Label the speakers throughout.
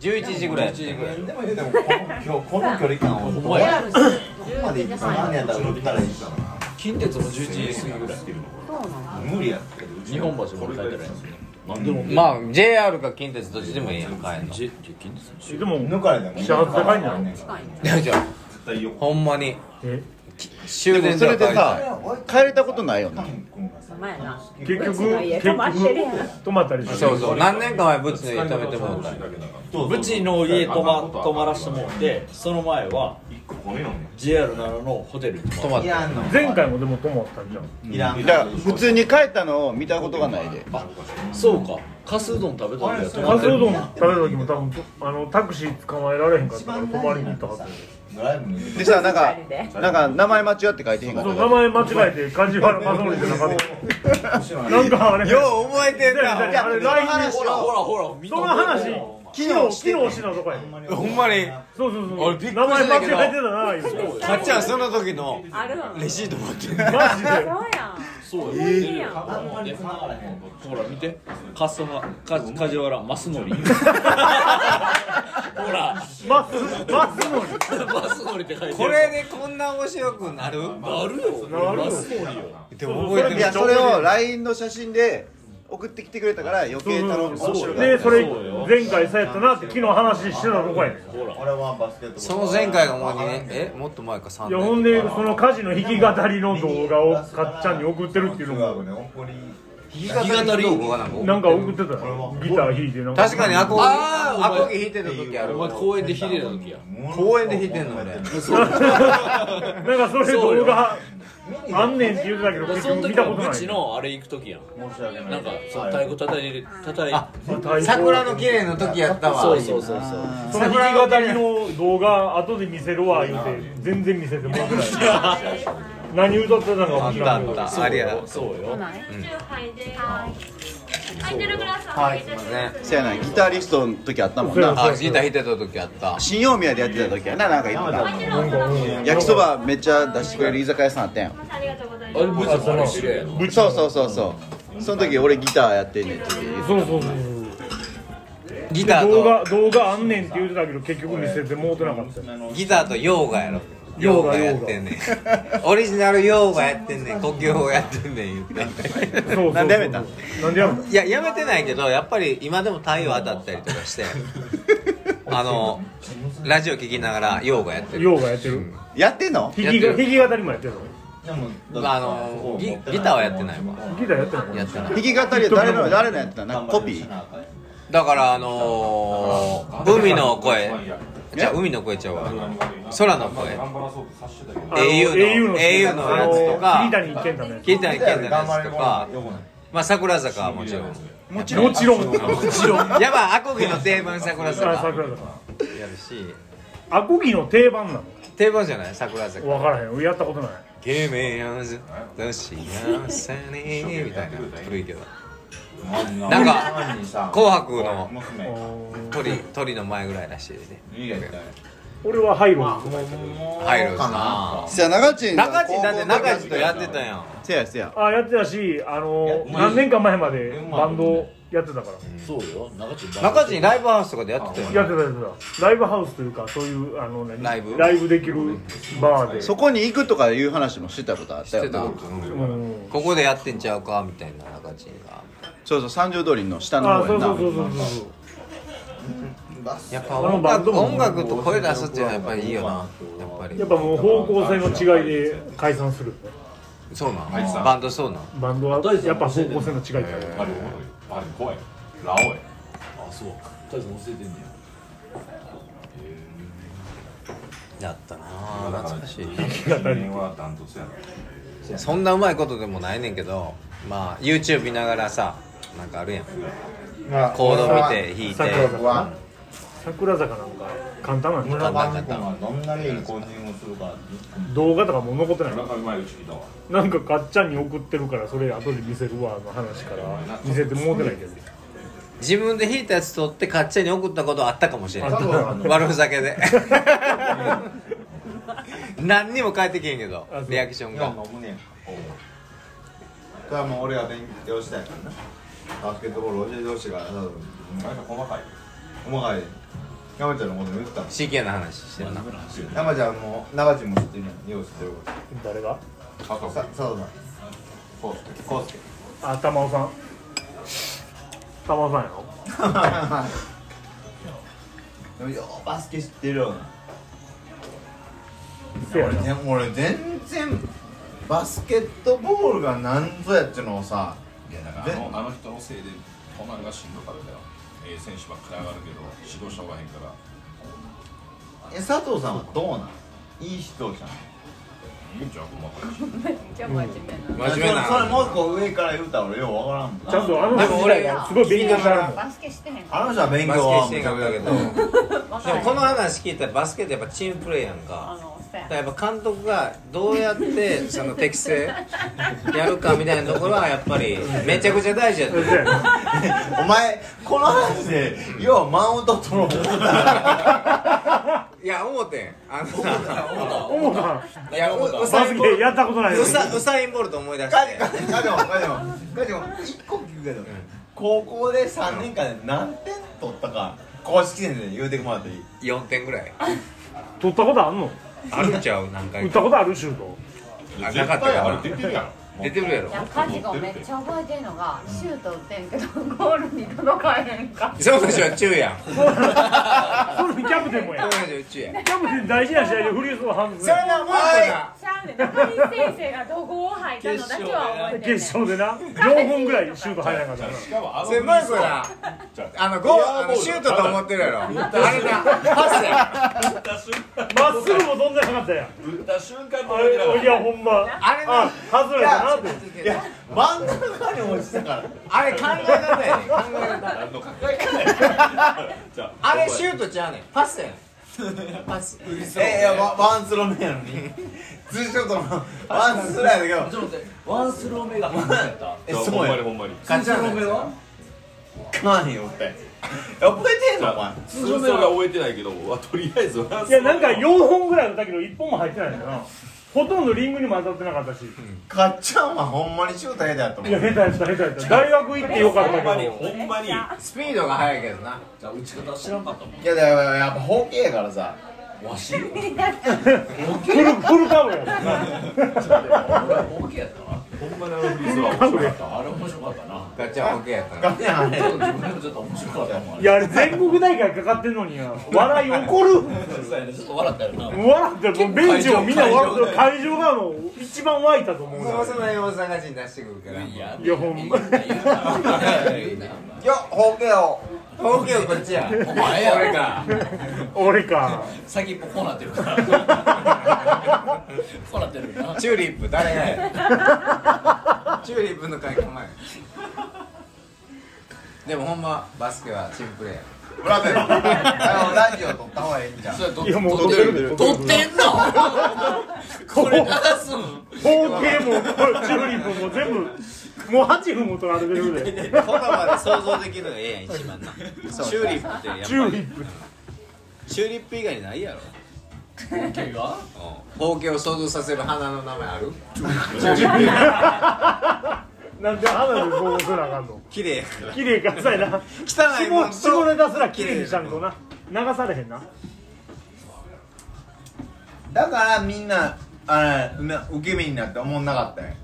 Speaker 1: 11時ぐらい
Speaker 2: 11時ぐらい
Speaker 3: 何でも言うてもこのこの距離感を
Speaker 2: ほん
Speaker 3: こ
Speaker 2: まや
Speaker 4: リアルして
Speaker 3: こまで行ったら何やったら売ったらいいか
Speaker 2: 近鉄も11時過ぎぐらい
Speaker 4: そうなんだ
Speaker 3: な無理やってうち
Speaker 2: 日本橋も帰ってないなんでも
Speaker 1: まあ JR か近鉄どっちでもいいやん帰んの
Speaker 2: じ近鉄の
Speaker 5: でも
Speaker 3: 抜かれても
Speaker 5: 記者発表会になる
Speaker 3: 絶
Speaker 4: 近いね
Speaker 1: いやじゃあ
Speaker 3: 対よ
Speaker 1: ほんまに
Speaker 5: え
Speaker 1: 終電
Speaker 6: でもそれでさ
Speaker 1: 帰りたい
Speaker 6: 帰れたことないよ
Speaker 3: カ
Speaker 6: ね
Speaker 3: ン君がさ
Speaker 4: お前な
Speaker 5: 結局結
Speaker 7: の家泊
Speaker 5: 局
Speaker 7: まってるやん
Speaker 5: 泊まったりして
Speaker 1: そうそう何年か前ブチの家泊めてもらったんや
Speaker 2: ブチの家泊ま泊まらせてもらってその前は JR 奈良のホテルに泊
Speaker 1: 泊
Speaker 2: ま
Speaker 1: まっ
Speaker 2: っ
Speaker 3: い
Speaker 1: て
Speaker 3: らんの
Speaker 5: 前回もでも泊まったんじゃん
Speaker 3: いらん
Speaker 6: だから普通に帰ったのを見たことがないで
Speaker 2: てそうかかすうどん食べた時は泊ま
Speaker 5: カ
Speaker 2: っ
Speaker 5: ツ
Speaker 2: てる
Speaker 5: オ丼食べた時も多分あのタクシー捕まえられへんかっ
Speaker 3: 一
Speaker 5: たから
Speaker 3: 番
Speaker 5: 泊
Speaker 3: 大
Speaker 5: まり
Speaker 3: 事
Speaker 5: に行
Speaker 3: な
Speaker 5: ったは
Speaker 3: のさ
Speaker 5: ず
Speaker 3: ドライブに
Speaker 6: でさなんか
Speaker 7: 二人
Speaker 6: なんか名前間違って書いてへんか
Speaker 5: そう
Speaker 6: っ
Speaker 5: 名
Speaker 6: た
Speaker 5: 前間違えて梶原正則じゃなかったなんかあれ
Speaker 1: よう覚えてん
Speaker 5: いやい
Speaker 1: な
Speaker 5: やあれ LINE に
Speaker 2: ほらほらほら見
Speaker 5: その話
Speaker 2: た
Speaker 5: 昨日昨日しなとかや
Speaker 1: ほんまに
Speaker 5: そうそうそう
Speaker 1: 俺びっくりした
Speaker 5: 名前間違
Speaker 1: け
Speaker 5: え
Speaker 1: ど
Speaker 5: てたな言うて
Speaker 2: そう
Speaker 1: かっちゃんその時の
Speaker 4: あるわ
Speaker 1: レシート持ってんの
Speaker 5: マジ
Speaker 4: そうやん思
Speaker 5: で
Speaker 2: そう
Speaker 4: いっきりやん
Speaker 3: あんまり繋がらへん
Speaker 2: ほら見てカスマカ梶原 マスノリほら
Speaker 5: マスマスの
Speaker 2: マスノリって書いてる
Speaker 1: これでこんな面白くなる
Speaker 2: なるよ
Speaker 5: なるよ
Speaker 2: マスノリよ
Speaker 1: でも覚えて
Speaker 6: い
Speaker 1: る
Speaker 6: やそれを LINE の写真で送ってきてくれたから余計頼む
Speaker 5: そうそ
Speaker 6: 面
Speaker 5: うそ
Speaker 6: 白
Speaker 5: う
Speaker 6: か
Speaker 5: で
Speaker 6: った
Speaker 5: それ前回さやったなって昨日話してたとこやねん
Speaker 2: ほら
Speaker 3: 俺はバスケットボール
Speaker 1: その前回がもう2年えもっと前か3
Speaker 5: いやほん
Speaker 1: 年
Speaker 5: でその火事の弾き語りの動画をかっちゃんに送ってるっていうのも
Speaker 1: 弾き語り動画なんか
Speaker 5: なんか送ってたよギター弾いてなんか
Speaker 1: 確かにアコギ
Speaker 2: あー
Speaker 1: アコギ弾いてた時あ
Speaker 2: お
Speaker 1: る
Speaker 2: 前公園で秀でた時や
Speaker 1: 公園で弾いてんの俺
Speaker 5: なんかそういう動画あんねんって言ってたけど結
Speaker 2: その
Speaker 5: 局見
Speaker 2: 時
Speaker 5: た
Speaker 2: は
Speaker 5: ことな
Speaker 2: ブチ
Speaker 5: い
Speaker 2: のあれ行く時やん
Speaker 3: 申し訳ない
Speaker 2: なんかその太鼓叩いて叩いて
Speaker 1: あ
Speaker 5: まあ
Speaker 1: 桜の綺麗の時やったわ
Speaker 2: そうそうそうそう
Speaker 5: その弾き語りの動画後で見せるわ言うて全然見せてもらってない何歌ってたのか
Speaker 1: あ
Speaker 5: も
Speaker 1: っ
Speaker 5: 知
Speaker 1: た
Speaker 5: ら
Speaker 1: あ
Speaker 5: んけど
Speaker 1: ったありや
Speaker 2: そうよ
Speaker 4: ない
Speaker 1: はいすいません
Speaker 6: せやなギタリストの時あったもん
Speaker 5: そう
Speaker 6: な
Speaker 1: あギター弾いてた時あった
Speaker 6: 新大宮でやってた時やななんか言ってた
Speaker 5: なんかうん
Speaker 6: 焼きそばめっちゃ出してくれる居酒屋さんあったやん
Speaker 2: あれブチのあれ知り合いやの
Speaker 6: そうそうそうそうその時俺ギターやってんねんって言って
Speaker 5: そうそうそうそう
Speaker 1: ギ
Speaker 5: で
Speaker 1: ター
Speaker 5: 動
Speaker 1: と
Speaker 5: 画動画あんねんって言ってたけど結局見せてもうてなかったよ
Speaker 1: ギターとヨーガやろヨーガやってんねんオリジナルヨーガやってんねん呼吸法やってんねん言って
Speaker 5: そうそうそう
Speaker 6: なんでやめたん
Speaker 5: なんでやめた
Speaker 1: いややめてないけどやっぱり今でも太陽当たったりとかして あのラジオ聞きながらヨーガやってる
Speaker 5: ようがやってる
Speaker 6: やってんの
Speaker 5: 弾きが弾き語りもやってるのギターやってるの
Speaker 1: やってない
Speaker 6: 弾き語りは誰の誰のやってたなんかコピー
Speaker 1: だからあのー、海の声じゃあ
Speaker 6: え
Speaker 1: 海の声ちゃうわ空の声
Speaker 5: あの
Speaker 1: au の au のやつと
Speaker 5: あの
Speaker 1: か
Speaker 5: 桐谷健太のやつ
Speaker 1: 桐谷健太のやつとかまあ桜坂はもちろん
Speaker 6: もち
Speaker 5: もちろん
Speaker 1: やっぱアコギの定番桜
Speaker 5: あ
Speaker 1: 坂
Speaker 5: 桜田さん
Speaker 1: やるし
Speaker 5: アコギの定番なの
Speaker 1: 定番じゃない桜坂
Speaker 5: 分からへん俺やったことない
Speaker 1: 「君をずっと幸せに」みたいな古いけどなんか「紅白」の
Speaker 5: あ
Speaker 3: 娘
Speaker 5: ー
Speaker 1: 鳥鳥の前ぐらいらしいね
Speaker 3: いいやつだよ
Speaker 5: 俺はハイローズ
Speaker 1: 入るかな
Speaker 6: せや長地
Speaker 1: 中地だって中地とやってたやん
Speaker 6: せやせや
Speaker 5: あやってたしあの
Speaker 3: いや
Speaker 5: 何年か前までバンドやってたから
Speaker 2: そうよ中地
Speaker 1: 中地にライブハウスとかでやってたよね
Speaker 5: やってたやってたライブハウスというかそういうあの何
Speaker 1: ライブ
Speaker 5: ライブできるバーで
Speaker 6: そこに行くとかいう話もしてたことあったよな
Speaker 5: うん
Speaker 1: ここでやってんちゃうかみたいな中地が
Speaker 6: そうそう三条通りの下の
Speaker 5: あ
Speaker 6: 方
Speaker 5: そ
Speaker 6: や
Speaker 5: う
Speaker 6: な
Speaker 5: そうそうそうそう
Speaker 1: やっぱ音楽音楽と声出すっていうのはやっぱりいいよなやっぱり
Speaker 5: やっぱもう方向性の違いで解散する
Speaker 1: そうなんバンドそうなん
Speaker 5: バンドはやっぱ方向性の違いだよ
Speaker 2: あそう大将忘れてんねや
Speaker 1: やったなぁ懐かし
Speaker 8: う
Speaker 1: いそんなうまいことでもないねんけどまあ YouTube 見ながらさなんかあるやん コード見て弾いて
Speaker 5: 桜坂
Speaker 3: は
Speaker 5: 桜坂なんか簡単なんじゃない
Speaker 3: 村上君はどんなにいい混入をするか
Speaker 5: 動画とかも残ってないなんかかっちゃんに送ってるからそれ後で見せるわの話から見せてもうてないけど
Speaker 1: 自分で弾いたやつ取ってかっちゃんに送ったことあったかもしれん
Speaker 5: あった
Speaker 1: 悪ふざけで何にも返ってけへんけど
Speaker 5: あそう
Speaker 1: リアクション
Speaker 3: 今
Speaker 1: が
Speaker 3: 飲むねんそれはもう俺が勉強したいからなバスケットボール教えてほしいから細かい細かい山ちゃんのこと言ってたの
Speaker 1: 真剣な話してるな
Speaker 3: 山ちゃんも長地も知ってるやんよう知ってるこ
Speaker 5: 誰が
Speaker 3: とさ佐藤さんこうすけこうすけ
Speaker 5: あ玉尾さん玉尾さんやろ
Speaker 3: でもようバスケ知ってるよな
Speaker 5: せや
Speaker 3: 俺
Speaker 5: な
Speaker 3: ね俺全然バスケットボールが何ぞやっちゅうのをさ
Speaker 9: いやだからあのあの人のせいでトナルがしんどかったよ、ええ選手ばっかり上がるけど指導者がへんから
Speaker 3: え佐藤さんはどうなんいい人じゃん
Speaker 9: いいんちゃうまか
Speaker 4: めっちゃ真面目な
Speaker 1: 真面目な
Speaker 3: それそれもう一個上から言うたら俺ようわからんもんな
Speaker 5: ちゃんとあの人自体がすごい勉強してあるもん
Speaker 4: バスケしてへんか
Speaker 3: あの人は勉
Speaker 1: バ
Speaker 3: 強は
Speaker 1: スケしてんかもだけど
Speaker 4: わか
Speaker 1: で
Speaker 4: ら
Speaker 1: も
Speaker 4: へん
Speaker 1: この話聞いたらバスケってやっぱチームプレーやん
Speaker 4: あ
Speaker 1: か
Speaker 4: のそうや
Speaker 1: だからやっぱ監督がどうやってその適正やるかみたいなところはやっぱりめちゃくちゃ大事やと思
Speaker 5: せや
Speaker 1: う
Speaker 5: な
Speaker 3: お前この話でようマウント取ろう思った
Speaker 1: いや思てんあのさ
Speaker 5: 思うない
Speaker 1: やうう
Speaker 5: バ
Speaker 1: さ
Speaker 5: ス
Speaker 1: ぎ
Speaker 5: ケやったことないの
Speaker 1: ウ
Speaker 5: に
Speaker 1: サウサインボルト思い出して
Speaker 3: カジカジカジモンカジモンカジモン一個聞くけど、高校で三年間で何点取ったか公式戦で言うてもらっていい
Speaker 1: 4点ぐらい
Speaker 5: 取ったことあんの
Speaker 1: あるんちゃう何
Speaker 5: 打
Speaker 1: 回
Speaker 5: った
Speaker 1: か
Speaker 5: ことあるシュート
Speaker 1: あ
Speaker 9: ら
Speaker 1: なかった
Speaker 9: 絶対
Speaker 1: か
Speaker 9: あ
Speaker 1: な
Speaker 9: れ 出てるや
Speaker 1: 出てるやろ
Speaker 9: ろ
Speaker 4: いや家事がめっちゃ覚えてんのがシュート打ってんけどゴールに届かへんか
Speaker 1: その話は中やんその
Speaker 5: それキャプテンもや
Speaker 1: 話は中やん
Speaker 5: キャプテン大事な試合でフリースロー
Speaker 1: も
Speaker 5: 半分や
Speaker 1: う
Speaker 4: ちゃうねん中西先生が怒号を吐いたのだけは覚えてんねん
Speaker 5: 決勝でな4本ぐらいシュート入らなかっ
Speaker 9: しかもあの
Speaker 1: それマークなあのゴーあのシュートと思ってるやろあれなパスや
Speaker 5: たなまっすぐも飛んでなかったやん
Speaker 9: 打った瞬間
Speaker 5: あれいやほんま
Speaker 1: あれ
Speaker 5: あ
Speaker 1: な
Speaker 5: 外れたなって
Speaker 3: いや真ん中に落ちたから
Speaker 1: あれ考え方やねん考え方
Speaker 9: 何の考えじゃ
Speaker 1: あれシュートちゃうねんパスやねん パス
Speaker 3: えいやワワンスロー目やのに ツーショットのワンスローやだけど
Speaker 2: ちょっと待ってワンスロー目が半分やった
Speaker 3: え
Speaker 9: ほ
Speaker 3: そ
Speaker 9: ん
Speaker 3: う
Speaker 9: ま
Speaker 3: や
Speaker 9: にほんまに
Speaker 3: 勝ちなんだよかまへんよおって覚えてんのお前
Speaker 9: 通常は覚えてないけどとりあえず
Speaker 5: いやなんか4本ぐらい打ったけど1本も入ってないんだよなほとんどリングにも当たってなかったし
Speaker 3: かっちゃんはほんまにシュート下手やと
Speaker 5: い
Speaker 3: 思
Speaker 5: や
Speaker 3: う
Speaker 5: 下手やった下手やった大学行ってよかっ
Speaker 9: ほんま
Speaker 5: た
Speaker 9: に
Speaker 5: けど
Speaker 9: ほんまに
Speaker 1: スピードが速いけどな
Speaker 2: じゃあ打ち方知らんかったもん
Speaker 3: いやだからやっぱ包茎やからさ
Speaker 2: わしよ
Speaker 5: フルフルカウやもんな
Speaker 2: 大きいやったな
Speaker 9: ほんまにあのフリースローは面白かった
Speaker 2: あれ面白かったな
Speaker 1: ガチャオッケーやった
Speaker 3: ガ
Speaker 1: な
Speaker 3: チャンあれ
Speaker 2: ちょっと自分でもちょっと面白かったもんあれ
Speaker 5: いやあれ全国大会かかってんのにや笑い怒る
Speaker 2: そうやねちょっと笑ったよな
Speaker 5: 笑ってもうベンチもみんな笑ってる会場がもう一番湧いたと思うな
Speaker 1: その山本さんが陣出してくるからいや
Speaker 5: いやほんまに
Speaker 3: よっ包茎を
Speaker 1: オッケーこっちや
Speaker 2: お前や
Speaker 1: 俺か
Speaker 5: 俺か
Speaker 2: 先っぽこうなってるから こうなってるから
Speaker 1: チューリップ誰がやチューリップの会お前でもほんまバスケはチームプレーや
Speaker 3: ブラベルあのラジオ撮った方がいいんじゃん
Speaker 5: いやもう撮ってる
Speaker 2: 撮ってんの
Speaker 5: これ
Speaker 2: 出すん
Speaker 5: 包茎もチューリップも全部もう8分も取られてるで
Speaker 1: 言葉で想像できるのがええやん一番なチューリップってやっぱり
Speaker 5: チューリップ
Speaker 1: チューリップ以外にないやろ
Speaker 2: 毛が
Speaker 1: 包茎を想像させる花の名前ある
Speaker 5: なんで花で想像せなあかんの
Speaker 1: 綺麗やから
Speaker 5: 綺麗かさやな
Speaker 1: 汚いも
Speaker 5: 下
Speaker 1: ん
Speaker 5: 下ネタすら綺麗にしたんとな流されへんな
Speaker 3: だからみんなあれな受け身になって思んなかったんや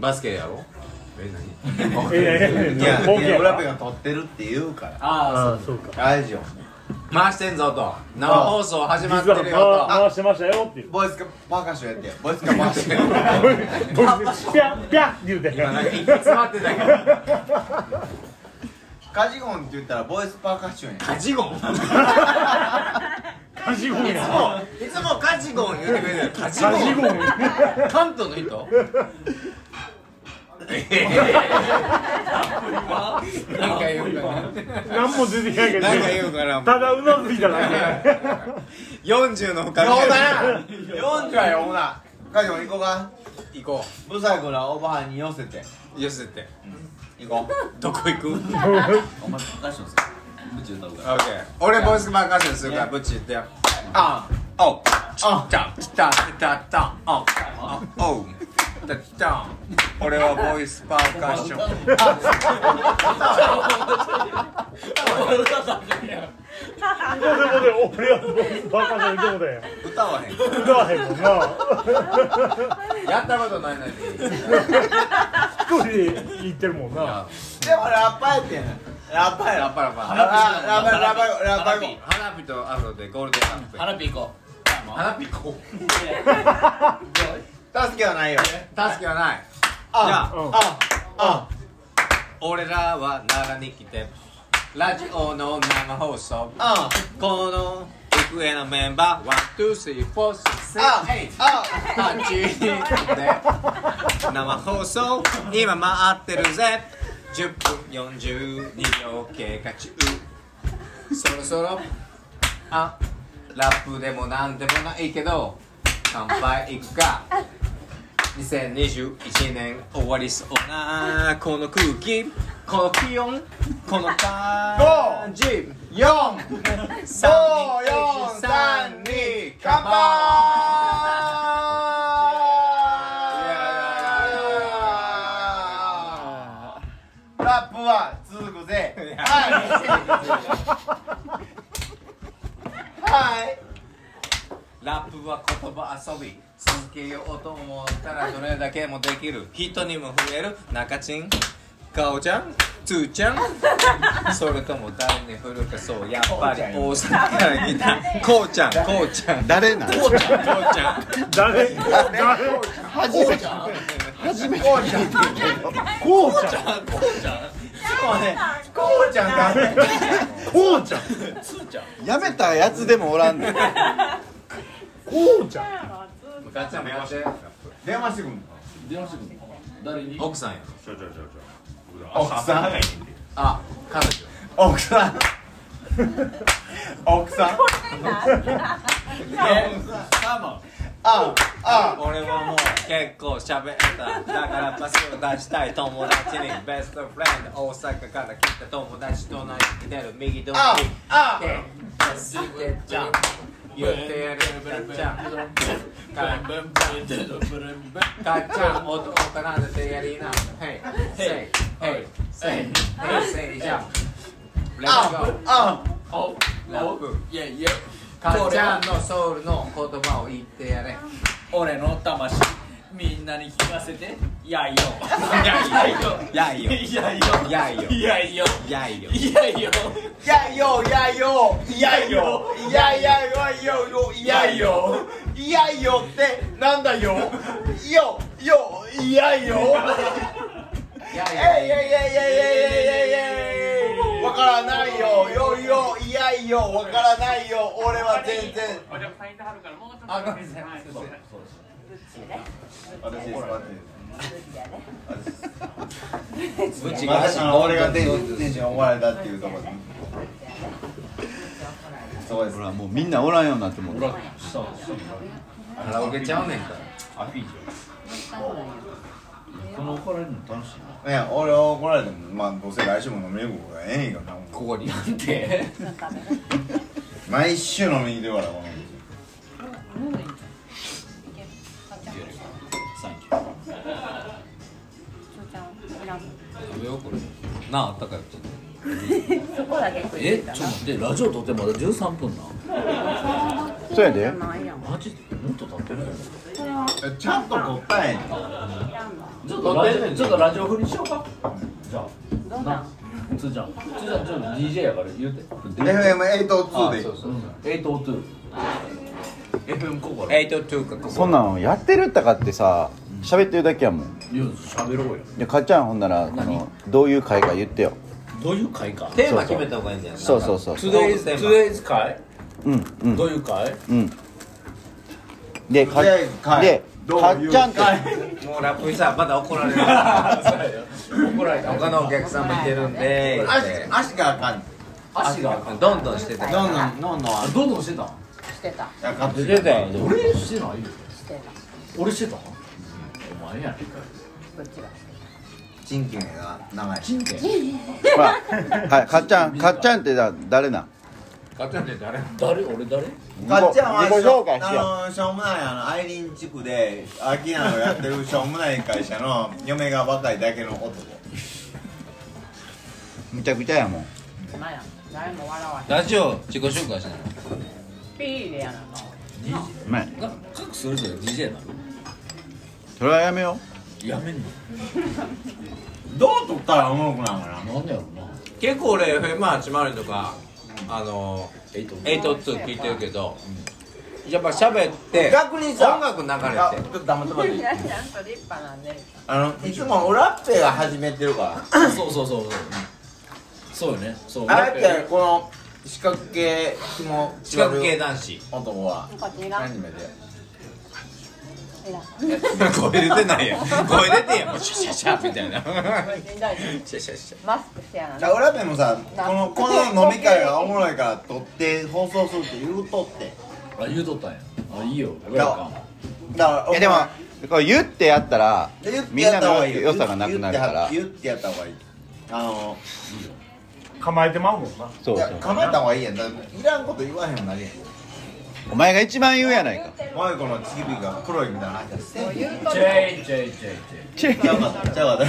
Speaker 1: バスケやろえ
Speaker 5: いやいやい
Speaker 3: い
Speaker 5: や
Speaker 3: や
Speaker 5: 包茎や
Speaker 3: ブラベ
Speaker 5: か
Speaker 3: ルが撮ってるって言うから
Speaker 2: あ
Speaker 5: ああそうか
Speaker 3: ラジオ
Speaker 1: 回してんぞと生放送始まって
Speaker 5: 実は
Speaker 1: るよ
Speaker 5: 回回してましたよっていう
Speaker 3: ボイスカパーカッションやってよボイスカパーカッション
Speaker 5: ピャッピャッって言うて
Speaker 1: となんか息詰まってたけど
Speaker 3: カジゴンって言ったらボイスパーカッションや
Speaker 1: カジゴンい
Speaker 5: カジゴン
Speaker 1: つ
Speaker 5: や
Speaker 1: もいつもカジゴン言ってくれるよカジゴン
Speaker 5: カジゴン
Speaker 1: 関東の 人ええなんか言うから
Speaker 5: 何も出てないけど
Speaker 1: なんか言うから
Speaker 5: ただうなずいただけ
Speaker 1: 40のほか
Speaker 3: ようだな40はようなカジゴン行こうか
Speaker 1: 行こ
Speaker 3: ブサイクなおばはんに寄せて
Speaker 1: う寄せて
Speaker 3: 行こう
Speaker 1: どこ行く
Speaker 2: お前高橋のさ宇宙歌うから
Speaker 1: オッケー俺ボイスマーカーションするからブッチ言ってよあんおうあんちゃんちたたたあんあんおうたちゃん俺はボイスパーカッション
Speaker 2: お前歌ったんじゃねえよ
Speaker 5: でも俺はもうバカじゃいてもで
Speaker 1: 歌わへん
Speaker 5: 歌わへんもんな
Speaker 1: やったことないのに
Speaker 5: 一人で行ってるもんな
Speaker 3: でもラッパーやってんやラッパーや
Speaker 1: ラッパラッパ
Speaker 3: あラッパーラッパーラッパーラッパー
Speaker 1: 花火とアフロでゴールデンランプ
Speaker 2: 花火行こ
Speaker 1: 花火こう
Speaker 3: 助けはないよ
Speaker 1: 助けはないじゃ
Speaker 3: あ
Speaker 1: あ
Speaker 5: うん
Speaker 3: ああ
Speaker 1: 俺らは奈良に来てラジオの生放送
Speaker 3: あ
Speaker 1: この行方のメンバーワンツースリーフォースセ
Speaker 3: あ
Speaker 1: イエイ
Speaker 3: あ
Speaker 1: パンチ生放送今回ってるぜ10分42秒経過中そろそろあラップでもなんでもないけど乾杯いくか2021年終わりそうなこの空気この気温この感じ
Speaker 3: 四
Speaker 1: 3
Speaker 3: 四三二
Speaker 1: 乾
Speaker 3: 乾杯ラップは続くぜはいはい
Speaker 1: ラップは言葉遊び続けようと思ったらどれだけもできる人にも増える中ちんかおちゃんつーちゃんそれとも誰に振るかそうやっぱり大阪から来たこうちゃんこうちゃんこ
Speaker 6: 誰なん
Speaker 1: うちゃんこうちゃん
Speaker 5: 誰誰
Speaker 6: 初めて初めて聞いた
Speaker 5: こうちゃん
Speaker 3: こうちゃんダメ
Speaker 5: こうちゃん
Speaker 6: やめたやつでもおらんねん
Speaker 5: こうちゃん
Speaker 1: ガチャもやって
Speaker 3: 電話してくんの
Speaker 2: う電話してくる誰に
Speaker 1: 奥さんや
Speaker 3: 奥さん
Speaker 1: あ彼女
Speaker 3: 奥さん奥さんああ
Speaker 1: 俺はもう結構喋っただからパスを出したい友達にベストフレンド大阪から来た友達との生きてる右どっ
Speaker 3: あ
Speaker 1: ち
Speaker 3: あ
Speaker 1: って助けてちゃん言ってやるんだちゃんかかっちゃん音を奏でてやりな Hey say hey say hey say じゃん Let's go
Speaker 3: あ
Speaker 1: ラップ
Speaker 2: いやい
Speaker 1: かっちゃんのソウルの言葉を言ってやれ
Speaker 2: 俺の魂みんなに聞かせてやいよ
Speaker 1: やいよ
Speaker 2: やい
Speaker 1: やいよ
Speaker 2: やいよ
Speaker 1: やいよ
Speaker 2: やいよ
Speaker 3: やいよやいよやいよやいやいよよやいよやいよってなんだよよよやいよえいやいやいやいやいやいやいやわからないよよよやいよわからないよ俺は全然
Speaker 1: あごめんなさい
Speaker 3: 私です
Speaker 1: ブチ
Speaker 3: ま
Speaker 1: が
Speaker 3: さか俺がテンションテンション終われたっていうところでそうです
Speaker 6: ほらもうみんなおらんようになってもうた
Speaker 1: カラオケちゃうねんから
Speaker 3: いや俺は怒られてもまあどうせ来週も飲みに行くからええんよな
Speaker 1: ここになんて
Speaker 3: 毎週飲みに来てるからこの店
Speaker 1: 食べようこれなああったかいうちに
Speaker 4: そこだけ食い
Speaker 2: え
Speaker 4: て
Speaker 2: ちょ
Speaker 4: た
Speaker 2: っと待ってラジオ撮ってまだ13分な
Speaker 6: そうやで
Speaker 4: ないやん
Speaker 2: マジでもっと経ってる
Speaker 4: それは
Speaker 3: えちゃんと答えんの
Speaker 4: いらんの
Speaker 2: ちょっとラジオちょっとラジオ風にしようかじゃ
Speaker 4: ど
Speaker 2: あ
Speaker 4: う
Speaker 2: な
Speaker 4: なん
Speaker 2: つーちゃんつーちゃんちょっと DJ やから言うて
Speaker 3: FM802 でいい
Speaker 2: 802 FM ここら
Speaker 1: エイトトゥーかこ
Speaker 6: そんなんやってるったかってさ喋ってるだけやもん
Speaker 2: いや喋ろうよ
Speaker 6: いやかっちゃんほんならあのどういう会か言ってよ
Speaker 2: どういう会か
Speaker 1: テーマ決めた方がいいんだよな
Speaker 6: そうそうそう
Speaker 1: トゥデイズテーマ
Speaker 2: Today's 会
Speaker 6: うんうん
Speaker 2: どういう会
Speaker 6: うんでか
Speaker 3: でかい
Speaker 6: で
Speaker 3: どう
Speaker 6: かっ
Speaker 3: いう
Speaker 6: ちゃんって
Speaker 3: かい
Speaker 1: もうラップしたらまだ怒られる怒られた他のお客さんもいてるんで
Speaker 3: 足足があかん
Speaker 2: 足が
Speaker 1: どんどんしてた
Speaker 3: どんどんどんどん
Speaker 2: あどんどんしてた
Speaker 4: してた
Speaker 3: あかん
Speaker 1: してたよ
Speaker 2: 俺してないよ
Speaker 4: してた
Speaker 2: 俺してたお前やねん
Speaker 4: こっちが
Speaker 3: 人件が長い
Speaker 2: 人権
Speaker 6: ほらはいかっちゃんかっちゃんってだ誰なん
Speaker 1: 勝手に誰
Speaker 2: 誰俺誰
Speaker 3: かっちゃんは
Speaker 6: 自己紹介しよ
Speaker 3: あのしょうもないあのアイリン地区でアキナのやってるしょうもない会社の嫁が若いだけの男
Speaker 6: むちゃくちゃやもん
Speaker 4: 前やん誰も笑わへん
Speaker 1: ラジオ自己紹介しな
Speaker 4: ピーでやな
Speaker 10: うまい
Speaker 2: なんか各それぞれ DJ なの
Speaker 10: それはやめよ
Speaker 2: やめんの
Speaker 10: うどう撮ったらおもろくなるかな
Speaker 2: なんだろうな
Speaker 1: 結構俺 FM80 とかあの
Speaker 2: えっと
Speaker 1: 8-2聞いてるけどやっぱ喋って
Speaker 3: 逆にさ
Speaker 1: 音楽流
Speaker 3: あ
Speaker 1: れ
Speaker 3: ちょ
Speaker 1: て
Speaker 3: っと黙ってもらっていい
Speaker 4: 何なんと立派なんで
Speaker 3: あのいつもラッペが始めてるから
Speaker 2: そうそうそうそうそうよねそう
Speaker 3: あえてこの四角形ひも
Speaker 1: 四角系男子
Speaker 3: 男は
Speaker 4: こっちが
Speaker 3: アニメで
Speaker 4: えら
Speaker 1: 声出てないやん声出てんやんもうシャシャシャみたいなシャシャシャ
Speaker 4: マスクしてやな
Speaker 3: じゃあ裏ペもさこのこの飲み会がおもろいから撮って放送するって言うとって
Speaker 2: あ言うとったんやあいいよウェルカム
Speaker 3: だから
Speaker 10: いやでもこう言ってやったら
Speaker 3: 言って
Speaker 10: みん
Speaker 3: や
Speaker 10: な
Speaker 3: った方
Speaker 10: の
Speaker 3: がいいよ
Speaker 10: 良さがなくなるから
Speaker 3: 言ってやった方がいいあの
Speaker 5: 構えてまうもんな
Speaker 10: そうそ
Speaker 3: いや
Speaker 10: う
Speaker 3: 構えた方がいいやんだっていらんこと言わへんもんなりやん
Speaker 10: お前が一番言うやないか
Speaker 3: 萌子の乳首が黒いみたいな話して
Speaker 4: もう言うと
Speaker 2: ジ
Speaker 4: る
Speaker 2: ェイジェイジェイジェイ
Speaker 3: ちゃうかったちゃうかっ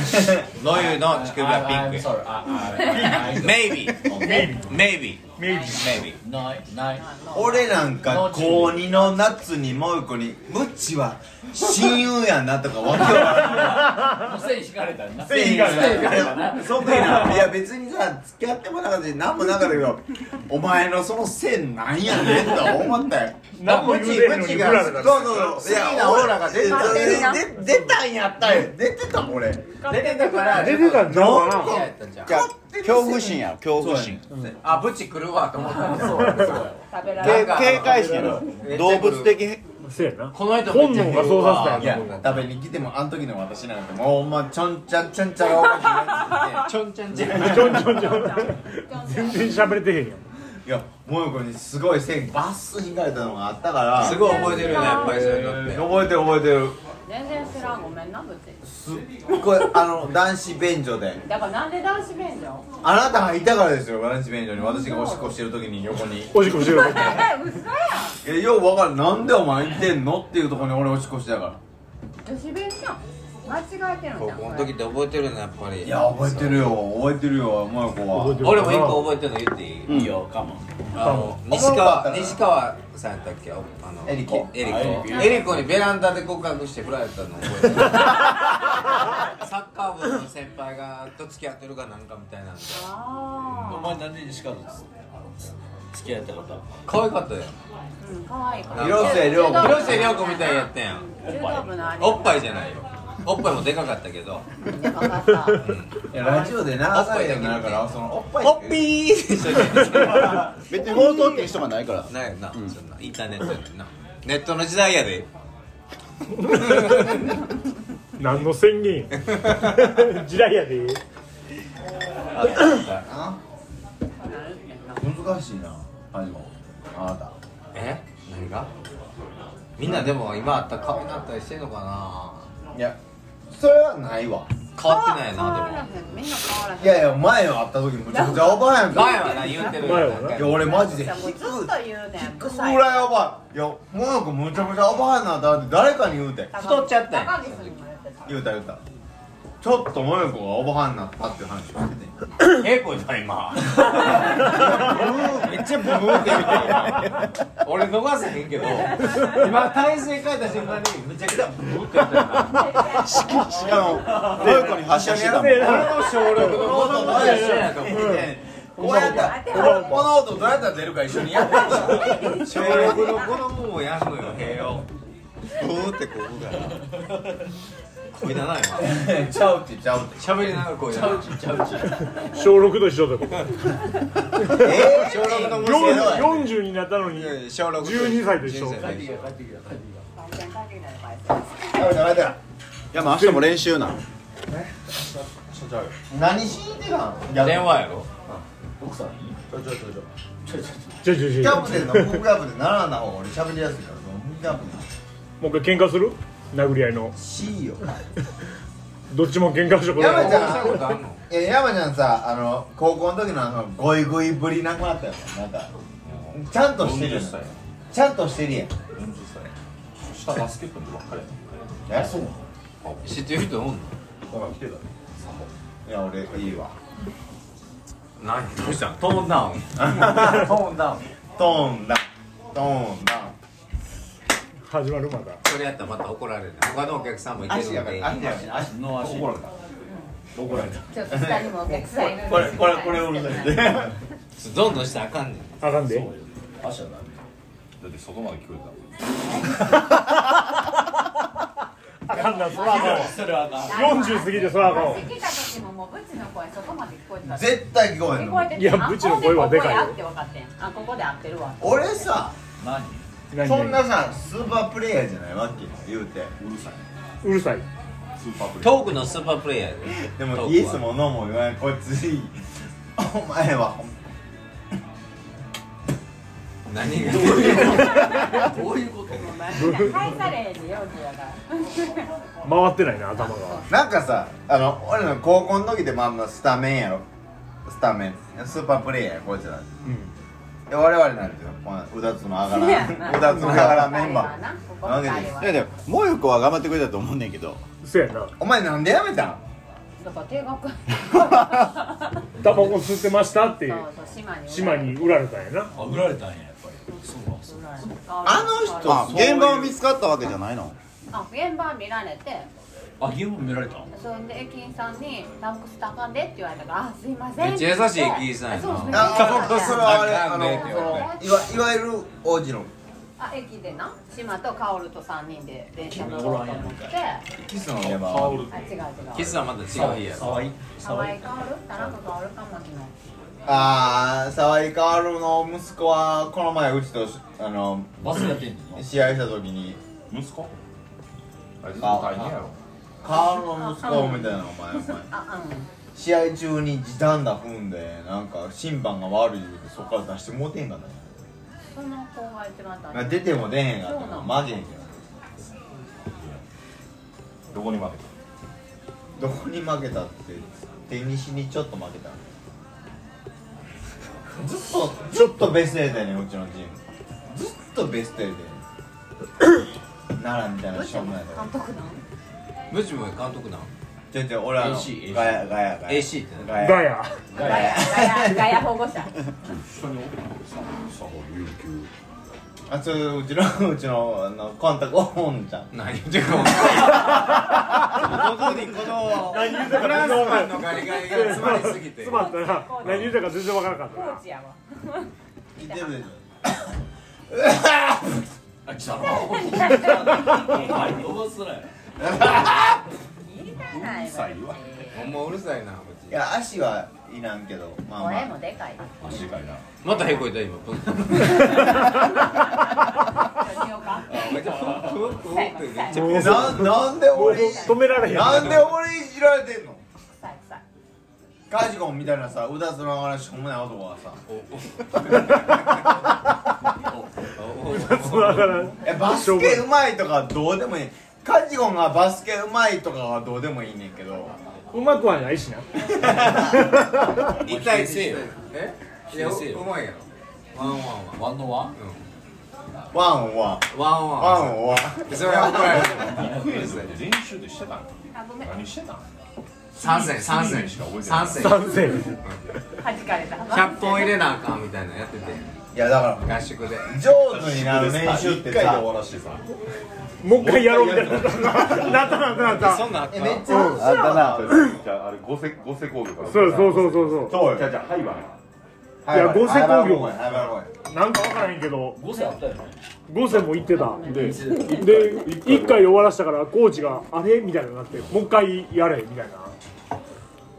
Speaker 1: ノユの乳首は
Speaker 2: I'm
Speaker 1: ピンク
Speaker 2: sorry I- I-
Speaker 1: や
Speaker 2: I-
Speaker 1: Maybe
Speaker 2: Maybe
Speaker 1: Maybe
Speaker 5: 明治
Speaker 1: Maybe
Speaker 2: ないない
Speaker 3: た俺なんか高2の夏に萌子に「ムッチは親友やな」とかわけわからん
Speaker 2: 線引かれたんな
Speaker 3: せいがないそんないや別にさ付き合ってもなかったし何もなかったけど お前のその線なんやねんと思ったよ
Speaker 5: 何も言うてへんのに
Speaker 3: ムチ
Speaker 5: フ
Speaker 3: が
Speaker 5: ラフ
Speaker 3: そ
Speaker 5: ラ
Speaker 3: うそうそういやオーラが出て
Speaker 4: 出てた
Speaker 3: 出たんやったよ出てたもん俺
Speaker 1: 出てたから
Speaker 5: 出てたんちゃうかな
Speaker 10: じゃあ恐怖心や恐怖心
Speaker 1: あブチ来るわと思ったんです
Speaker 4: 食べられ
Speaker 10: け
Speaker 4: る
Speaker 1: なんか
Speaker 10: 警戒心やろ動物的
Speaker 5: そうやな
Speaker 1: この人
Speaker 5: 本能がそうさせたん
Speaker 3: い
Speaker 5: や
Speaker 3: や
Speaker 5: なもう
Speaker 3: 食べに来てもあの時の私なんてもうほんまちょんちゃんちゃんちゃがおかしいやつ
Speaker 1: ちょんちょんちょん
Speaker 5: ちょんちょんちょん全然喋れてへん
Speaker 3: っ
Speaker 5: やん
Speaker 3: ていや萌子にすごい線バッス引かれたのがあったから
Speaker 1: す
Speaker 3: い
Speaker 1: ごい覚えてるよねやっぱりそういうのって
Speaker 3: 覚えてる覚えてる
Speaker 4: 全然知らんごめんなぶち
Speaker 3: すっごいあの男子便所で
Speaker 4: だからなんで男子便所
Speaker 3: あなたがいたからですよ、男子便所に私がおしっこしてる時に横に
Speaker 5: おしっこしてる
Speaker 4: え嘘や
Speaker 3: え、よう分かる、なんでお前行ってんのっていうところに俺おしっこしてたか
Speaker 4: 女子弁じゃん間違えてるんじ
Speaker 1: 高
Speaker 4: ゃん
Speaker 1: 校の時って覚えてるのやっぱり
Speaker 3: らいや、覚えてるよ、覚えてるよ、萌子は
Speaker 1: 俺も一個覚えてるの言っていい、
Speaker 2: いいよカモン
Speaker 1: あの
Speaker 3: ん
Speaker 1: 西
Speaker 3: おもろかった
Speaker 1: 川
Speaker 3: な
Speaker 1: 西川さんやったっけあの
Speaker 3: エリコ
Speaker 1: エリコエリコにベランダで告白して振られたの覚えてるサッカー部の先輩がと付き合ってるかなんかみたいなんで
Speaker 4: あ
Speaker 2: お前何で西川と付き合ったこと
Speaker 1: 可愛かったよ
Speaker 4: ーうん可愛いから
Speaker 3: 広瀬涼子
Speaker 1: 広瀬涼子みたいやったやん
Speaker 4: 柔道部のあれ
Speaker 1: おっぱいじゃないよおっぱいもでかかったけど
Speaker 4: でかかった
Speaker 3: いや、ラジオで流されてるからから、そのおっぱい
Speaker 1: おっぴー一緒に
Speaker 10: 別に放送って人がないから
Speaker 1: なんやな、そんなインターネットやねんなネットの時代やで
Speaker 5: 何の宣言 や時代やで
Speaker 3: な難しいな、あでもあなた
Speaker 1: え何がみんなでも今あった可愛なったりしてんのかない
Speaker 3: や、それはないわ
Speaker 1: 変わってないな
Speaker 4: 変
Speaker 1: でも
Speaker 4: わらへんみんな変わらへん
Speaker 3: いやいや、前は会った時むちゃくちゃおばあやん
Speaker 1: 前
Speaker 3: か
Speaker 1: はな言うてる
Speaker 5: 前はない
Speaker 3: や、俺マジで
Speaker 4: じゃあもうずっと言うねん
Speaker 3: くぐらいおばあいや、萌子むちゃくちゃおばあやなんだって誰かに言うて
Speaker 1: 太っちゃったんや
Speaker 4: 高岸にも言ってた
Speaker 3: 言うた言うたちょっと萌子がおばはんなったっていう話をしてて
Speaker 1: えこいた今 めっちゃブブーって言うてる俺逃せへ んけど今体勢変えた瞬間にめちゃくちゃブブーって言ってるな
Speaker 10: しかも萌子に発射してたもん
Speaker 5: えな
Speaker 1: 俺の小6の子供と一緒やと思う
Speaker 3: こうやったらこのこの音どうやったら出るか一緒にやって
Speaker 1: 小6の子供もやんのよ平よ
Speaker 10: ブーってこうから
Speaker 1: こいだな今
Speaker 3: たちゃうってちゃうって
Speaker 1: 喋りながらこいだな
Speaker 5: 小6と一緒だと
Speaker 3: え
Speaker 1: 小6の娘の
Speaker 5: 40 40になったのに
Speaker 1: 小6
Speaker 5: 12歳と一緒
Speaker 4: 完全関係ないのかい
Speaker 3: 食べた食べた
Speaker 10: いやもう明日も練習なん
Speaker 3: 何しに行ってたん
Speaker 1: 電話やろ
Speaker 5: ちょちょち
Speaker 3: キ
Speaker 5: ょ
Speaker 3: ャンプでのムークアップで習んだ方が俺喋りやすいからそのムークアップで
Speaker 5: もう一回喧嘩する殴り合いの
Speaker 3: C よ
Speaker 5: どっちも喧嘩しようこれ
Speaker 3: やばいじゃん
Speaker 1: したことあんの
Speaker 3: いや山ちゃんさあの高校の時のあのゴイゴイぶりなくなったよなんかちゃんとしてるやん
Speaker 9: 40歳
Speaker 3: ちゃんとしてるやん
Speaker 9: 40歳下バスケット部ばっかり
Speaker 3: えそう
Speaker 1: 知ってる人おんの
Speaker 9: だから来てた
Speaker 3: いや俺いいわ
Speaker 1: 何どうしたんトーンダウン
Speaker 3: トーンダウントーンダウントーンダウン
Speaker 5: 始まるまだ
Speaker 1: それやったらまた怒られる他のお客さんもいけるんで
Speaker 3: 足やから
Speaker 2: 足の足
Speaker 3: 怒られた
Speaker 4: ちょっと下にもお客さんいるんで
Speaker 3: これこれこれうるさいで
Speaker 1: どんどんしたらあかんねん
Speaker 5: あかんで
Speaker 9: 足はダメだってそこまで聞こえた
Speaker 5: あかんなそらあか
Speaker 2: それはなん
Speaker 5: わ40過ぎてそらあかんわ
Speaker 4: 私来た時ももうブチの声そこまで聞こえてた
Speaker 3: 絶対聞こえん
Speaker 4: 聞
Speaker 3: の
Speaker 4: こえてた
Speaker 5: いやブチの声はでかいよ
Speaker 4: あここで合って分かってんあここで合ってるわ
Speaker 3: 俺さ
Speaker 2: 何
Speaker 5: 何
Speaker 3: そんな
Speaker 5: 何
Speaker 3: さスーパープレイヤーじゃないわけ言うて
Speaker 9: うるさいう
Speaker 5: るさい
Speaker 9: スーパープレイ
Speaker 1: トークのスーパープレイヤーでト
Speaker 3: で
Speaker 1: ーク
Speaker 3: も
Speaker 1: は
Speaker 3: イエスもノーも言わないこいついいお前はほん
Speaker 1: 何が
Speaker 2: どういうこと
Speaker 4: 返されへんで40やから
Speaker 5: 回ってないな頭が
Speaker 3: なんかさあの俺の高校の時でもあんなスタメンやろスタメンスーパープレイヤーやこいつら
Speaker 5: うん
Speaker 3: で我々なんてよこのうだつの上
Speaker 4: せ
Speaker 3: が
Speaker 4: やな
Speaker 3: らんうだつの上がらんメンバー
Speaker 4: ここ
Speaker 3: なわ
Speaker 4: の
Speaker 3: け
Speaker 4: 会
Speaker 3: で
Speaker 4: 話
Speaker 3: すいやでももゆこは頑張ってくれたと思うねんけど
Speaker 5: せやな
Speaker 3: お前なんでやめたん
Speaker 4: だから定額
Speaker 5: タバコ吸ってましたって
Speaker 4: そうそう島に
Speaker 5: 島に売られたんやな
Speaker 2: あ売られたんややっぱりそうなんですよ
Speaker 4: あの人
Speaker 3: 現場を見つかったわけじゃないの
Speaker 4: あ現場見られて
Speaker 2: あゲーム見られた
Speaker 4: そんで駅員さんに「タンクス高んで」って言われたから「あすいません」
Speaker 1: めっちゃ優しい駅員さんやな
Speaker 4: そうそう
Speaker 3: ああそれはあれ
Speaker 1: あ
Speaker 3: あ
Speaker 1: かん
Speaker 3: の
Speaker 1: ねって言われ
Speaker 3: そのいわいわゆる王子の
Speaker 4: あ駅でな島とカオルと3人で電車乗ろうと思ってあ
Speaker 3: キスの現場
Speaker 9: ハウル
Speaker 4: 違う違う
Speaker 1: キスはまた違う日やろ
Speaker 2: わいい
Speaker 4: 沢井カオル田中カオルか牧の
Speaker 3: ああ沢井カールの息子はこの前うちとあの
Speaker 2: バスやってんの
Speaker 3: 試合した時に
Speaker 9: 息子あいつも大変やろ
Speaker 3: カールの息子みたいなお前お前
Speaker 4: あ
Speaker 3: 試合中に時短だ踏んでなんか審判が悪い言うてそこから出してもうてへんかったんや
Speaker 4: うんその子が一番大
Speaker 3: なん
Speaker 4: 変
Speaker 3: か出ても出へんかったからマジへんけ
Speaker 9: どこにまで
Speaker 3: どどこに負けたって手西にちょっと負けたずっとずっとベスト8やねんうちのチームずっとベスト8やねん奈良みたいなしょうもないとこ
Speaker 4: 監督なん
Speaker 1: ブチも監督なん
Speaker 3: ちょいちょい俺あの
Speaker 1: AC
Speaker 3: ガヤガヤガヤ
Speaker 1: AC って何
Speaker 3: ガ
Speaker 5: ガヤ
Speaker 4: ガヤガヤガヤ保護者
Speaker 9: 一緒におったのさ佐保有給
Speaker 3: あそううちのう ちのあのコンタクトオンちゃん
Speaker 1: 何言ってるか分からんここにこの
Speaker 5: 何言うて
Speaker 1: フ
Speaker 5: る
Speaker 1: ラ
Speaker 5: か
Speaker 1: ン
Speaker 5: 全
Speaker 1: スパ
Speaker 5: 然わか
Speaker 1: ンの
Speaker 5: んない
Speaker 1: ガリガリが詰まりすぎて
Speaker 5: 詰まったな何言うてるか全然わからんかっ
Speaker 4: コ
Speaker 5: た
Speaker 4: ー
Speaker 5: な
Speaker 4: チやわ
Speaker 3: 聞いてるでし
Speaker 2: あ来たなお前どうすらや
Speaker 4: 言いたないう
Speaker 9: るさいわ
Speaker 1: ほんまうるさいな
Speaker 3: ょいや足はいらんけどまあま
Speaker 4: 声
Speaker 3: あ
Speaker 4: もでかい
Speaker 9: 足かいな
Speaker 1: またへこいた今プンプンプンプン
Speaker 4: 何をか
Speaker 1: プンってめっちゃ
Speaker 5: もう
Speaker 3: ななんで
Speaker 5: もう
Speaker 3: 俺
Speaker 5: 止められへん
Speaker 3: なんで俺いじられてんの
Speaker 4: 臭い臭い
Speaker 3: カジコンみたいなさうだつの上がらんしょうもない男がさ
Speaker 5: つまがらん
Speaker 3: えバスケうまいとかどうでもいいカジコンがバスケうまいとかはどうでもいいねんけど
Speaker 5: うまくはないしな
Speaker 1: 一対一よえいやう
Speaker 2: 先生よ
Speaker 1: まいやろワンワンワン
Speaker 2: ワンのワ
Speaker 3: ワ
Speaker 2: ン
Speaker 3: ンは
Speaker 1: ワンワン
Speaker 3: ワンは
Speaker 1: それは怒られる
Speaker 9: 練習でしてたん
Speaker 4: あごめん
Speaker 9: 何してたん
Speaker 1: 三戦三
Speaker 9: スイン
Speaker 1: 戦
Speaker 9: グしか覚えてない
Speaker 1: 三戦
Speaker 5: 賛成
Speaker 4: 弾かれた
Speaker 1: 100本入れなあかんみたいなのやってて
Speaker 3: いやだか
Speaker 1: 合宿で
Speaker 3: ら上手になる練習って
Speaker 9: 一回で
Speaker 3: さ
Speaker 9: 終わらしてさ
Speaker 5: もう一回やろうみたいななったなったなった
Speaker 1: そんなんあっ
Speaker 3: えめったちゃ
Speaker 10: あったなじゃああれ五世五世工業から
Speaker 5: そうそうそうそうそ
Speaker 3: そう
Speaker 5: う
Speaker 10: じゃあ
Speaker 3: よ
Speaker 10: じゃあハイバーや
Speaker 3: い
Speaker 5: や五世工業
Speaker 3: い
Speaker 5: なんかわからへんけど
Speaker 2: 五歳あったよね
Speaker 5: 五世も行ってたで一回終わらしたからコーチがあれみたいになってもう一回やれみたいな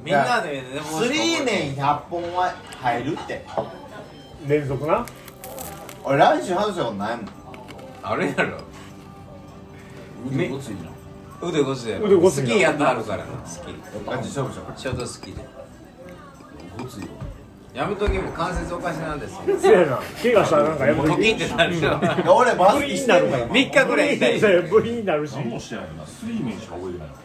Speaker 1: みんなででも
Speaker 3: スリーメン100本は入るって
Speaker 5: 連続な
Speaker 3: 俺来週外したことないもん
Speaker 1: あれやろ
Speaker 2: 腕ごついな
Speaker 1: 腕ごつやろ
Speaker 5: 腕ごつ
Speaker 1: ス
Speaker 5: いな
Speaker 1: キーやったあるからなスキー
Speaker 3: ガチ勝負しよう
Speaker 1: ショートスキーで
Speaker 2: ごついよ
Speaker 1: やめときも関節おかしなんです よ
Speaker 5: せやな怪我したらなんかや
Speaker 1: も
Speaker 5: め
Speaker 1: う
Speaker 5: と
Speaker 1: ト
Speaker 5: き
Speaker 1: キンってなるでしょ
Speaker 3: いや俺バスケしてるから今
Speaker 1: 3日ぐらい痛い
Speaker 5: せや部品になるし
Speaker 9: 何もしてないよなスイメンしか覚えてないよ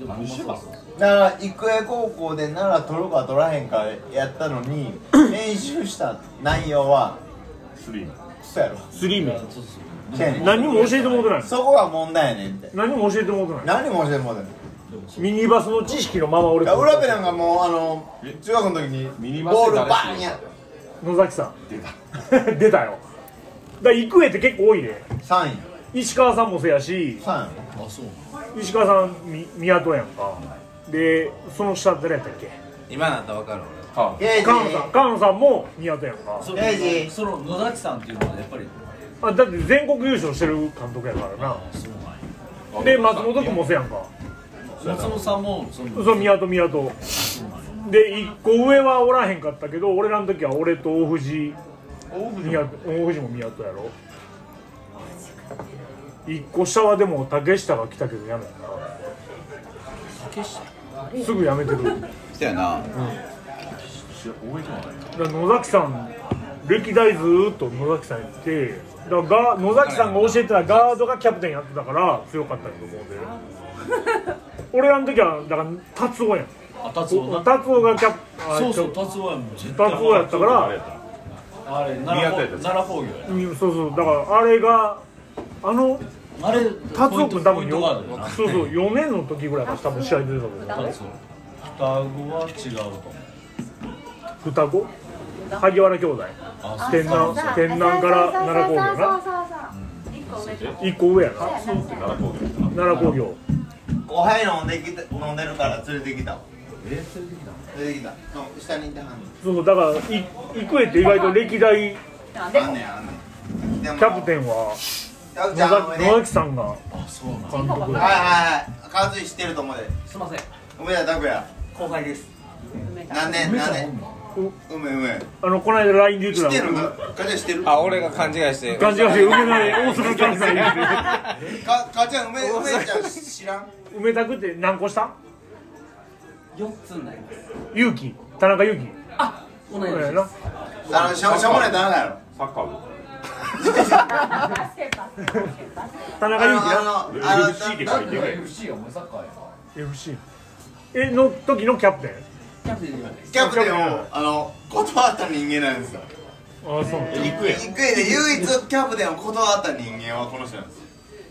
Speaker 2: でもほんまそうそう
Speaker 3: 奈良育英高校で奈良取るか取らへんかやったのに練習した内容は
Speaker 9: スリーメン
Speaker 3: クソやろ
Speaker 5: スリーメ
Speaker 2: そうそう
Speaker 3: せやねん
Speaker 5: ン何も教えてもらってない
Speaker 3: そこが問題やねんって
Speaker 5: 何も教えてもらってない
Speaker 3: 何も教えてもらってない
Speaker 5: ミニバスの知識のまま俺
Speaker 3: 浦部なんかもうあの中学の時に
Speaker 9: ミニバス
Speaker 3: ボールバ
Speaker 9: で
Speaker 3: ーンや
Speaker 5: 野崎さん出た 出たよだから育英って結構多いね
Speaker 3: 3位
Speaker 5: 石川さんもそうやし
Speaker 3: 3位
Speaker 5: 石川さんみ宮戸やんかでその下誰やったっけ
Speaker 1: 今なったら分かる
Speaker 3: 刑
Speaker 5: 菅野さん
Speaker 3: 事
Speaker 5: 菅野さんも宮戸やんか
Speaker 2: そ
Speaker 3: レイジ
Speaker 2: その野崎さんっていうのはやっぱり
Speaker 5: あだって全国優勝してる監督やからな
Speaker 2: そうなんや
Speaker 5: で松本君もそうやんか
Speaker 2: 松本さんもその
Speaker 5: そう宮戸宮戸で一個上はおらへんかったけど俺らの時は俺と大藤宮大藤も宮戸やろ一個下はでも竹下が来たけどやめたなすぐやめてるだか
Speaker 10: そうやな
Speaker 5: ら野崎さん歴代ずーっと野崎さんいてだからが野崎さんが教えてたガードがキャプテンやってたから強かったんやと思うで 俺らの時はだから達夫やん
Speaker 2: あ達夫な
Speaker 5: 達夫がキャプあ
Speaker 2: そうそう
Speaker 5: ち
Speaker 2: 達夫やもん絶
Speaker 5: ょ
Speaker 2: 対
Speaker 5: 達夫やったから
Speaker 2: あれ奈良
Speaker 9: 宮田や
Speaker 2: 工奈良工業や
Speaker 5: うんそうそうだからあれがあの
Speaker 2: あれ
Speaker 5: 達夫君多
Speaker 2: ポ
Speaker 5: 分
Speaker 2: イントガードや
Speaker 5: よ
Speaker 2: な
Speaker 5: そうそう4年の時ぐらいから多分試合出てたと思う
Speaker 4: ダメ
Speaker 2: 達夫双子は違うと思う
Speaker 5: 双子萩原兄弟
Speaker 2: あ
Speaker 5: 天
Speaker 4: そう
Speaker 5: 南
Speaker 4: そう
Speaker 5: 天南から奈良工業
Speaker 4: そう
Speaker 5: な
Speaker 4: そうそうそうそう一個上か
Speaker 5: 1個上やな
Speaker 4: らそうやな
Speaker 5: 奈良工業
Speaker 3: 後輩飲んできた飲んでるから連れてきたわ連れてきたそう下にいてはんね
Speaker 5: そうそうだからい育英って意外と歴代キ
Speaker 4: なん
Speaker 3: ん
Speaker 4: で
Speaker 3: あんねんあんねんでも
Speaker 5: ャプテンは
Speaker 3: キャプ
Speaker 5: 野
Speaker 3: テンおいで
Speaker 5: 崎野崎さんが監
Speaker 4: 今
Speaker 5: 督
Speaker 4: は
Speaker 3: はいはいはい和樹知ってると思うです
Speaker 2: いません
Speaker 3: 梅田拓也
Speaker 2: 後輩です
Speaker 4: 埋めた
Speaker 3: 何年何年梅梅
Speaker 5: あのこの間 LINE で
Speaker 3: 知
Speaker 5: 言っ
Speaker 3: ってて
Speaker 5: た
Speaker 3: るか和樹知ってる
Speaker 1: あ俺が勘違いして
Speaker 5: 感じがして梅田大阪関西言うて
Speaker 3: か母ちゃん梅梅ちゃん知らん
Speaker 5: 梅田区って何個した
Speaker 2: 四つになります
Speaker 5: 勇気田中勇気
Speaker 2: 同
Speaker 5: これ
Speaker 2: い
Speaker 5: や
Speaker 2: 年
Speaker 5: な
Speaker 3: あのしょしょうもないだめだろ
Speaker 9: サッカー部
Speaker 4: バスケバスケバスケ
Speaker 5: 田
Speaker 3: あ
Speaker 5: 中勇気な
Speaker 3: のあのあの
Speaker 9: FC で書いてる
Speaker 2: FC やお前サッカーや
Speaker 5: FC えの時のキャプテン
Speaker 2: キャプテンじゃない
Speaker 3: キャプテンをあの断った人間なんですよ
Speaker 5: ああそう
Speaker 3: 育英で唯一キャプテンを断った人間はこの人なんですよ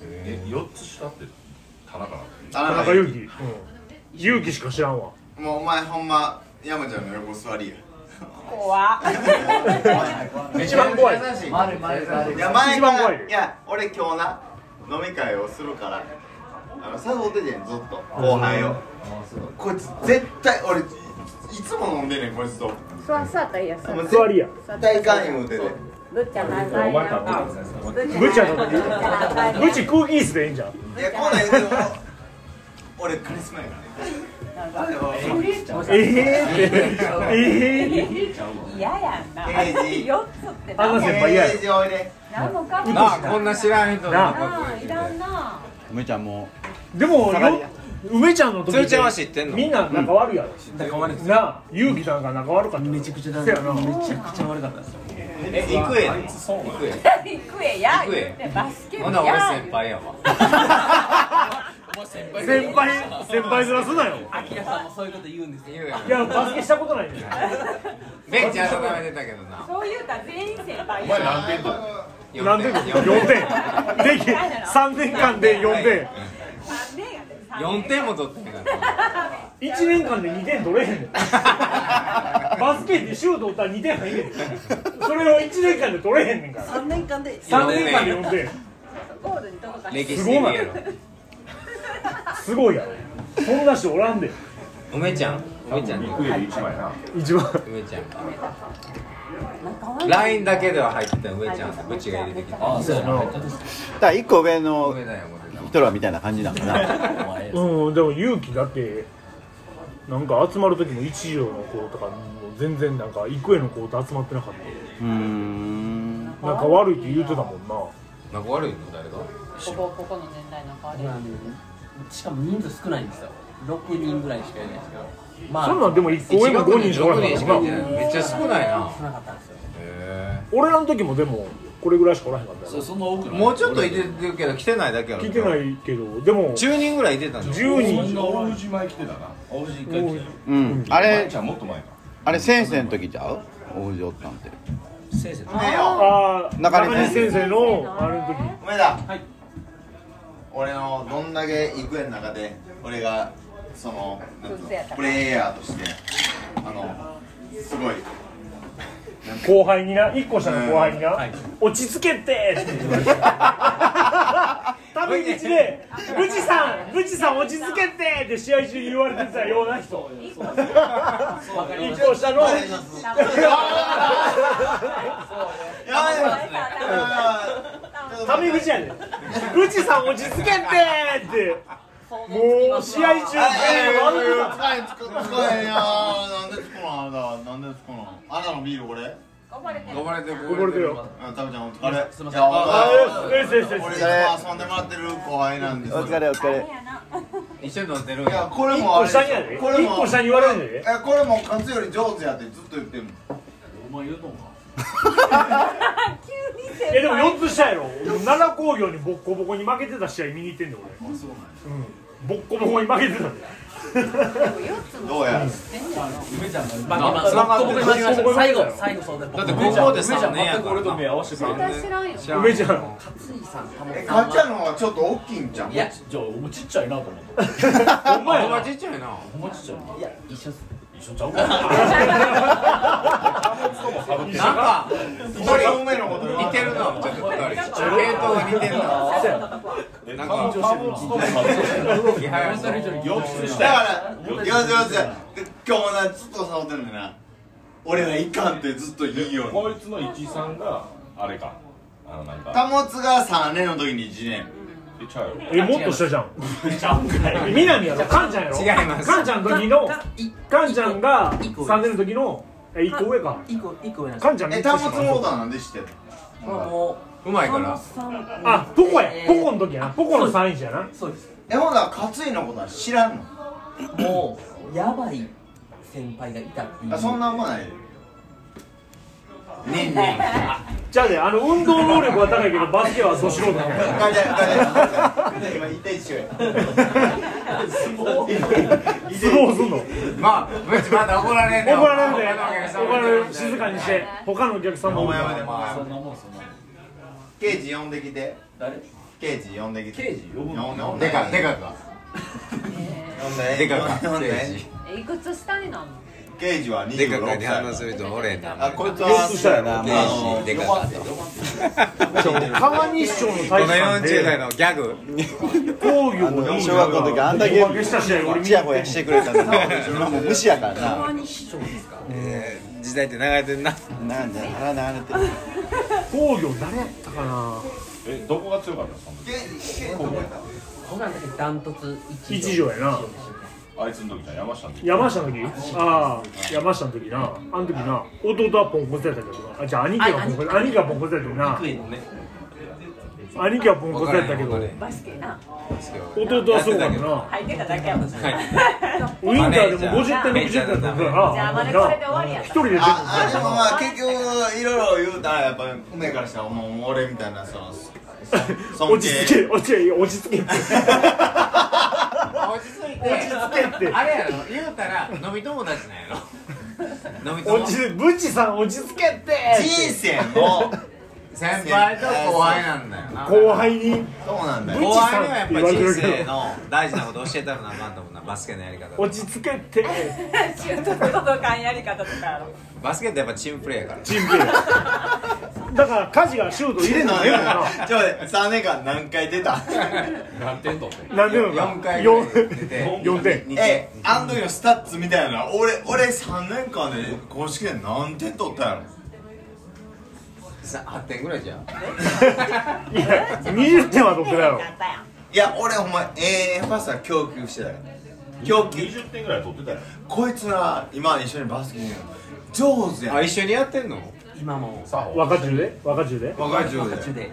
Speaker 9: え4つ下って田中なの
Speaker 3: 田
Speaker 5: 田中勇気うん勇気しか知らんわ
Speaker 3: 気もうお前ほんま山ちゃんの横座りや
Speaker 4: 怖っ
Speaker 5: 一番怖い
Speaker 3: 優しい
Speaker 2: 丸丸丸
Speaker 3: いや前か
Speaker 5: 一番怖
Speaker 3: ら
Speaker 5: い
Speaker 3: いや俺今日な飲み会をするからあの誘っててんずっと後輩をこいつ絶対俺いつも飲んでんねんこいつと
Speaker 4: 座座ったらいいや座っ
Speaker 3: もう
Speaker 5: 座りや
Speaker 4: たら
Speaker 3: 大会言うてて
Speaker 4: ぶっちゃなさいなんかぶっ
Speaker 5: ぶっちゃな
Speaker 4: ぶ
Speaker 5: さい
Speaker 4: っちゃなさい
Speaker 5: うち空気椅子でいいんじゃん
Speaker 3: いやこんなん言うても俺カリスマやからね
Speaker 5: ええってええって
Speaker 4: 嫌やんな
Speaker 3: 刑事
Speaker 4: 4つって
Speaker 5: あの
Speaker 4: 何
Speaker 5: 先
Speaker 4: も
Speaker 5: 輩嫌や
Speaker 3: 平時おいで
Speaker 4: 何もかも
Speaker 1: なあこんな知らん人に
Speaker 5: な
Speaker 4: なあいらんな
Speaker 10: 梅ちゃんも
Speaker 5: でもよ梅ちゃんの時
Speaker 1: 鶴ちゃんは知ってんの
Speaker 5: みんな仲悪いやろ
Speaker 2: 仲悪いです
Speaker 5: なあ勇気さんが仲悪かっためちゃくちゃだよな
Speaker 2: めちゃくちゃ悪かったですよ
Speaker 3: え行くやん
Speaker 4: 行くえや
Speaker 1: 行くえ
Speaker 4: 言ってバスケ部
Speaker 1: ほな俺
Speaker 4: や
Speaker 1: 先輩やわ
Speaker 2: 先輩
Speaker 5: 先輩先輩ずらすなよ
Speaker 2: 秋田さんもそういうこと言うんですよ
Speaker 1: 言うやん
Speaker 5: いやバスケしたことないね
Speaker 1: ベンチ温めてたけどな
Speaker 4: そう言うたら全員先輩
Speaker 9: お前何点取る
Speaker 5: なんで
Speaker 1: 四
Speaker 5: 4点でき3年間で
Speaker 4: 3年や
Speaker 5: 4点
Speaker 4: で三
Speaker 1: 4点も取ってんから
Speaker 5: 1年間で2点取れへんねんバスケってシュート打ったら2点入るそれを1年間で取れへんねんから
Speaker 2: 3年間で
Speaker 5: 3年間で4点
Speaker 4: ゴールに届かない
Speaker 1: 歴史的やろ
Speaker 5: すごいやろそんな人おらんで
Speaker 1: 梅ちゃん梅ちゃん
Speaker 9: 行くより1枚な
Speaker 5: 一番
Speaker 1: 梅ちゃんラインだけでは入ってた梅ちゃんとブチが入れてきた
Speaker 2: あそうやな
Speaker 10: だから一個上の
Speaker 1: 梅だよ思ってた
Speaker 10: ヒトラーみたいな感じなんかな
Speaker 2: お前
Speaker 5: うんでも勇気だってなんか集まる時も一条の子とかもう全然なんか幾重の子と集まってなかっ
Speaker 10: うーん
Speaker 5: たなんか悪いって言うてたもんな
Speaker 1: なんか悪いの誰が
Speaker 4: ここここの年代の変わり
Speaker 2: しかも人数少ないんですよ6人ぐらいしかいないんですけどまあ
Speaker 5: そんなんでも一個上も5人しかおら
Speaker 1: 6
Speaker 5: へん
Speaker 1: 人
Speaker 5: か
Speaker 1: し
Speaker 5: ら
Speaker 1: か
Speaker 5: な
Speaker 1: めっちゃ少ないな
Speaker 2: 少なかったんですよ
Speaker 1: へ
Speaker 5: 俺らの時もでもこれぐらいしかおらへんかった
Speaker 2: そう
Speaker 5: よ
Speaker 2: そんな多く
Speaker 1: え
Speaker 2: ない
Speaker 1: もうちょっといてるけど来てないだけやろ
Speaker 5: 聞いてないけどでも
Speaker 1: 10人ぐらいいてたんじゃん
Speaker 5: 10
Speaker 9: そん
Speaker 5: 人
Speaker 9: な大藤前来てたな
Speaker 2: 大藤一回来たよ
Speaker 10: うんあ
Speaker 9: 前
Speaker 10: れ
Speaker 9: ちゃんもっと前か
Speaker 10: あれ先生の時ちゃう大藤おったんて
Speaker 2: 先生
Speaker 3: 梅よ
Speaker 5: あー
Speaker 10: 中
Speaker 5: 中
Speaker 10: 根
Speaker 5: 西先生
Speaker 4: 先生
Speaker 5: の
Speaker 4: の
Speaker 5: あれの時
Speaker 3: 梅だ
Speaker 2: はい
Speaker 3: 俺のどんだけ行くやん中で俺がそのなんていう
Speaker 4: そうやった
Speaker 3: のプレイヤーとしてあのすごい
Speaker 5: 後輩にな一個下の後輩にな、落ち着けてって言わ れてタメ口で「ブチさんブチさん落ち着けて!」って試合中言われてたような人
Speaker 4: 一個
Speaker 2: わかりま
Speaker 5: 一
Speaker 2: す
Speaker 5: 個下のタメ口やで「ブチさん落ち着けて!」ってもう試合中
Speaker 3: あ使え使え使えいやーなんでつこなんだなんでつこなんあなたのビールこれうん
Speaker 4: こぼれてる
Speaker 1: こぼれてる
Speaker 5: 溺れてるよ
Speaker 3: タブちゃんお疲れ
Speaker 2: すいま
Speaker 3: い
Speaker 2: せん
Speaker 3: やお
Speaker 5: あ
Speaker 3: 疲れ
Speaker 5: よしよしよし
Speaker 3: 俺いつも遊んでもらってる後輩なんですよ
Speaker 11: お疲
Speaker 4: あれやな
Speaker 1: 一緒に飲んでるん
Speaker 3: いや
Speaker 1: や
Speaker 3: これ
Speaker 5: 一
Speaker 3: もあ
Speaker 5: 個
Speaker 3: れでしょ
Speaker 5: 下にやで一
Speaker 3: これも
Speaker 5: 個下に言われるんで
Speaker 3: いやこれも勝つより上手やってずっと言ってるもん
Speaker 2: お前言うとんか
Speaker 4: 急に
Speaker 5: いやで
Speaker 4: 先
Speaker 5: も
Speaker 4: 輩
Speaker 5: 4つ下やろ奈良工業にボッコボコに負けてた試合見に行ってんで俺ボッコボコに負けてたんだよ
Speaker 4: 4つも
Speaker 3: どうやら
Speaker 2: 梅ちゃんが負けますボッコボコに負けました最後最後そうだ
Speaker 1: だって高校で3年や
Speaker 10: 全く俺と目合わせてくれない
Speaker 4: 絶対知らんよ
Speaker 1: 知らん
Speaker 5: 梅ちゃん
Speaker 2: 勝井さんかも
Speaker 3: え勝ちゃんの方がちょっと大きいんじゃん
Speaker 2: いや
Speaker 10: じゃあお前ちっちゃいなと思った
Speaker 5: お前
Speaker 1: お前ちっちゃいな
Speaker 10: お前ちっちゃいない
Speaker 2: や一緒っす
Speaker 10: 一緒ちゃうか
Speaker 1: なんか
Speaker 3: 一人多めのこと言わ
Speaker 1: 似
Speaker 3: な
Speaker 1: て
Speaker 3: い
Speaker 1: るなちょっと2人系統が似てるななんか気配をしてる
Speaker 3: だからよしよし今日もなずっと触ってんねんな俺はいかんってずっと言いよう
Speaker 9: こいつの一さんがあれかあのなんか
Speaker 3: 保つが3年の時に1年
Speaker 9: えちゃうよ
Speaker 5: えもっと下じゃん南やろカンちゃんやろ
Speaker 1: 違います
Speaker 5: カンちゃんの時の
Speaker 2: かい
Speaker 5: カンちゃんが
Speaker 2: 一個上
Speaker 5: 3年の時のえ一個上か
Speaker 2: 一個一個上なんです
Speaker 5: カンちゃんめ
Speaker 3: え
Speaker 5: っちゃ
Speaker 3: 保つ
Speaker 5: 下
Speaker 3: のことはなんで知ってる
Speaker 2: これは
Speaker 3: の
Speaker 2: も
Speaker 1: うま
Speaker 2: う
Speaker 1: いから
Speaker 5: あポコやポコの時やな
Speaker 2: あ
Speaker 5: ポコの3位じゃな
Speaker 2: そうです
Speaker 3: えほんなら勝井のことは知らんの
Speaker 2: もうやばい先輩がいたっていう
Speaker 3: あそんなもんない
Speaker 1: ねんねん
Speaker 5: じゃあねあの運動能力は高いけどバスケは素素人
Speaker 3: ガチャガチャ今一対一や
Speaker 5: 相撲すんの
Speaker 1: まあうちまだ怒られんね
Speaker 5: 怒られるで
Speaker 1: 他のお客さん
Speaker 5: 怒られる静かにして他のお客さんも
Speaker 3: もうや
Speaker 5: あ
Speaker 3: めてもうや
Speaker 10: そ
Speaker 3: め
Speaker 10: ん
Speaker 3: て
Speaker 10: なもんそんなもん
Speaker 3: 刑事呼んできて
Speaker 10: 誰
Speaker 3: 刑事呼んできて
Speaker 10: 刑事呼ぶの
Speaker 3: 呼ん
Speaker 1: でかで
Speaker 3: か
Speaker 1: かが
Speaker 3: 呼ん
Speaker 1: で
Speaker 3: で
Speaker 1: か
Speaker 3: 呼
Speaker 1: が
Speaker 3: んで
Speaker 4: いくつ下になんの
Speaker 3: 刑事は26歳
Speaker 1: でかがに話すると俺な
Speaker 3: あこいつは
Speaker 5: 四つ下やな
Speaker 3: あ
Speaker 1: 刑
Speaker 3: の
Speaker 1: 事でかがと
Speaker 5: 川西町の
Speaker 1: こ
Speaker 5: 大
Speaker 1: の
Speaker 5: 使さん
Speaker 1: 40代
Speaker 5: で
Speaker 1: のギャグ
Speaker 5: 工業に
Speaker 11: 小学校の時あんだけ
Speaker 5: 負けした試合俺見
Speaker 11: ちやほやしてくれたのもう無視やからな
Speaker 2: 川西市長ですか
Speaker 1: えー時代って流れてんな
Speaker 11: なんで腹なれてる
Speaker 5: 工業誰やったかな
Speaker 9: えどこが強かったのその時
Speaker 2: こんなんだけダントツ
Speaker 5: 一条やな
Speaker 9: あいつの時じゃ山下の時
Speaker 5: 山下の時ああ山下の時なあの時な弟はポンコツやったけどなあじゃあ兄貴がポンコツ兄貴がポンコツやったけどな
Speaker 2: 福井のね
Speaker 5: 兄貴はポンコツやったけど
Speaker 1: わかれへん
Speaker 4: バスケな
Speaker 5: 弟はそうかったな
Speaker 4: 入ってただけやもんな
Speaker 5: ウインターでも50点
Speaker 1: めっちゃ
Speaker 5: 60点だったから
Speaker 4: じゃあま
Speaker 5: な
Speaker 4: だこれで終わりや
Speaker 5: 一人で全部
Speaker 3: ああでもまあ結局いろいろ言うたらやっぱり梅からしたらもう俺みたいなその尊
Speaker 5: 落ち着け
Speaker 3: 敬
Speaker 5: 落ち着け落ち着けって
Speaker 1: 落ち着いて
Speaker 5: 落ち着けって
Speaker 1: あれやろ言うたら飲み友達なんやろ飲み友
Speaker 5: 落
Speaker 1: 達
Speaker 5: ち着けブチさん落ち着けって
Speaker 3: 人生の
Speaker 1: 先輩と後輩なんだよな
Speaker 5: 後輩に
Speaker 3: そうなんだよ
Speaker 1: 後輩にはやっぱり人生の大事なこと教えたらなあかんと思うなバスケのやり方
Speaker 5: 落ち着けって
Speaker 4: シュートと届かんやり方とかやろ
Speaker 1: バスケってやっぱチームプレーやから
Speaker 5: チームプレーだから家事がシュート入れな
Speaker 3: ないん
Speaker 5: よ
Speaker 3: や
Speaker 5: な
Speaker 3: ちょっと待って3年間何回出た
Speaker 10: 何点取ってん
Speaker 5: 何でも
Speaker 1: 4回ぐらい出
Speaker 5: 4
Speaker 1: て
Speaker 5: 点
Speaker 3: えあの時のスタッツみたいな俺俺3年間で公式で何点取ったんやろ
Speaker 1: さ8点ぐらいじゃん
Speaker 5: いや20点は取ってないやろ
Speaker 3: いや俺お前ええパスは供給してたよ供給
Speaker 9: 20点ぐらい取ってたよ
Speaker 3: こいつら今一緒にバスケに上手や
Speaker 1: あ
Speaker 3: ん
Speaker 1: 一緒にやってんの
Speaker 2: 今も
Speaker 9: さあ
Speaker 5: 若中で若中で
Speaker 3: 若い上手
Speaker 2: 途中でやってる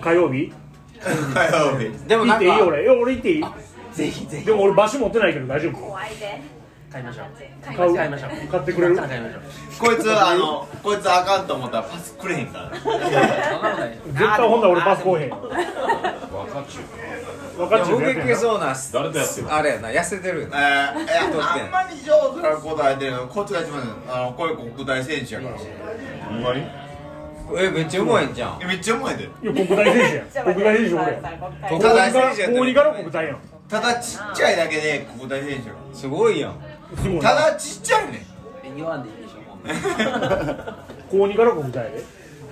Speaker 5: 火曜日
Speaker 3: 火曜日
Speaker 1: でも
Speaker 5: 行
Speaker 1: な
Speaker 5: っ
Speaker 1: ん
Speaker 5: て
Speaker 1: か
Speaker 5: いい俺え俺行っていい
Speaker 2: ぜひぜひ
Speaker 5: でも俺場所持ってないけど大丈夫
Speaker 4: 怖いで
Speaker 2: 買いましょう
Speaker 4: 買い
Speaker 5: 買う
Speaker 4: ま
Speaker 2: 買いましょう
Speaker 5: 買ってくれる
Speaker 2: 今から買いましょう
Speaker 3: こいつ あのこいつあかんと思ったらパスくれへんから
Speaker 2: そんなことないでしょ
Speaker 5: 絶対ほんだら俺パスこうへん
Speaker 9: 若中
Speaker 5: 若
Speaker 1: いや
Speaker 5: 中
Speaker 1: 無
Speaker 5: でやって
Speaker 1: 限
Speaker 5: る
Speaker 1: そうなす
Speaker 9: 誰とやってる
Speaker 1: あれやな痩せてるよ
Speaker 3: え
Speaker 1: な
Speaker 3: ー、 えあんまり上手な答えてるのこっちが一番あのこれ国体選手やから
Speaker 9: ほんまに
Speaker 1: えめっちゃうまいんじゃん
Speaker 3: えめっちゃうまいで
Speaker 5: いや国大選手やん国大選手俺や
Speaker 4: や
Speaker 5: 高2から高二から国体やん
Speaker 3: ただちっちゃいだけでここ大選手が
Speaker 1: すごいやん
Speaker 5: すごいな
Speaker 3: ただちっちゃいねん
Speaker 2: 言わんでいいでしょもう
Speaker 5: 高2から国体で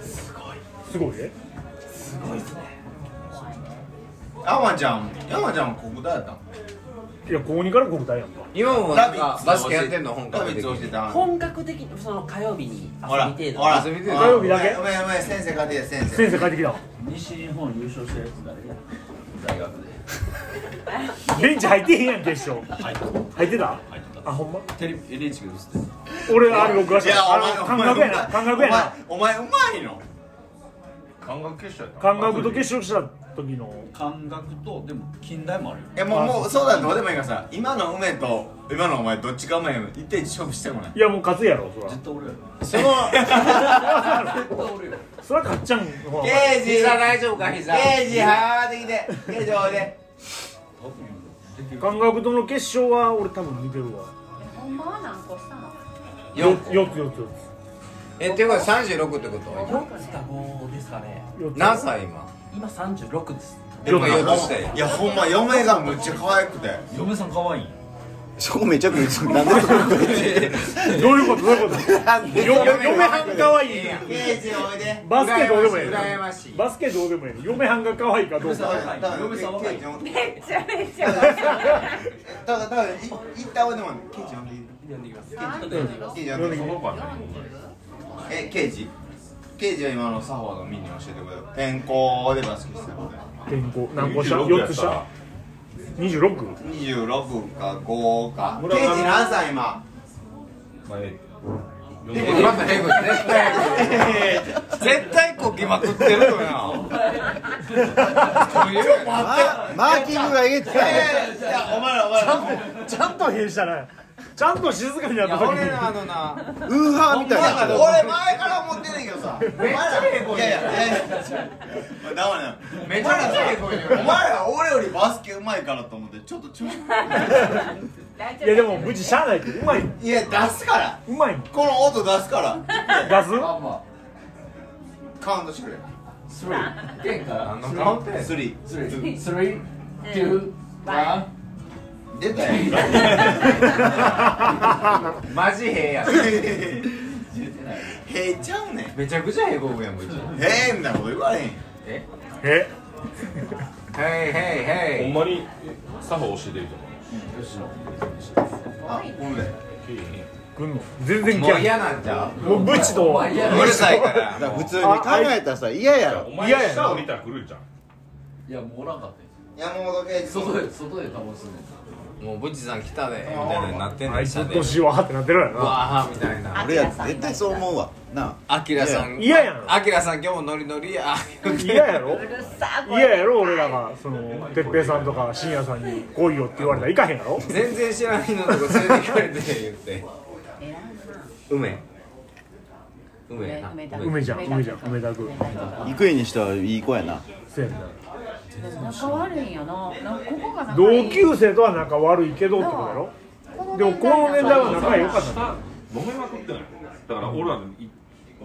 Speaker 5: すごいすごいね
Speaker 3: 山ちゃん山ちゃんも国体やったん
Speaker 5: いや高2から国体やんか
Speaker 1: 今もな
Speaker 3: ラ
Speaker 1: ん
Speaker 3: ビッ
Speaker 1: か
Speaker 3: ツ
Speaker 1: バスケやってんの本
Speaker 3: ラ
Speaker 1: 格
Speaker 3: ビッ
Speaker 1: 的
Speaker 3: ツ押して
Speaker 1: に
Speaker 3: た
Speaker 2: 本格的にその火曜日に
Speaker 3: ほら
Speaker 2: 遊び程
Speaker 3: ほ
Speaker 2: 度
Speaker 3: ら
Speaker 1: 遊び程度
Speaker 5: 火曜日だけ
Speaker 3: お前お前先生勝てや先
Speaker 5: 先
Speaker 3: 生
Speaker 5: 生帰ってきたわ
Speaker 10: 西日本優勝したやつ誰や大学で
Speaker 5: ベンチ入ってへんやん決勝入ってたあほんま
Speaker 10: テレビ NHK 映ってる
Speaker 5: 俺あれ録画し
Speaker 3: いや
Speaker 5: た
Speaker 3: お
Speaker 5: あ
Speaker 3: 前
Speaker 5: の感覚やな感覚やな
Speaker 3: お前お前うまいの
Speaker 9: 感覚決勝やった
Speaker 5: 感覚と結晶した時の
Speaker 10: 感覚とでも近代もあるよ
Speaker 3: えもうもうそうだどうでもいいからさ今の梅と今のお前どっちがうまいの一対一勝負してもない
Speaker 5: いやもう勝つやろそら
Speaker 10: ずっと俺やろ
Speaker 1: その
Speaker 5: そら勝っちゃうんほら
Speaker 3: ゲージ
Speaker 1: 膝大丈夫か膝
Speaker 3: ゲージはーってきてゲージおいで
Speaker 5: 感覚との決勝は俺多分見てるわ
Speaker 4: ほんまは何個したの
Speaker 5: 四
Speaker 1: 4
Speaker 5: つ
Speaker 1: 個
Speaker 5: 四つ四つ四
Speaker 1: えっていうことは36ってこと
Speaker 2: 4つか5ですかね
Speaker 5: つ四つ
Speaker 1: 何歳今
Speaker 2: 今36です
Speaker 3: でも
Speaker 5: いや
Speaker 3: いや いやほんま嫁がむっちゃ可愛くて
Speaker 10: 嫁さん可愛い
Speaker 11: そこめちゃくちゃなんでそこ
Speaker 5: どういうことどういうこと
Speaker 11: なんで
Speaker 5: よよ嫁はんかわいい
Speaker 3: ゲージおいで
Speaker 5: バスケどうでもえ
Speaker 1: 羨
Speaker 5: え
Speaker 1: ましい
Speaker 5: バスケどうでもええ嫁はんが可愛いかどう
Speaker 3: だ
Speaker 5: か
Speaker 3: からだから嫁さん若い
Speaker 4: めっちゃめっちゃ可愛い
Speaker 3: だからだからい一旦俺でもケイジ呼んでいい
Speaker 2: 読んできます
Speaker 3: ケイジ呼んでいい
Speaker 9: その子は何
Speaker 3: えケイジケイジは今のサファーのミニ教えてくれよ転校でバスケしてたので
Speaker 5: 健康何個した
Speaker 9: 26や
Speaker 5: 四
Speaker 9: っ
Speaker 5: つした
Speaker 9: ら
Speaker 5: た二十六
Speaker 3: 26か5かケイ
Speaker 10: 村上
Speaker 3: ジ何歳今
Speaker 1: えまたえぐい絶対えぐい絶対こきまくってるよな
Speaker 11: マーキングがえげつない
Speaker 3: いやお前らお前ら
Speaker 5: ちゃんと変したなちゃんと静かにや
Speaker 1: い
Speaker 5: った
Speaker 1: や
Speaker 5: 時に
Speaker 1: 俺らのな
Speaker 11: ウーハーみたいな
Speaker 3: 俺前から思ってんねんけどさめっちゃええ声いやいやいやだからね
Speaker 1: めちゃめちゃえぐい
Speaker 3: お前ら俺よりバスケうまいからと思ってちょっとちょ
Speaker 5: いやでも無事しゃあないけどうまい
Speaker 3: いや出すから
Speaker 5: うまいの
Speaker 3: この音出すから
Speaker 5: 出す
Speaker 3: カウントしてくれ
Speaker 2: 天から
Speaker 1: 何の顔って
Speaker 3: スリー
Speaker 2: 3 2 1
Speaker 3: 出たよ
Speaker 1: マジへや
Speaker 3: へいちゃうねん
Speaker 1: めちゃくちゃへこむやんもう一応
Speaker 3: へえみたいなこと言われへん
Speaker 5: え
Speaker 1: へいへい
Speaker 9: ほ
Speaker 1: へい
Speaker 9: んまにサファー教えてると思う
Speaker 3: あごめん
Speaker 5: 来んの全然
Speaker 1: もう
Speaker 5: 嫌い
Speaker 1: 嫌なんちゃ
Speaker 5: もう無知とは
Speaker 1: ううるさいから
Speaker 11: だから
Speaker 1: も
Speaker 11: 普
Speaker 1: う
Speaker 11: 通に考えたらさ嫌やろ
Speaker 9: お前
Speaker 5: 嫌やな
Speaker 9: 下降りたら来るじゃん
Speaker 10: いやもうおらんかったよ
Speaker 3: 山本圭司
Speaker 10: 外で外で倒すね
Speaker 1: もうブチさん来たでみたいなになってん
Speaker 5: あ
Speaker 1: の
Speaker 5: い
Speaker 1: し
Speaker 5: つ
Speaker 1: ゃ
Speaker 5: うっ
Speaker 1: で
Speaker 5: とうしいわーってなってるや
Speaker 1: う
Speaker 5: ろな
Speaker 1: わーみたいな
Speaker 11: 俺や絶対そう思うわな
Speaker 1: あきらさん
Speaker 5: 嫌やろ
Speaker 1: あきらさん今日もノリノリや
Speaker 5: 嫌やろ
Speaker 4: うるさこ
Speaker 5: 嫌
Speaker 4: れ
Speaker 5: やろ俺らがその哲平さんとか深夜さんに来いよって言われたらいかへんやろ
Speaker 1: 全然知らないのとこ連れてかれて言って
Speaker 4: 偉いな
Speaker 1: 梅梅やな
Speaker 4: 梅田
Speaker 5: 梅ちゃん梅ちゃん梅田君
Speaker 11: 幾重にしてはいい子やな
Speaker 5: せやな
Speaker 4: 仲悪いんやななんかここが仲い
Speaker 5: 同
Speaker 4: い
Speaker 5: 級生とは仲悪いけどってことやろでもこの年代は仲良かった
Speaker 9: 下飲めまくってないだから俺らのい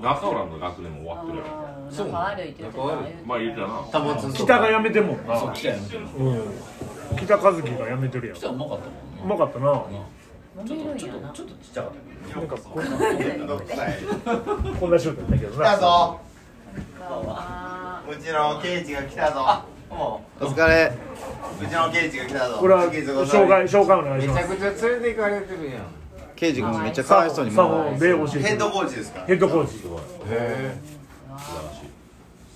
Speaker 9: 中浦の学年も終わってるやん
Speaker 4: あー仲悪いって言ってた
Speaker 1: 仲悪
Speaker 9: まあ言うたな
Speaker 1: たぼつんと
Speaker 5: 北が辞めてんもんな
Speaker 10: そう来たよ来
Speaker 5: うん北和樹が辞めてるやん
Speaker 10: たらうまかったもん
Speaker 5: うまかったな
Speaker 4: 飲めるんやな
Speaker 10: ちょっとちっちゃかったけ
Speaker 5: なんかこんな
Speaker 3: めんどくさい
Speaker 5: こんな仕事やったけど
Speaker 3: 来た
Speaker 5: な
Speaker 3: ぞ
Speaker 4: あ
Speaker 3: うちの圭司が来たぞ
Speaker 11: お疲れ
Speaker 3: うちの圭司が来たぞ
Speaker 5: これは
Speaker 3: 圭司
Speaker 5: 紹介紹介お願い
Speaker 1: め
Speaker 5: し
Speaker 1: ち
Speaker 5: ま
Speaker 1: ゃ
Speaker 5: す
Speaker 1: くちゃ連れて行かれてるやん
Speaker 11: ケイジ君めっちゃか
Speaker 5: サ
Speaker 11: わい
Speaker 5: ボ
Speaker 11: そうに
Speaker 5: サボ
Speaker 11: も
Speaker 5: で教えて
Speaker 3: ヘッドコーチですから
Speaker 5: ヘッドコーチ
Speaker 4: ー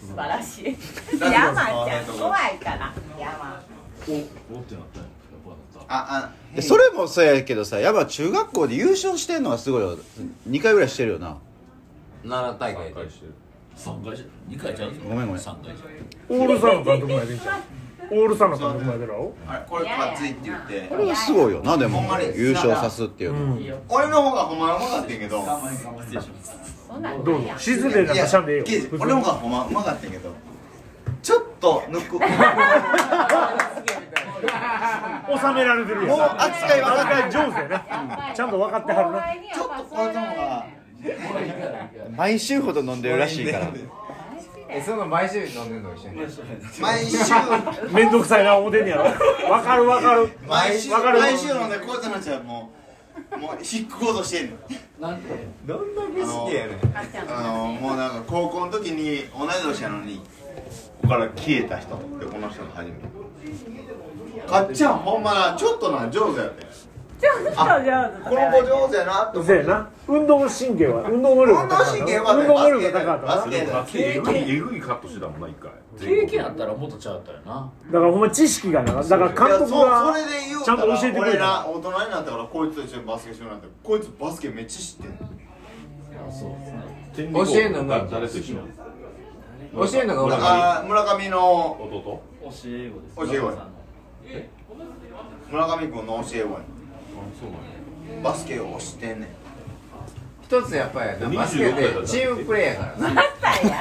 Speaker 4: 素晴らしい
Speaker 3: 誰
Speaker 4: 山
Speaker 3: ですか
Speaker 4: ちゃん怖いから山
Speaker 10: どおってなったよやっ
Speaker 3: ああ
Speaker 11: でそれもそうやけどさやっぱ中学校で優勝してんのはすごいよ2回ぐらいしてるよな
Speaker 1: 奈良大会
Speaker 9: 回してる
Speaker 10: ぱ3回じゃ2回じゃん
Speaker 11: ごめんごめん
Speaker 10: 3回じゃん
Speaker 5: オールサの監督もやってんじゃんオールサの監督もやってるやろ
Speaker 3: あれこれパツいって言って
Speaker 11: これはすごいよなでも
Speaker 3: ほんまに
Speaker 11: 優勝さすっていう
Speaker 5: う
Speaker 11: の
Speaker 5: ん
Speaker 3: 俺の方がほんまはうまかったんやけど
Speaker 10: 失礼します
Speaker 4: そんなん
Speaker 5: どうぞ静でなんかしゃんでええよ
Speaker 3: いや
Speaker 5: 普通に
Speaker 3: 俺の方がほんまうまかったんやけどちょっと 抜くもう
Speaker 5: 収められてるやん
Speaker 11: 扱い分か
Speaker 5: 扱い上手やなちゃんと分かってはるな
Speaker 3: ちょっとこれの方が
Speaker 11: 毎週ほど飲んでるらしいから
Speaker 4: 大好きだ
Speaker 1: えその毎週飲んでんの一緒に
Speaker 3: 毎週
Speaker 5: 面倒くさいな思ってんねやろわかるわかる
Speaker 3: 毎週
Speaker 5: わかる
Speaker 3: 毎週飲んでこうやってなっちゃうもうもう引っこうとしてんの
Speaker 2: なんで
Speaker 1: どんな儀式やねん
Speaker 4: あっちゃん
Speaker 3: あのもうなんか高校の時に同い年やのにここから消えた人でこの人が初めてかっちゃんほんまなちょっとな上手やって
Speaker 4: ちょっと上手
Speaker 3: この子上手やなって思っ
Speaker 5: そうや
Speaker 3: て
Speaker 5: な運動神経は運動能力
Speaker 3: 運
Speaker 5: が
Speaker 3: 動
Speaker 5: 高かった
Speaker 3: 神経は
Speaker 5: 運動能力が高か
Speaker 3: バ
Speaker 5: った
Speaker 3: ス
Speaker 5: な
Speaker 3: ケやな
Speaker 9: 経験えぐいカットしてたもんな一回
Speaker 2: 経験あったらもっとちゃうったよな
Speaker 5: だからほんま知識がなだから監督が
Speaker 3: いやそそれで言う
Speaker 5: ちゃ
Speaker 3: た
Speaker 5: んと
Speaker 3: ら
Speaker 5: 教えてくれ
Speaker 3: 俺
Speaker 5: た
Speaker 3: ら大人になったからこいつと一緒にバスケしようなんてこいつバスケめっちゃ知ってんの
Speaker 1: 教えんのが
Speaker 9: 誰と一緒
Speaker 1: 教えんのが俺
Speaker 3: 村上村上の
Speaker 2: 教
Speaker 9: 弟
Speaker 2: え子です
Speaker 3: 教え子や村上君の教え子やバスケをしてんねん
Speaker 1: 一つやっぱりなバスケでチームプレーやからな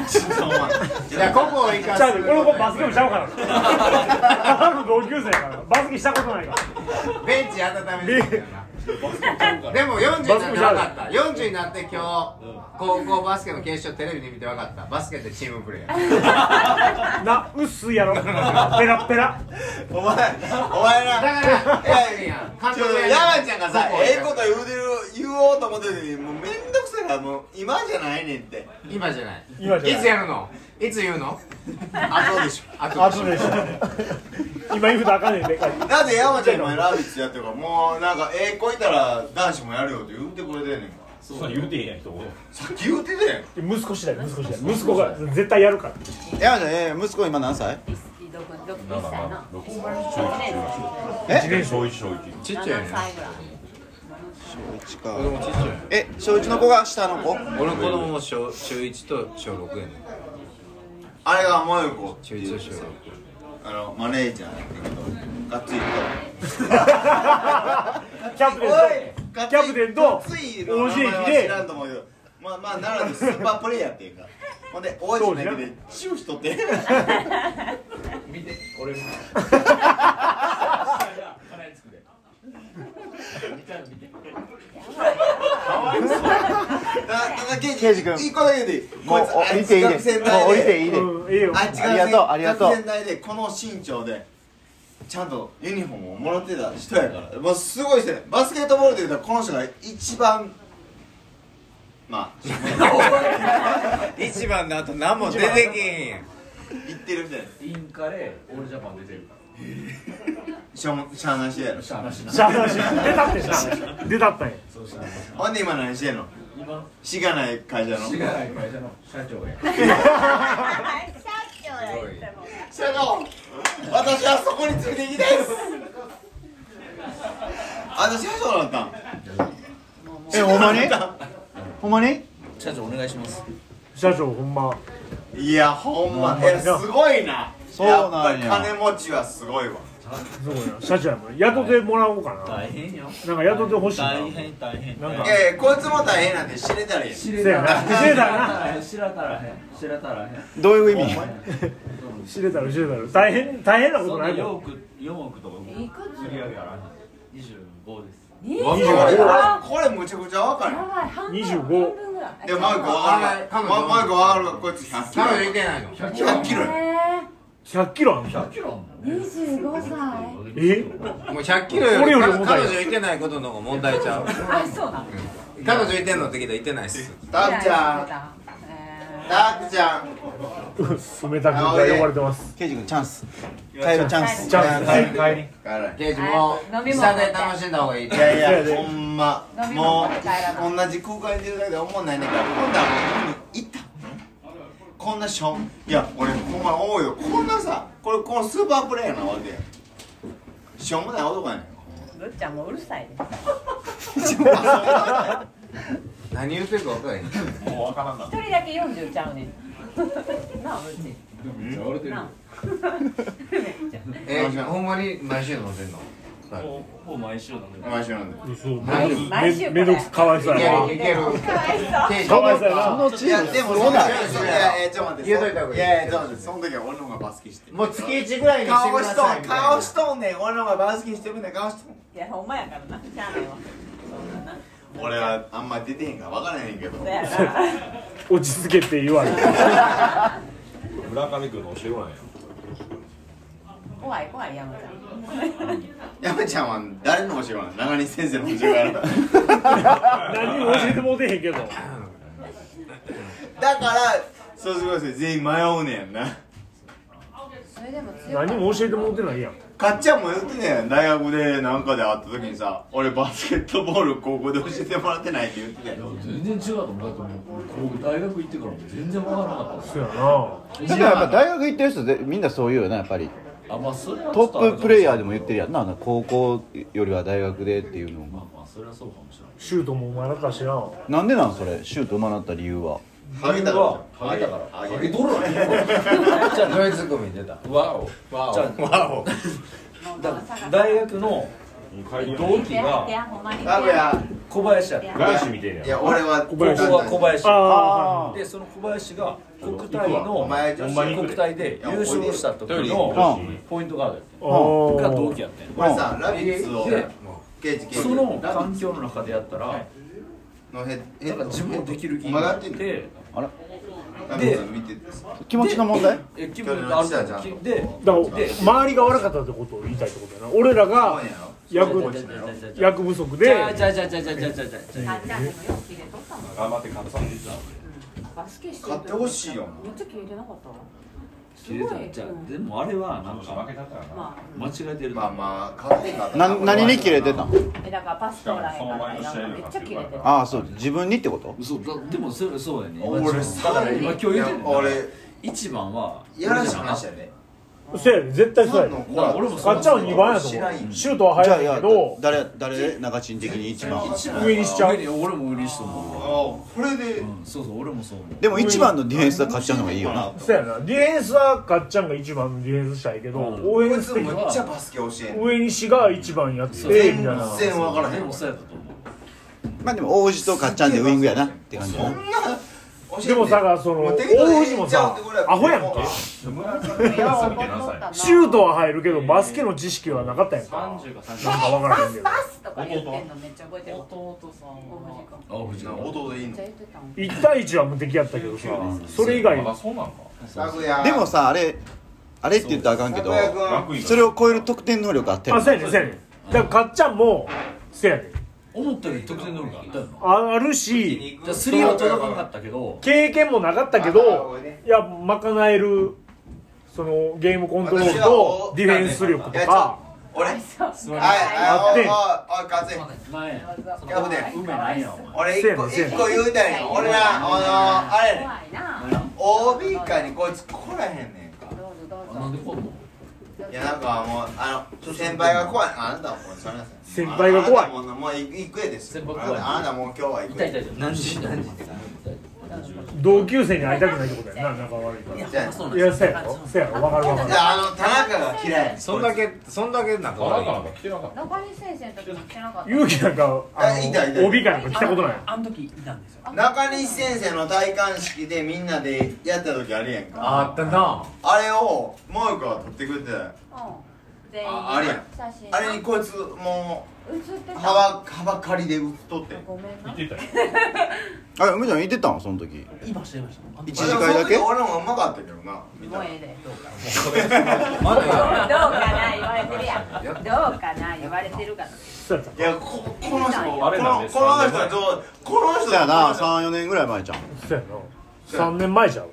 Speaker 3: じ
Speaker 1: じゃあここを生か
Speaker 5: ちゃ
Speaker 1: す
Speaker 5: うねこの子バスケ部ちゃうからただの同級生やからバスケしたことないから
Speaker 1: ベンチ温めてるからなでも40になって分かった40になって今日高校バスケの決勝テレビで見て分かったバスケってチームプレーや
Speaker 5: な薄いやろペラペラ
Speaker 3: お前お前ら
Speaker 1: だから
Speaker 3: い
Speaker 1: ええ
Speaker 3: やい
Speaker 1: や
Speaker 3: や
Speaker 1: ん監督やん
Speaker 3: 山ちゃんがさ
Speaker 1: ここ
Speaker 3: ええこと言うてる言おうと思ってるのにもうめんどくさいからもう今じゃないねんって
Speaker 1: 今じゃない
Speaker 5: 今じゃない
Speaker 1: いつやるのいつ言うの
Speaker 3: あそうでし
Speaker 1: あ
Speaker 5: あとでしょ今言うとあかんねんでかい
Speaker 3: ょなぜ山ちゃん今ラービッツやってるからもうなんかええこいたら男子もやるよって言うてくれてんねんから
Speaker 9: そんなん言うてへんやん人
Speaker 3: さっき言うてたやん
Speaker 5: 息子次第息子次第息子が絶対やるから
Speaker 3: 山ちゃんえ息子今何歳
Speaker 4: どこどこ
Speaker 9: だ
Speaker 4: で
Speaker 9: か
Speaker 4: したの
Speaker 9: ら6歳
Speaker 3: え
Speaker 9: 中1小1小1
Speaker 1: ちっちゃい
Speaker 4: 7
Speaker 1: よね
Speaker 4: 歳ぐらい
Speaker 3: 一か
Speaker 1: 俺もちっちゃいよ
Speaker 3: え小一の子が下の子
Speaker 1: 俺の子供も小中一と小六やね
Speaker 3: あれが萌子
Speaker 1: 中一と小六
Speaker 3: あのマネージャーやってんけどガッツリと
Speaker 5: キャプ
Speaker 3: キ
Speaker 5: テンとキャプテンと
Speaker 3: つい
Speaker 5: OG 駅
Speaker 3: 知
Speaker 5: で
Speaker 3: らんと思うけどまあまあ奈良でスーパープレイヤーっていうかほんで王子だけでチューしとって
Speaker 2: 見て 俺見て鼻 につくで見たら見て
Speaker 3: ケイジ君一個だけでいいも
Speaker 10: もう降りていいでもう降りていいで
Speaker 5: うんいいよ
Speaker 3: あっち
Speaker 10: ありがとうありがとう
Speaker 3: 学生代でこの身長でちゃんとユニフォームをもらってた人やからもうすごい人ねバスケットボールでいうたらこの人が一番まあ
Speaker 1: 一番の後何も出てけへんやん
Speaker 3: 言ってるみたいな
Speaker 2: インカレオールジャパン出てるか
Speaker 3: しゃもしゃあない人やろ
Speaker 2: らしゃあなしな
Speaker 5: しゃあないし出たってな出たったんや
Speaker 3: ほんで今何してんの
Speaker 2: 今
Speaker 3: しがない会社の
Speaker 2: 違う会社の社長や
Speaker 3: 社長私はそこについていきたいです私社長だったん
Speaker 10: えほん まにほんまに
Speaker 2: 社長お願いします
Speaker 5: 社長ほんま
Speaker 3: いやほんま
Speaker 5: ほんま
Speaker 3: え
Speaker 5: に
Speaker 3: すごいな
Speaker 10: そうなんや
Speaker 3: やっぱ金持ちはすごいわ
Speaker 5: そうや社長やもん雇ってもらおうかな
Speaker 2: 大変よ
Speaker 5: なんか雇ってほしいな
Speaker 2: 大変大変
Speaker 5: なん
Speaker 3: い
Speaker 5: か
Speaker 3: やいやこいつも大変なんて知れたらいい
Speaker 2: 知
Speaker 5: れたらへん
Speaker 2: 知れたらへん知らたらへん知らたらへん
Speaker 10: どういう意味
Speaker 5: 知れたら知れたら大変大変なこ
Speaker 2: そ
Speaker 5: と
Speaker 2: ん
Speaker 5: な
Speaker 2: ない4
Speaker 5: もん
Speaker 2: 億4億とか
Speaker 4: いくつ
Speaker 2: 釣り上げやらへん25です
Speaker 4: 25
Speaker 3: こ
Speaker 4: や
Speaker 3: れ
Speaker 4: ばい
Speaker 3: これむちゃくちゃわかる
Speaker 4: 半分
Speaker 5: 25
Speaker 4: 半分ぐらい
Speaker 3: でマイクわかるわ
Speaker 1: あ
Speaker 3: ママイクわかるわこいつ100キロ
Speaker 1: 多分いけないの
Speaker 2: 100キロ
Speaker 3: 100キロや
Speaker 4: え
Speaker 5: 100キロあんの
Speaker 2: 100キロあんの
Speaker 4: 25歳
Speaker 5: え
Speaker 1: もう100キロより
Speaker 5: 俺より
Speaker 1: 彼
Speaker 5: 重たい
Speaker 1: 女いてないことの方が問題ちゃう
Speaker 4: あそうなの
Speaker 1: 彼女いてんのって聞いたらいてないっす
Speaker 3: タクちゃん
Speaker 4: ん
Speaker 3: タクちゃん
Speaker 5: 冷たく呼ばれてます
Speaker 10: ケイジ君チャンス帰るチャンス
Speaker 5: チャンス帰り
Speaker 3: 帰らへん
Speaker 1: 刑事も
Speaker 4: 飲み物
Speaker 1: 下で楽しんだ方がいい
Speaker 3: いやいやほんま
Speaker 4: 飲み
Speaker 3: も
Speaker 4: 物
Speaker 3: う
Speaker 4: 帰らな
Speaker 3: 同じ空間にいるだけで思わないねんから今度はもう飲みに行ったこんなしょいや俺ほんま思うよこんなさこれこのスーパープレイヤーなわけやしょうもない男やねん
Speaker 4: ぶっちゃんもううるさいです
Speaker 1: 何言ってるか分からへん
Speaker 9: もうわからんな
Speaker 4: 一人だけ40ちゃうねんなあぶっち
Speaker 9: めっちゃ割れてる
Speaker 4: な
Speaker 1: えほんまに毎週飲んでんの
Speaker 2: ほぼ毎週なんで
Speaker 3: お前しなんで
Speaker 5: そう
Speaker 1: 毎週
Speaker 4: 毎週これ
Speaker 5: めめんどくさかわいそうや
Speaker 1: い
Speaker 5: な
Speaker 1: けるいける
Speaker 4: かわいそう
Speaker 1: 刑事
Speaker 5: かわいそうやない
Speaker 3: やでもそんなそんなえーちょっと待って
Speaker 1: 言うといた方がいい
Speaker 3: ややちょっと待ってその時は俺の方がバスケして
Speaker 1: もう月1ぐらいにして
Speaker 3: 顔
Speaker 1: ください
Speaker 3: しとん
Speaker 1: みたいな
Speaker 3: 顔しとんねん俺の方がバスケしてるねん顔しとん
Speaker 4: いやほんまやからなしゃあないわ
Speaker 3: 俺はあんまり出てへんから分からへんけど
Speaker 4: そうやな
Speaker 5: 落ち着けって言われて
Speaker 12: 村上君の教え子なんや
Speaker 4: 怖い怖い山ちゃん
Speaker 3: 山ちゃんは誰の教え子なの長西先生の教え子やろ
Speaker 5: 何にも教えてもうてへんけど
Speaker 3: だから卒業生全員迷うねやんな
Speaker 4: それでも強い
Speaker 5: 何も教えてもうてないやん
Speaker 3: かっちゃんも言ってね大学でなんかで会った時にさ俺バスケットボール高校で教えてもらってないって言ってたやろ
Speaker 10: 全然違うと思うだってもうこう大学行ってからも全然分からなかっ
Speaker 5: そうやな
Speaker 6: だからやっぱ大学行ってる人でみんなそう言うよなやっぱり
Speaker 10: たあまあそれは
Speaker 6: トッププレイヤーで
Speaker 10: も
Speaker 6: も言ってるやんなあの高校よりは大学でっていうの
Speaker 10: ま
Speaker 6: が
Speaker 10: あまあそれはそうかもしれない
Speaker 5: シュートもお前だったしな
Speaker 6: なんでなんそれシュートうまなった理由は
Speaker 3: ハゲた
Speaker 10: は
Speaker 3: から
Speaker 10: ハゲたから
Speaker 3: ハゲ
Speaker 10: ハゲとるわね
Speaker 1: じゃあドイツ組出た
Speaker 2: わお
Speaker 1: わ
Speaker 13: じゃ
Speaker 1: おわお
Speaker 13: だ大学の同期が
Speaker 3: あぶや
Speaker 13: 小林やった
Speaker 12: ガーシーみてえね
Speaker 3: い
Speaker 12: や
Speaker 3: や俺は
Speaker 13: 高校は小林
Speaker 5: あ
Speaker 13: でその小林が国体の
Speaker 3: お前女
Speaker 12: ほん
Speaker 3: 子
Speaker 12: まに
Speaker 13: 国体で優勝した時の
Speaker 6: あ
Speaker 13: ポイントガードやっ
Speaker 5: あー
Speaker 13: てが同期やってん
Speaker 3: 俺さラビッツを
Speaker 13: で
Speaker 3: ケイジケイジ
Speaker 13: その環境の中でやったら
Speaker 3: のヘッヘ
Speaker 13: な
Speaker 3: ッ
Speaker 13: んか自分もできる気
Speaker 3: お
Speaker 13: に
Speaker 3: 前が
Speaker 13: な
Speaker 3: や
Speaker 13: っ
Speaker 3: ってんの
Speaker 13: て
Speaker 3: ラビッツ見てて
Speaker 6: 気持ちの問題
Speaker 13: え気分があるじゃ
Speaker 3: 去年の
Speaker 13: ん
Speaker 3: 記者
Speaker 13: で
Speaker 5: だから周りが悪かったってことを言いたいってことやな俺ら
Speaker 3: あ
Speaker 5: が
Speaker 3: んやろ
Speaker 5: 役
Speaker 3: じゃあ
Speaker 5: 役不足
Speaker 13: じ
Speaker 5: で
Speaker 13: ゃあじゃあじゃあじゃあじゃあじゃあじゃあじゃあ
Speaker 4: かっちゃんでもよく切れとったもん
Speaker 12: 頑張って勝つんで
Speaker 4: バスケして
Speaker 3: 買ってほしいよ
Speaker 4: めっちゃ切れてなかったわす
Speaker 13: 切
Speaker 4: ご
Speaker 13: れた
Speaker 4: い
Speaker 13: じゃ
Speaker 4: う
Speaker 13: あ
Speaker 4: ん
Speaker 13: でもあれはなんか
Speaker 12: 負けたったらな
Speaker 4: ま
Speaker 13: 間違えてる
Speaker 3: まあまあ買ってんかった
Speaker 6: な何に切れてたん
Speaker 4: あえだからパスコーラへんからなんかめっちゃ切れてた
Speaker 6: ああそう自分にってこと
Speaker 13: そうだでもそれそうだよね
Speaker 3: 俺
Speaker 13: だ
Speaker 3: さ
Speaker 13: から今今日言うてんねん
Speaker 3: 俺
Speaker 13: 一番は
Speaker 3: やらしい話やね
Speaker 5: そうやで絶対そうやで
Speaker 3: ファンの子
Speaker 13: だから
Speaker 3: ら
Speaker 13: 俺もそ
Speaker 5: かっちゃんは2番やと
Speaker 3: 知らん
Speaker 5: 思
Speaker 3: よ
Speaker 5: うシュートは
Speaker 6: じゃあ
Speaker 5: 入
Speaker 6: い
Speaker 5: る
Speaker 6: や
Speaker 5: けど
Speaker 6: 誰誰中陳的に一番
Speaker 5: 上にしちゃう
Speaker 13: 上に俺も嬉しいと思うわ
Speaker 3: あこれで
Speaker 13: うんそうそう俺もそう思う
Speaker 6: でも一番のディフェンスは勝っちゃうのがいいよな
Speaker 5: そうやなディフェンスはかっちゃんが一番ディフェンスしたいけど、
Speaker 13: うん
Speaker 5: 応
Speaker 3: こい
Speaker 5: 援
Speaker 3: つ
Speaker 5: す
Speaker 3: め
Speaker 5: べ
Speaker 3: っ
Speaker 5: き
Speaker 3: ちゃバスケ教えんの
Speaker 5: 上西が一番やってみたい
Speaker 3: 全
Speaker 5: な
Speaker 3: 然分からへ
Speaker 13: で
Speaker 3: ん
Speaker 13: もそうやったと思う
Speaker 6: まあでも王子とかっちゃんでウイングやなって感じだ
Speaker 3: そん
Speaker 6: な
Speaker 3: な教えて
Speaker 5: でもさその
Speaker 3: もう適当に
Speaker 5: 大藤もさアホやんけ
Speaker 12: 村上
Speaker 4: いや
Speaker 12: 君見
Speaker 4: 怒って
Speaker 12: な
Speaker 4: と
Speaker 12: さ
Speaker 4: っ
Speaker 12: い
Speaker 4: たな
Speaker 5: シュートは入るけどバスケの知識はなかったやんかなん
Speaker 2: 30か
Speaker 5: か分からへんけど
Speaker 4: パスとか言ってんのめっちゃ覚えてる
Speaker 2: 弟さんは
Speaker 13: あ藤
Speaker 3: な
Speaker 13: 川
Speaker 3: 弟でいい
Speaker 4: めっ
Speaker 3: の
Speaker 4: ちゃ言ってたもん
Speaker 5: 1対1は無敵やったけどさそれ以外
Speaker 12: まだそうなのか
Speaker 6: でもさあれあれって言ったらあかんけど
Speaker 12: 楽位
Speaker 6: それを超える得点能力あったよ
Speaker 5: あ
Speaker 6: な
Speaker 5: そうやねんそうやねんだからかっちゃんもそうやねん
Speaker 13: 思ったより得点能力あったよな
Speaker 5: ああるし
Speaker 13: じゃあスリーは届かなかったけど
Speaker 5: 経験もなかったけどいや賄えるそのゲームコントロールとディフェンス力とか
Speaker 3: 俺はい
Speaker 4: そう
Speaker 5: あってん
Speaker 3: はいおいおいカズ
Speaker 13: なんや
Speaker 3: キャプテン
Speaker 13: 梅なんやお前
Speaker 3: 俺一個
Speaker 5: せやねんせやね
Speaker 3: 一
Speaker 5: ん
Speaker 3: 個言うたらいいの俺らあのあれやねん
Speaker 4: 怖いな
Speaker 3: OB かにこいつ来らへんねんか
Speaker 4: どうぞどう
Speaker 13: なん
Speaker 4: ぞ
Speaker 13: でこんの
Speaker 3: いやなんかもうあの先輩が怖いあなたはもうそれなさい
Speaker 5: 先輩が怖い
Speaker 3: あなたもうもう行くやです
Speaker 13: 先輩怖い
Speaker 3: あなたもう今日は行く
Speaker 2: 痛い痛い痛い
Speaker 13: 何時何時
Speaker 5: 同級生に会いたくないってことやんな仲悪いから
Speaker 3: じゃあ
Speaker 5: いやそうやろそうやろ分かる分か
Speaker 3: じ
Speaker 5: る
Speaker 3: ゃああの田中が嫌い
Speaker 1: そんだけそんだけ仲
Speaker 12: あ
Speaker 1: 悪
Speaker 12: ないたなんか来てなかった
Speaker 4: 中西先生の時も来てなかった
Speaker 5: 勇気なんかあ
Speaker 3: あいたいたい
Speaker 5: の
Speaker 3: た
Speaker 5: 帯かなんか来たことない
Speaker 2: あの時いたんですよ
Speaker 3: 中西先生の戴冠式でみんなでやった時あるやんか
Speaker 1: あったな
Speaker 3: あれをマイクが撮ってくれて
Speaker 4: うん全員
Speaker 3: ああれやん
Speaker 4: 写真
Speaker 3: あれにこいつも
Speaker 4: 映って
Speaker 3: う
Speaker 4: た
Speaker 3: 幅幅借りで打っとってん
Speaker 4: ごめん
Speaker 12: 行
Speaker 4: な
Speaker 12: ってたよ
Speaker 6: あれ梅ちゃんいてたんその時
Speaker 2: 言いました言いました
Speaker 6: 一時間だけ
Speaker 3: でもその時俺の方がうまかったけどなみた
Speaker 4: 声
Speaker 3: いな
Speaker 4: で
Speaker 1: ま
Speaker 4: どうか
Speaker 1: だ
Speaker 4: な言われてるやんどうかな言われてるから
Speaker 5: そうやった
Speaker 3: いやここの人こ
Speaker 12: あれな
Speaker 3: の
Speaker 12: んです
Speaker 3: この人はどうこの人
Speaker 6: そうやな
Speaker 3: はどう
Speaker 6: 34年ぐらい前じゃん
Speaker 5: そうやな3年前じゃん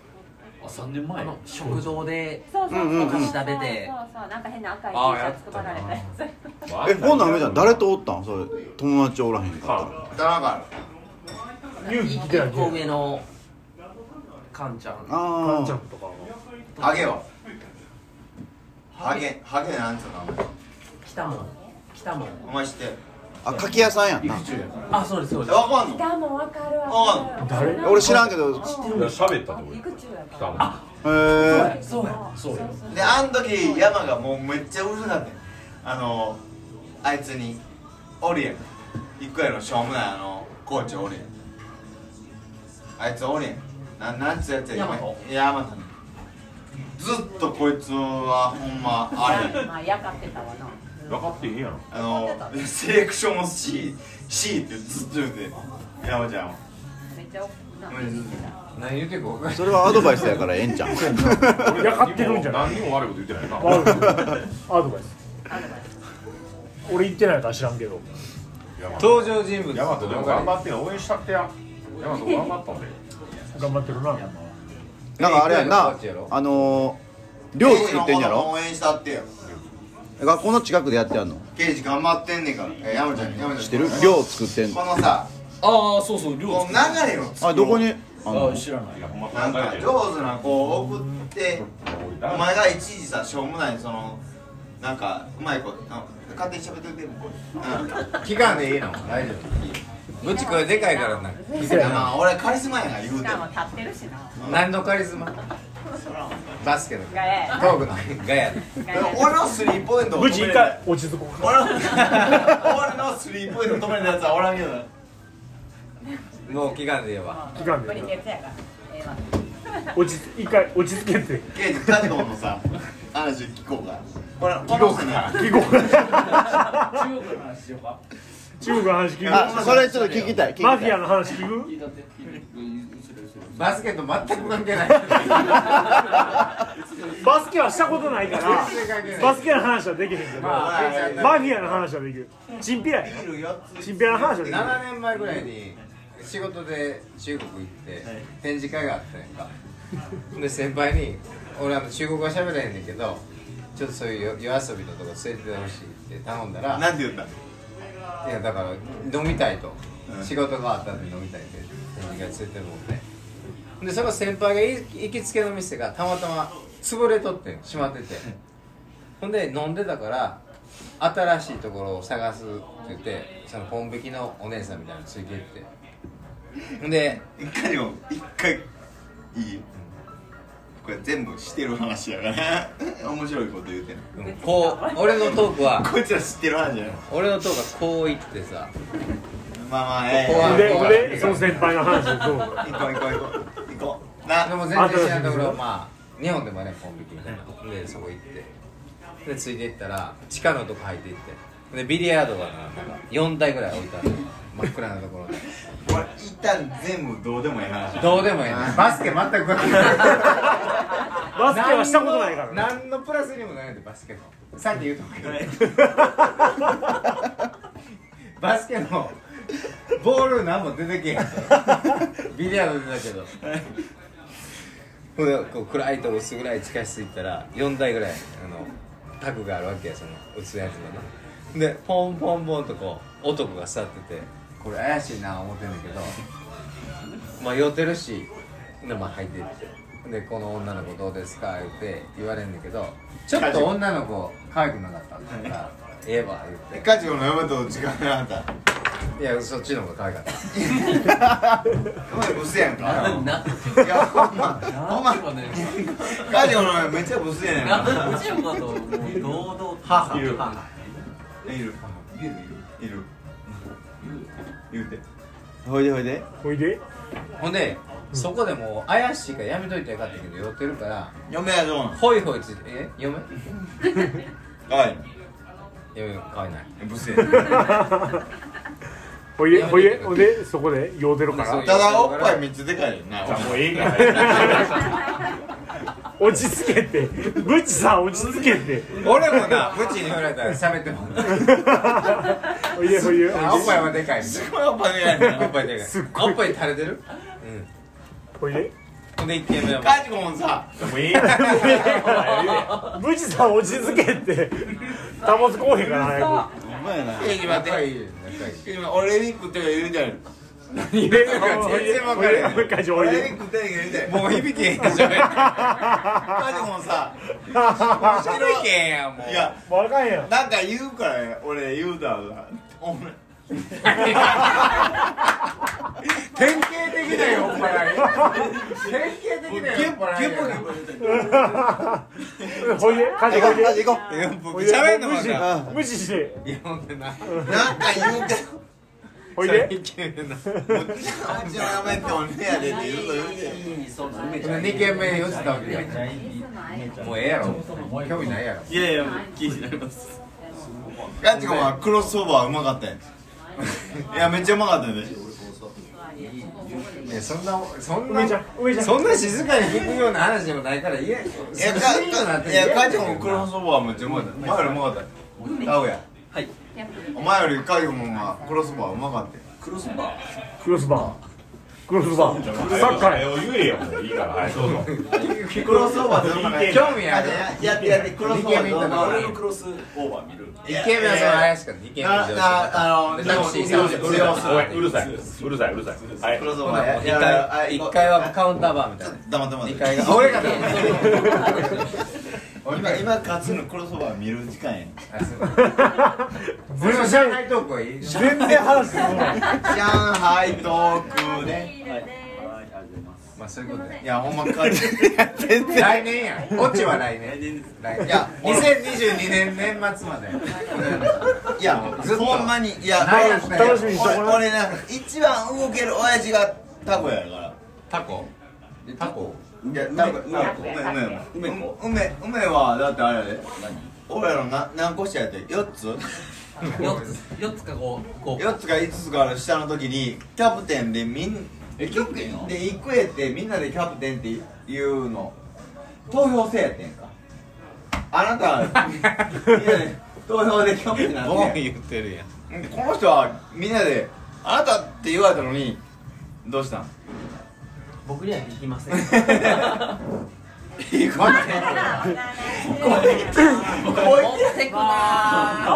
Speaker 13: あ三年前
Speaker 2: 食堂で
Speaker 4: そうそう
Speaker 6: うんうんうん
Speaker 4: お菓子
Speaker 2: 食べて
Speaker 4: そうそうなんか変な赤い T シ
Speaker 1: あー
Speaker 4: ャツ配られたやつ
Speaker 6: えほんなら梅ちゃん誰とおったんそれ友達おらへんか
Speaker 3: 田中
Speaker 5: 勇気来てない
Speaker 2: 一
Speaker 5: けど
Speaker 2: 個上のカンちゃん
Speaker 6: ったらあ
Speaker 5: かんちゃん
Speaker 6: あ
Speaker 5: とかは
Speaker 3: ハゲはハゲハゲなんつうのお前
Speaker 2: 来たもん来たもん
Speaker 3: お前知ってる
Speaker 6: あ柿屋さんやんな
Speaker 2: あそうですそうです
Speaker 3: わかんの
Speaker 4: だもわかる
Speaker 3: わ
Speaker 4: わ
Speaker 3: か
Speaker 4: かる
Speaker 5: 誰
Speaker 6: 俺知らんけどへ
Speaker 12: いや喋ったとこ
Speaker 4: 肉中や
Speaker 12: 来
Speaker 4: か
Speaker 12: た
Speaker 4: ら
Speaker 12: もん
Speaker 6: え
Speaker 2: そうやそうや
Speaker 3: であん時山がもうめっちゃうるさかったよあのあいつにおるやん一個やのしょうもないあのコーチおるやんあいつおるやんなんなんつうやつや
Speaker 2: 山と
Speaker 3: 山田ずっとこいつはほんまあれやん
Speaker 4: まあやかってたわな
Speaker 12: 分かってへんやろ
Speaker 3: あのセレクションも C, C ってずっと言うて山ちゃんは
Speaker 4: めっちゃな
Speaker 3: うん
Speaker 4: いじってた
Speaker 1: 何言ってるか分かんない
Speaker 6: それはアドバイスやからええんちゃう
Speaker 5: いや勝ってるんじゃない
Speaker 12: 何にも悪いこと言ってないな
Speaker 5: アドバイスアドバイス俺言ってないから知らんけど
Speaker 1: 登場人物
Speaker 12: ヤマトでも頑張ってよ応援したってやヤマト頑張ったんで
Speaker 5: 頑張ってるな
Speaker 6: なんかあれやんなあのー、寮作ってんやろ
Speaker 3: 応援したってよ
Speaker 6: 学校の近くでやってやんの
Speaker 3: 刑事頑張ってんねんからえ山ちゃん山ちゃん
Speaker 6: 知ってる寮作ってん
Speaker 3: こ
Speaker 6: の
Speaker 3: のさ
Speaker 2: ああそうそう
Speaker 3: この流れを
Speaker 6: あどこにあ
Speaker 13: あ
Speaker 6: の
Speaker 13: 知らない
Speaker 3: なんか上手な子を送ってお前が一時さしょうもないそのなんかうまい子あ勝手に喋ってくれても
Speaker 1: 期間でいいの大丈夫ぶっちこれでかいからな
Speaker 3: まあ俺カリスマやな言うても
Speaker 4: 立ってるしな
Speaker 1: 何のカリスマバスケの
Speaker 4: ガヤ
Speaker 1: トークのガヤ
Speaker 3: 俺のスリーポイントを
Speaker 5: 無事
Speaker 3: 止める
Speaker 5: 一回落ち着こう
Speaker 3: 俺の俺のスリーポイント止めるやつはおらんけどな
Speaker 1: もう期間で言えば
Speaker 5: 期間
Speaker 4: プリ
Speaker 5: で
Speaker 4: ケツやからええわ
Speaker 5: 落ち一回落ち着けって
Speaker 3: 刑事カジコンのさ話聞こうかこれこの人ね
Speaker 5: 聞こう
Speaker 2: 中国の話しようか
Speaker 5: 中国の話聞く
Speaker 6: あそれちょっと聞きたい聞きた
Speaker 5: マ
Speaker 6: い
Speaker 5: フィアの話聞く
Speaker 2: 聞いたってうんするする
Speaker 1: バスケと全く関係 ない
Speaker 5: バスケはしたことないから バスケの話はできへんけどマフィアの話はできるチンピラやチンピラの話 はできる
Speaker 1: 7年前ぐらいに仕事で中国行って展示会があったやんかで先輩に「俺あの中国語は喋れへんねんけどちょっとそういう夜夜遊びのとこ連れてってほしい」って頼んだら
Speaker 3: なんて言った
Speaker 1: いやだから飲みたいと、仕事があったんで飲みたいって先輩がついてるもんねでその先輩がい行きつけの店がたまたま潰れとってんしまっててほんで飲んでたから新しいところを探すって言ってそのポン引きのお姉さんみたいなのついてってほんで
Speaker 3: 一回でも一回いいこれ全部してる話やから面白いこと言うてんの
Speaker 1: うんこう俺のトークは
Speaker 3: こいつら知ってる話やな
Speaker 1: 俺のトークはこう言ってさ
Speaker 3: まあまあええ
Speaker 1: ここは
Speaker 5: ででその先輩の話どう
Speaker 3: 行こう行こう行こう行こうな
Speaker 1: でも全然知らんところまあ日本でもねコンビニみたいなでそこ行ってでついていったら地下のとこ入っていってでビリヤードがななんか4台ぐらい置いてある真っ暗なところ で
Speaker 3: これ一旦全部どうでもいい話
Speaker 1: どうでもいいなバスケ全く関係ない
Speaker 5: バスケはしたことないからね
Speaker 1: 何のプラスにもならないでバスケのさっき言うとこけどバスケのボール何も出てけへんビリヤード出たけどほんでこう暗いとこ薄暗い地下室行ったら4台ぐらいあのタグがあるわけやその薄いやつのなでポンポンポンとこう男が座っててこれ怪しいな思ってんだけどまあ酔ってるしでまあ入っていってでこの女の子どうですか言って言われるんだけどちょっと女の子可愛くなかったから言えば言って
Speaker 3: カジコの嫁と時間がなかった
Speaker 1: いやそっちの方が可愛かった
Speaker 3: お前ブスやんか
Speaker 2: な、
Speaker 3: いやほんまほんま
Speaker 2: なんてね、
Speaker 3: カジコの嫁めっちゃブスやねん
Speaker 2: なん
Speaker 3: か
Speaker 2: で中国だともう堂々と
Speaker 3: いるいる
Speaker 2: いる
Speaker 3: いる言うて
Speaker 6: ほいでほいで
Speaker 5: おいで
Speaker 1: ほんでそこでもう怪しいからやめといてよかったけど酔ってるから
Speaker 3: 嫁はどうなの
Speaker 1: ホイホイついてえ嫁
Speaker 3: はい
Speaker 1: 嫁可愛いない
Speaker 3: ブスやねん
Speaker 5: おいでおいでおいでそこで酔うてるから
Speaker 3: ただおっぱいめっちゃでかいよな
Speaker 12: じゃあもういいから
Speaker 5: 落ち着けってブチさん落ち着けって
Speaker 1: 俺もなブチに言われたら冷めても
Speaker 5: おいでおいで
Speaker 1: あおっぱいはでかいみたい
Speaker 3: これおっぱいでかい
Speaker 1: なおっぱいでかい
Speaker 5: すっごい
Speaker 1: おっぱい垂れてる
Speaker 5: おいで
Speaker 1: ほんで一軒目は
Speaker 3: カジコもさ
Speaker 12: もういいや
Speaker 5: ブチさん落ち着けってタバスこうへんから早く
Speaker 6: ほんまやな
Speaker 3: 刑事
Speaker 1: やっ
Speaker 3: 待っ
Speaker 1: ぱ
Speaker 3: て
Speaker 1: り仲いい
Speaker 3: 今俺に食ってる言うてん
Speaker 5: 全
Speaker 1: 然わからへん
Speaker 5: もう一回じゃあおい
Speaker 3: 俺に
Speaker 5: で
Speaker 3: 食ってる言うてん
Speaker 1: もう響けへんでしょ
Speaker 3: カジコもさ
Speaker 1: 響けへんやんもう
Speaker 3: いや
Speaker 5: わかんやん
Speaker 3: なんか言うからね俺言うたわお前
Speaker 1: 典型的だよお前典型的だよお前
Speaker 3: ゲボゲボ言うてん
Speaker 5: ほいでカジ
Speaker 6: 行こ
Speaker 5: ほ
Speaker 6: う
Speaker 5: いで
Speaker 6: 家事行こ
Speaker 1: 僕喋んのまだ
Speaker 6: う
Speaker 5: 無視して
Speaker 1: いやほんでな
Speaker 3: なんか言うてん
Speaker 5: ほいで
Speaker 1: 2軒
Speaker 3: あんちの名前って俺やでって言うと言うて
Speaker 2: いいそうそうめちゃ
Speaker 1: 目
Speaker 2: いい
Speaker 1: に寄せたわけよ
Speaker 4: いつも会え
Speaker 1: もうええやろ興味ないやろ
Speaker 3: んいやいや気になりますガチコはクロスオーバーうまかったやんいやめっちゃうまかったよね
Speaker 4: ない
Speaker 1: いやそんなそんな
Speaker 3: 梅ちゃん梅ちゃん
Speaker 1: そんな静かに聞くような話でもないから言え
Speaker 3: いや、か、いや、かいちゃんもクロスオーバーめっちゃうまいだ。お前よりうまかったよ。青や。はい。お前よりかいもんがクロスオーバーうまかったよ。クロスオーバ
Speaker 5: クロスバークロスバーサッカーや
Speaker 12: 言えよもういいからはいどうぞ
Speaker 3: ー。クロスオーバーってうまかった。
Speaker 1: 興味ある
Speaker 3: やってやって、クロスオーバーどうぞ。
Speaker 12: 俺のクロスオーバー見る
Speaker 1: イケメンはその林からイケメン
Speaker 3: ななあの
Speaker 1: タクシーさんで
Speaker 12: う
Speaker 1: 通
Speaker 12: る
Speaker 1: 用す
Speaker 12: さ
Speaker 1: る
Speaker 12: いおいうるさいうるさいうるさいはい
Speaker 3: クロスオーバー。
Speaker 1: 一回一回はカウンターバーみたいな
Speaker 3: 黙って待
Speaker 1: 一
Speaker 3: って。
Speaker 1: 回が俺が
Speaker 3: 今、今、勝つのクロスオーバー見る時間や。
Speaker 1: 俺の上海トークはいい
Speaker 5: 全然話す
Speaker 3: 上海トークね。
Speaker 1: まあそういうことで
Speaker 3: いや、ほんまかい。
Speaker 6: 全然
Speaker 1: 来年やオチは来年来年いや2022年年末まで
Speaker 3: いや、ほんまに、いや、
Speaker 1: ないやつね
Speaker 5: 楽しみにして
Speaker 3: 俺
Speaker 5: もらう
Speaker 3: 俺なんか一番動ける親父がタコやから。
Speaker 1: タコタコ
Speaker 3: いや、なんか、梅子、梅子、梅子、梅、梅は、だってあれやで。俺らのな、何個下やって、四つ。
Speaker 2: 四つ四つか五五
Speaker 3: 四つか五つかある下の時に、キャプテンで、みん。え、キャプテンで、行くえって、みんなでキャプテンって言うの。投票制やってんか。あなた、みんなで、投票でキャプテンなん
Speaker 1: ボン
Speaker 3: で。
Speaker 1: 言ってるやん
Speaker 3: この人は、みんなで、あなたって言われたのに。どうしたん。
Speaker 2: 僕にはできません
Speaker 3: 行くわ。
Speaker 14: 持ってくなー。こんな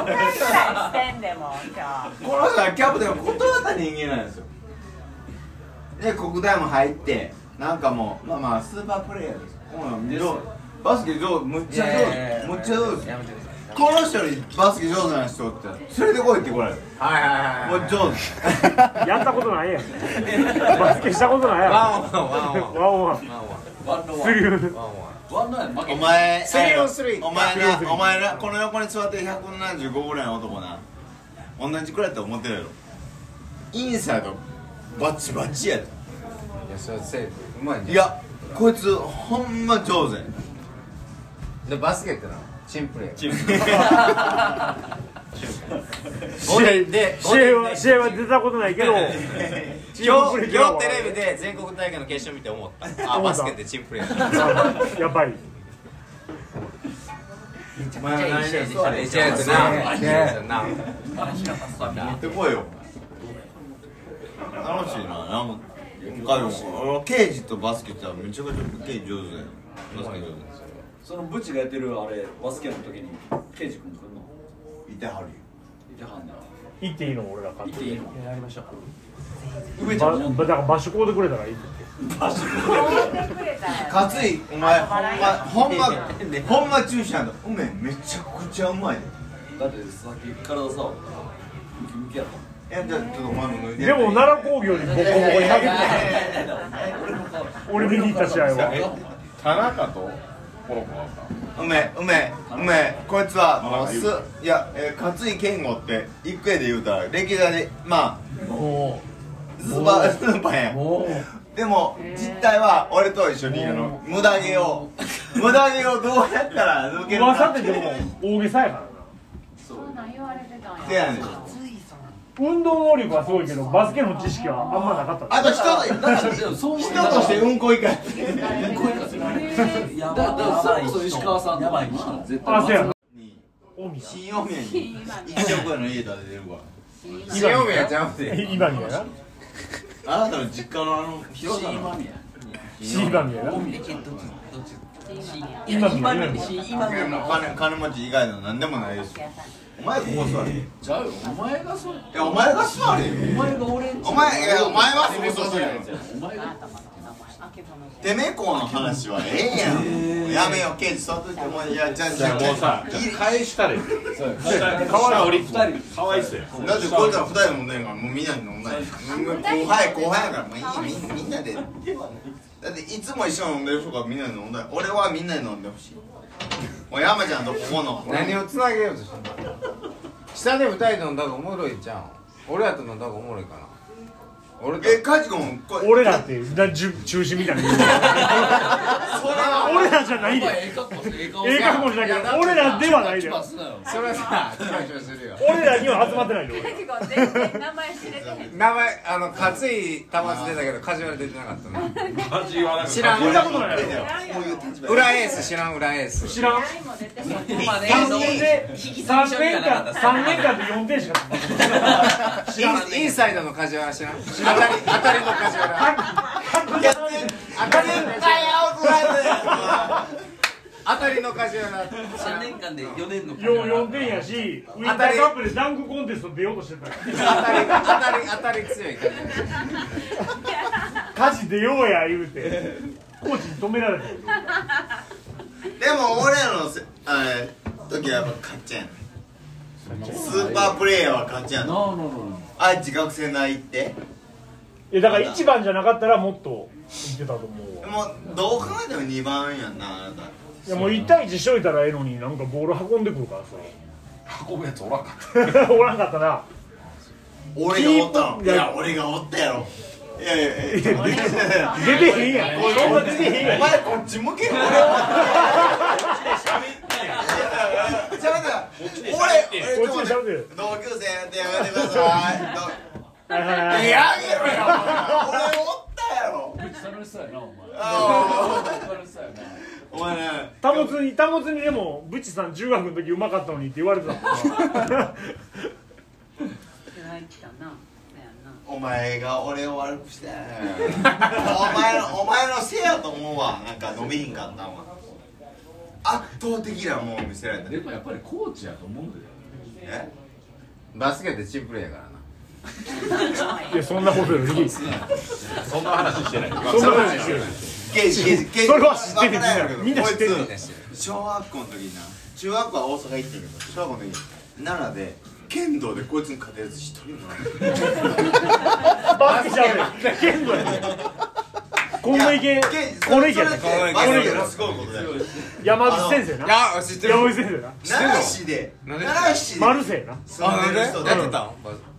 Speaker 14: んぐらいしてんでもじゃあ。
Speaker 3: この人はキャプテンを断った人間なんですよで国体も入ってなんかもうまあまあスーパープレーヤーですこの人上手バスケ上手むっちゃ上手むっちゃ上手です
Speaker 2: やめてください
Speaker 3: この人よりバスケ上手な人って連れてこいってこられる
Speaker 1: はいはい
Speaker 3: もう
Speaker 1: はい
Speaker 3: 上 手
Speaker 5: やったことないやんバスケしたことないやん
Speaker 1: ワンワンワン
Speaker 5: ワンワン
Speaker 2: ワンロ
Speaker 5: する
Speaker 1: ワンワン
Speaker 2: ワンロや負
Speaker 3: お前
Speaker 1: スリーオンスリー
Speaker 3: お前なお前なこの横に座ってる175ぐらいの男な同じくらいだと思ってるやろインサイドバチバチやで
Speaker 1: いやそれセーフうまいん
Speaker 3: い
Speaker 1: じゃん
Speaker 3: やこいつほんま上手やね
Speaker 1: でバスケってなチンプレー
Speaker 3: チー
Speaker 1: 五年で
Speaker 5: 試合は試合は出たことないけど
Speaker 1: 今日今日テレビで全国大会の決勝見て思ったあバスケってチンプレーだな
Speaker 5: やっぱり
Speaker 3: 前は何々そうや
Speaker 1: 一
Speaker 3: ね
Speaker 1: 応やつな一応やつな
Speaker 3: やってこいよ楽しいななんか他でも俺は刑事とバスケってめちゃくちゃ刑事上手だよバスケ上
Speaker 10: そのブチがやってるあれバスケの時にケイジ君来んの
Speaker 3: 手いてはるよ
Speaker 10: いてはんねん
Speaker 5: 行っていいの俺ら勝
Speaker 10: い
Speaker 5: 手
Speaker 10: ていい
Speaker 5: に
Speaker 10: の
Speaker 2: やりましょう
Speaker 10: 上ちゃ
Speaker 5: ば
Speaker 10: んも
Speaker 5: だから場所コードくれたからいいって
Speaker 14: 買ってくれたら
Speaker 3: 勝ついお前ほんまほんまほんま中止なんだ梅めちゃくちゃうまいで
Speaker 10: だってさっき体さムキムキやったもん
Speaker 3: えじゃあちょっとお前も脱い
Speaker 5: でも
Speaker 3: な
Speaker 5: 奈良工業にボコボコに投げて俺見に行った試合は
Speaker 12: 田中とこの子がさ
Speaker 3: 梅梅梅こいつはもうすいや、えー、勝井健吾って一回で言うたら歴代でま
Speaker 2: も
Speaker 3: あスーパースーパーや
Speaker 2: うんもう
Speaker 3: でも実態は俺と一緒にあの無駄毛を無駄毛をどうやったら抜ける
Speaker 5: 噂って
Speaker 3: て
Speaker 5: でも大げさやからな
Speaker 4: そんなん言われてたんや
Speaker 3: せやねん
Speaker 5: 運動能力はすごいけどバスケの知識はあんまなかった
Speaker 3: あと人
Speaker 10: だからでもそう思う
Speaker 3: 人としてうんこ以下
Speaker 10: だからそれこそ石川さんとか今絶対
Speaker 5: あせや大
Speaker 3: 新大宮に一億円の家建ててるわ
Speaker 1: 塩宮ちゃうんで
Speaker 5: 宮今宮やな
Speaker 3: あなたの実家のあの広さの
Speaker 5: シーバミやな
Speaker 2: えどっちどっちい
Speaker 5: 今
Speaker 2: や
Speaker 5: 見
Speaker 2: 今
Speaker 5: る
Speaker 2: 見るし今見るの
Speaker 3: 金金持ち以外の何でもないですお前ここ座れい
Speaker 10: ちゃうよお前がそう
Speaker 3: やお前が座れよ
Speaker 10: お前が俺んち
Speaker 3: お前いやお前はそこ座れよ
Speaker 10: お前が
Speaker 3: てめえこの話はええやん、やめよ刑事座っといてもういやじゃんじゃん
Speaker 12: もうさ返したれよ
Speaker 10: わいい2人
Speaker 12: かわいそうや
Speaker 3: だってこいつら二人飲んでるからもうみんなに飲んない後輩後輩やからもういいみみんなでだっていつも一緒に飲んでる人がみんなで飲んだら俺はみんなで飲んでほしいおい山ちゃんとここの
Speaker 1: 何をつなげようとしてんの下で二人で飲んだ方がおもろいじゃん俺らと飲んだ方がおもろいかな
Speaker 5: 俺えカジコン俺らってだじゅ中心みたいな俺らじゃないで
Speaker 1: ええ格好してええ顔
Speaker 5: ええ格好しなきゃ俺らではないで
Speaker 1: それはさキラキラするよ
Speaker 5: 俺らには集まってないで
Speaker 14: 結構全然名前知れてへん
Speaker 1: 名前あの勝井玉津出たけど梶原出てなかったね梶
Speaker 9: 原
Speaker 1: 知らん
Speaker 9: そんなことない
Speaker 1: 裏エース知らん裏エース
Speaker 5: 知らん
Speaker 1: 今ね
Speaker 5: 3年間3年間三年間で4点しか
Speaker 1: インインサイドの梶原知らん当たり当たりの梶原当たりの梶原当たりの梶原
Speaker 2: 3年間で4年の
Speaker 5: 4 4点やしウィンターカップでダンクコンテスト出ようとしてた
Speaker 1: 当たり当たり当たり強い梶原
Speaker 5: 家事出ようや言うてコーチに止められたよ
Speaker 3: でも俺らのせえー時はやっぱ勝ちやねスーパープレイヤーは勝ちやねあ自覚性ないって
Speaker 5: いやだから1番じゃなかったらもっといってたと思うわ
Speaker 3: もうどう考えても2番やんなあなた
Speaker 5: いやもう1対1しといたらええのになんかボール運んでくるからさ
Speaker 9: 運ぶやつおらんか っ
Speaker 5: おらんかったな
Speaker 3: 俺がおったのいや俺がおったやろいやいやいや
Speaker 5: 出てへんやんそんな出てへんやん
Speaker 3: お前こっち向けよ俺喋ってない俺
Speaker 5: こっちで喋ってる
Speaker 3: 同級生やってやめてくださいど
Speaker 5: はいはい
Speaker 3: 手あ
Speaker 5: は
Speaker 3: げろ
Speaker 5: い
Speaker 3: よお前俺おったやろ
Speaker 2: 楽しそうやなお前
Speaker 3: あ
Speaker 2: 楽しそうやな
Speaker 3: お前ね
Speaker 5: タモツにタモツにでもブチさん中学の時うまかったのにって言われてたもんな
Speaker 14: ないたな
Speaker 3: お前が俺を悪くしてお前のお前のせいやと思うわなんか伸びひんかったんは圧倒的なもう見せられた
Speaker 9: でもやっぱりコーチやと思うんだよ
Speaker 3: え
Speaker 1: バスケってチームプレーやからない
Speaker 5: やそんなことより
Speaker 9: そんな話してないそんな
Speaker 5: そんな話してる
Speaker 3: ゲージゲージゲージ
Speaker 5: それは知ってるみんな
Speaker 3: わからんやろけど
Speaker 5: みんな知ってる
Speaker 3: こいつ小学校の時にな中学校は大阪行ってるけど小学校の時奈良で剣道でこいつに勝てるやつ一人もない
Speaker 5: バスケちゃうねん剣道やねんこんないけこれいけやねん
Speaker 3: それってバ
Speaker 5: これ
Speaker 3: ス
Speaker 5: い
Speaker 3: ケ
Speaker 5: けやねん
Speaker 3: のすごいことだよ
Speaker 5: 山口先生な
Speaker 1: あ知ってる
Speaker 5: 山口先生な
Speaker 3: 奈良市で奈良市で
Speaker 5: マルセイな
Speaker 3: 住んでる人で
Speaker 1: やってたん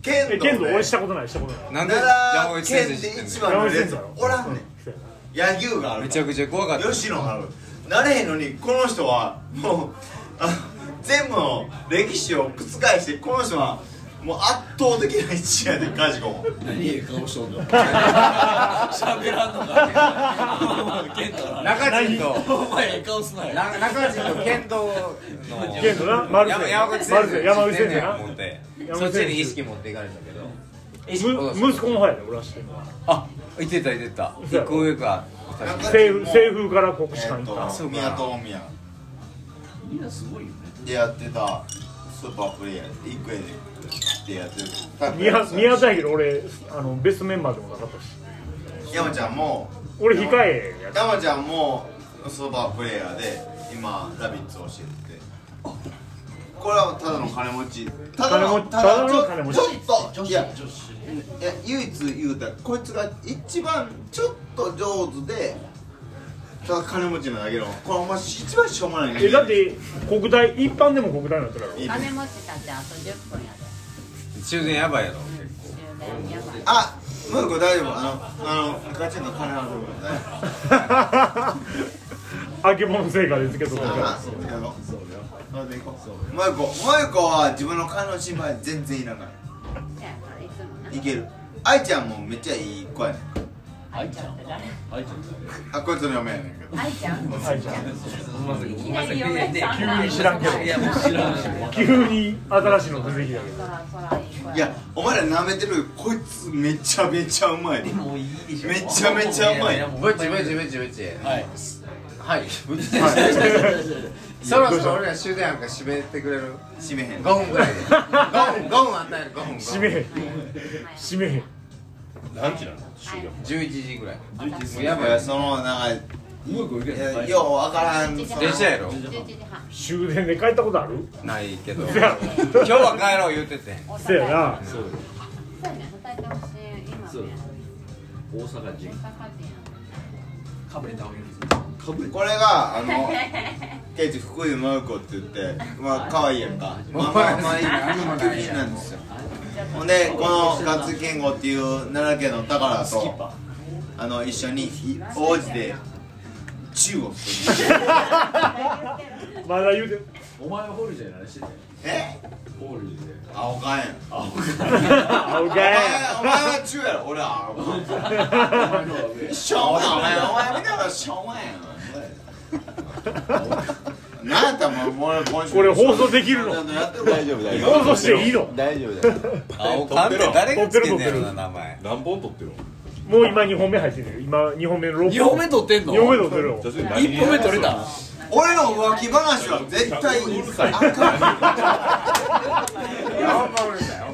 Speaker 3: 剣
Speaker 5: え
Speaker 3: 道で
Speaker 5: 剣道俺したことないしたことない
Speaker 1: なんで
Speaker 3: 奈
Speaker 1: 山
Speaker 3: 良
Speaker 1: 口先生知っ
Speaker 3: 県
Speaker 1: て
Speaker 3: で
Speaker 1: ん
Speaker 3: 一
Speaker 1: の
Speaker 3: 番のやつおらんねん
Speaker 5: そうやな
Speaker 3: 野球がある
Speaker 1: めちゃくちゃ怖かった
Speaker 3: 吉野があるなれへんのにこの人はもうあ全部の歴史を覆してこの人はもう圧倒的な一夜でカジコ も
Speaker 9: 何ええ顔しとんの
Speaker 2: 喋らんのかケントな
Speaker 1: 中人と
Speaker 2: お前ええ顔すなよ
Speaker 1: な中人と剣道の
Speaker 5: 剣道なマルセ
Speaker 1: 山
Speaker 5: イ
Speaker 1: 山口先
Speaker 5: マルセ
Speaker 1: 生
Speaker 5: イ山口
Speaker 1: 知っ
Speaker 5: 先
Speaker 1: てん
Speaker 5: 生
Speaker 1: ねや
Speaker 5: な
Speaker 1: 思って
Speaker 5: 山
Speaker 1: そ
Speaker 5: 口
Speaker 1: っち
Speaker 5: 先生
Speaker 1: に意識持っていかれたけど
Speaker 5: む息子の方やで俺は知ってるのは
Speaker 1: あいてたいてた一個上か
Speaker 5: 西風西風から国士館行った
Speaker 1: そうか
Speaker 3: 宮と宮
Speaker 2: みんなすごいよね
Speaker 3: でやってたスーパープレイヤーで一個やでやってる
Speaker 5: 宮宮田やけど俺あのベストメンバーでもなかったし
Speaker 3: 山ちゃんも
Speaker 5: 俺控えや
Speaker 3: 山ちゃんもスーパープレイヤーで今ラビッツを教えててこれはただの金持ちただの
Speaker 5: 金持ちただの金持ち
Speaker 3: ちょちょっといやいや唯一言うたらこいつが一番ちょっと上手でただ金持ちなんだけどこれお前一番しょうもない
Speaker 5: えだって国大一般でも国大になってるやろ
Speaker 3: いい
Speaker 14: 金
Speaker 3: ね
Speaker 14: 持ちたちあと10分やで
Speaker 1: 終電やばいやろ
Speaker 14: 終電やばい
Speaker 3: あムーコ大丈夫あのあのガチャの金払うからね
Speaker 5: あけぼの成果ですけど
Speaker 3: あそうやろそうやろそれでいこうマイコマイコは自分の金の心配全然いらない
Speaker 14: せやないつもない
Speaker 3: ける愛ちゃんもめっちゃいい子やねん
Speaker 14: 愛ちゃんって誰
Speaker 2: 愛ちゃん
Speaker 3: あこいつの嫁やねんけど
Speaker 14: 愛ちゃん
Speaker 5: 愛ちゃん
Speaker 14: いきなり嫁さん
Speaker 5: 急
Speaker 14: なん
Speaker 5: に知らんけど
Speaker 2: いやもう知らんし
Speaker 5: 急に新しいの出てきたけ
Speaker 14: そ
Speaker 5: ど
Speaker 14: らそらいい子
Speaker 3: いやお前ら舐めてるこいつめちゃめちゃうまい
Speaker 2: でもいいでしょ
Speaker 3: めちゃめちゃうまい
Speaker 1: ブチブチブチブチ
Speaker 2: はい
Speaker 1: はいブチ そろそろ俺ら終電なんか閉めてくれる
Speaker 3: 締めへ
Speaker 1: 5
Speaker 3: ん
Speaker 1: 分ぐらいで5分5分あった やろ5分
Speaker 5: 締めへん締めへん
Speaker 9: 何時なの終了
Speaker 1: 11時ぐらいもう
Speaker 3: や
Speaker 1: やばい
Speaker 3: ばい
Speaker 1: や
Speaker 3: や
Speaker 1: つ
Speaker 3: そのなんか
Speaker 2: うまくいけ
Speaker 3: い
Speaker 2: ない
Speaker 3: やようわからんその
Speaker 1: 電車やろ
Speaker 14: 11時半
Speaker 5: 終電で帰ったことある
Speaker 1: ないけど
Speaker 5: せや
Speaker 1: 今日は帰ろう言うてて
Speaker 14: 大
Speaker 5: せや
Speaker 14: 阪
Speaker 5: な
Speaker 14: そうやね働いてほしい今
Speaker 2: そう
Speaker 14: もや
Speaker 2: 大阪
Speaker 14: 大
Speaker 2: 人
Speaker 14: 阪人や
Speaker 2: かぶれたわけですよかぶれ
Speaker 3: これがあの ケイチ福井真由子って言ってまあ可愛いやんかまあまあまあいいな
Speaker 1: 何もない
Speaker 3: なんですよほんでこのガッツ健吾っていう奈良県の宝とあの一緒にい王子で中国
Speaker 5: まだ言うて
Speaker 10: お前ホールじゃないして
Speaker 3: え
Speaker 10: ホールで
Speaker 3: 青かやん青か
Speaker 10: やん
Speaker 3: お前お前は中やろ俺は青かやんしょうもないお前お前見たらしょうもないやんなんやったらもうもう今週
Speaker 5: これ放送できるの
Speaker 3: やってる
Speaker 6: 大丈夫大丈夫
Speaker 5: 放送していいの
Speaker 6: 大丈夫大丈夫
Speaker 1: 青缶って誰がつけんねやろな
Speaker 5: 撮ってる撮ってる
Speaker 1: 名前
Speaker 12: 何本取ってるの
Speaker 5: もう今2本目入ってるよ今2本目の6本
Speaker 12: 二本目撮ってんの
Speaker 5: 2本目撮ってるよ
Speaker 12: 一本目撮れた
Speaker 3: 俺の浮気話は絶対うるさい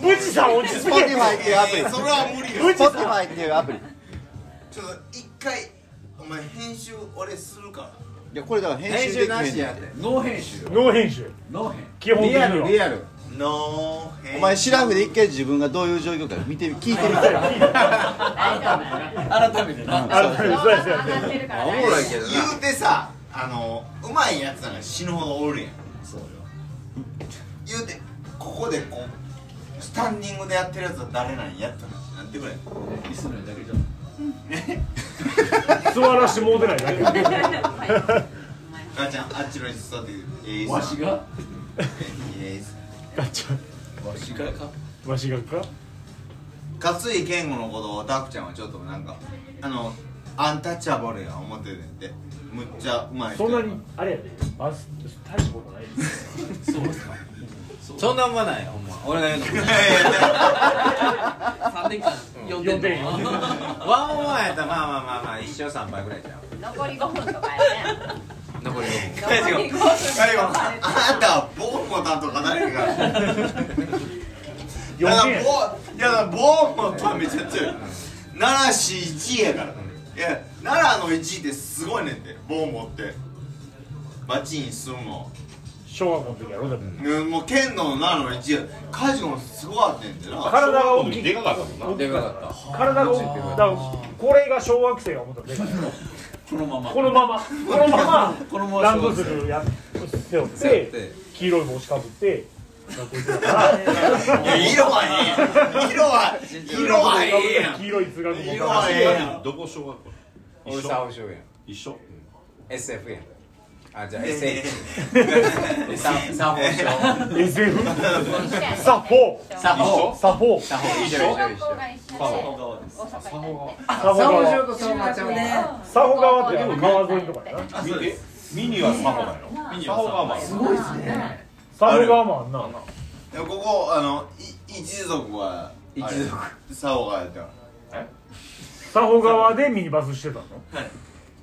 Speaker 5: 富士山落ち着け
Speaker 6: Spotify っていうアプリ
Speaker 3: それは無理よ
Speaker 6: Spotify っていうアプリい
Speaker 3: ちょっと一回お前編集俺するから
Speaker 6: やこれだから編集できへんねん
Speaker 10: ノー編集
Speaker 5: ノー編集
Speaker 10: ノー編
Speaker 5: 基本的には
Speaker 6: リアル
Speaker 3: ノー編集
Speaker 6: お前シラフで一回自分がどういう状況か見てみ聞いてみて
Speaker 10: 改めてな
Speaker 5: 改めてそうやそうやそうや
Speaker 6: おもろいけどな
Speaker 3: 言うてさあのうまいやつなんか死ぬほどおるやんそうよ言うてここでこうスタンディングでやってるやつは誰なんやって話になってくれ
Speaker 10: 椅子のだけじゃ
Speaker 5: 座らしてもうてないだけ
Speaker 3: ガちゃんあっちの椅子座ってええ
Speaker 10: わしが
Speaker 3: え
Speaker 5: ガチャ
Speaker 10: わしがか
Speaker 5: わしがか
Speaker 3: 勝井健吾のことをタクちゃんはちょっとなんかあのアンタッチャブルや思ってるんでむっちゃうまい人
Speaker 5: そんなにあれやであす大したことない
Speaker 10: そうですか
Speaker 1: そんなあんまないよほんま俺が言うのも
Speaker 3: いやいや
Speaker 10: 3年間呼んでんの
Speaker 5: 呼んでんの
Speaker 1: ワンオンワンやったらまあまあまあまあ一生三杯ぐらいじゃん
Speaker 14: 残り5分とかやね
Speaker 1: 残り
Speaker 14: 残り5分と
Speaker 3: あれは
Speaker 14: か
Speaker 3: あんたはボーンボタンとか誰かがいや
Speaker 5: 4
Speaker 3: だ
Speaker 5: 件や
Speaker 3: ボいやだボーンのためちゃ強い奈良市1位やからいや奈良の1位ってすごいねんてボーン持って町に住むの、
Speaker 5: 小学校の時やろだって
Speaker 3: うん、もう剣道の奈良の1位やカジノすごかったんてな
Speaker 5: 体が大きい
Speaker 12: でかかったもんな
Speaker 1: でかかっ
Speaker 5: 体が大きいだからこれが小学生が思ったらでかい
Speaker 10: このまま
Speaker 5: このままこのま
Speaker 10: このま
Speaker 5: ま
Speaker 10: ま
Speaker 5: ランドセルや背負
Speaker 1: たやっ
Speaker 5: って
Speaker 1: て
Speaker 5: 黄色い帽子かぶって学校行ってたから
Speaker 3: いや色はいい色は色はいいやん
Speaker 5: 黄色い通学帽
Speaker 3: 色はええやん
Speaker 12: どこ小学校
Speaker 1: 俺さ青塩やん
Speaker 12: 一緒
Speaker 1: SF やんあじゃあ
Speaker 3: え
Speaker 1: SF
Speaker 3: え
Speaker 1: ササフォーショー
Speaker 5: SF
Speaker 14: やね
Speaker 5: サフォー
Speaker 1: サフォー
Speaker 5: サフォー
Speaker 1: サフォー一緒一緒一緒
Speaker 14: 一緒
Speaker 10: 側です
Speaker 14: 大阪に行っ
Speaker 5: サフォ
Speaker 1: サフォーショ
Speaker 5: 川
Speaker 1: ーとサフォーちゃんは
Speaker 5: サフォ川ってあの川沿いとかやな
Speaker 3: あそうです
Speaker 12: ミニはスマホだよミニはスマホだよ
Speaker 10: すごいですね
Speaker 5: サフォ川もあんな
Speaker 3: でもここあのい一族は一族サオがやった
Speaker 5: サフォ川でミニバスしてたの
Speaker 15: はい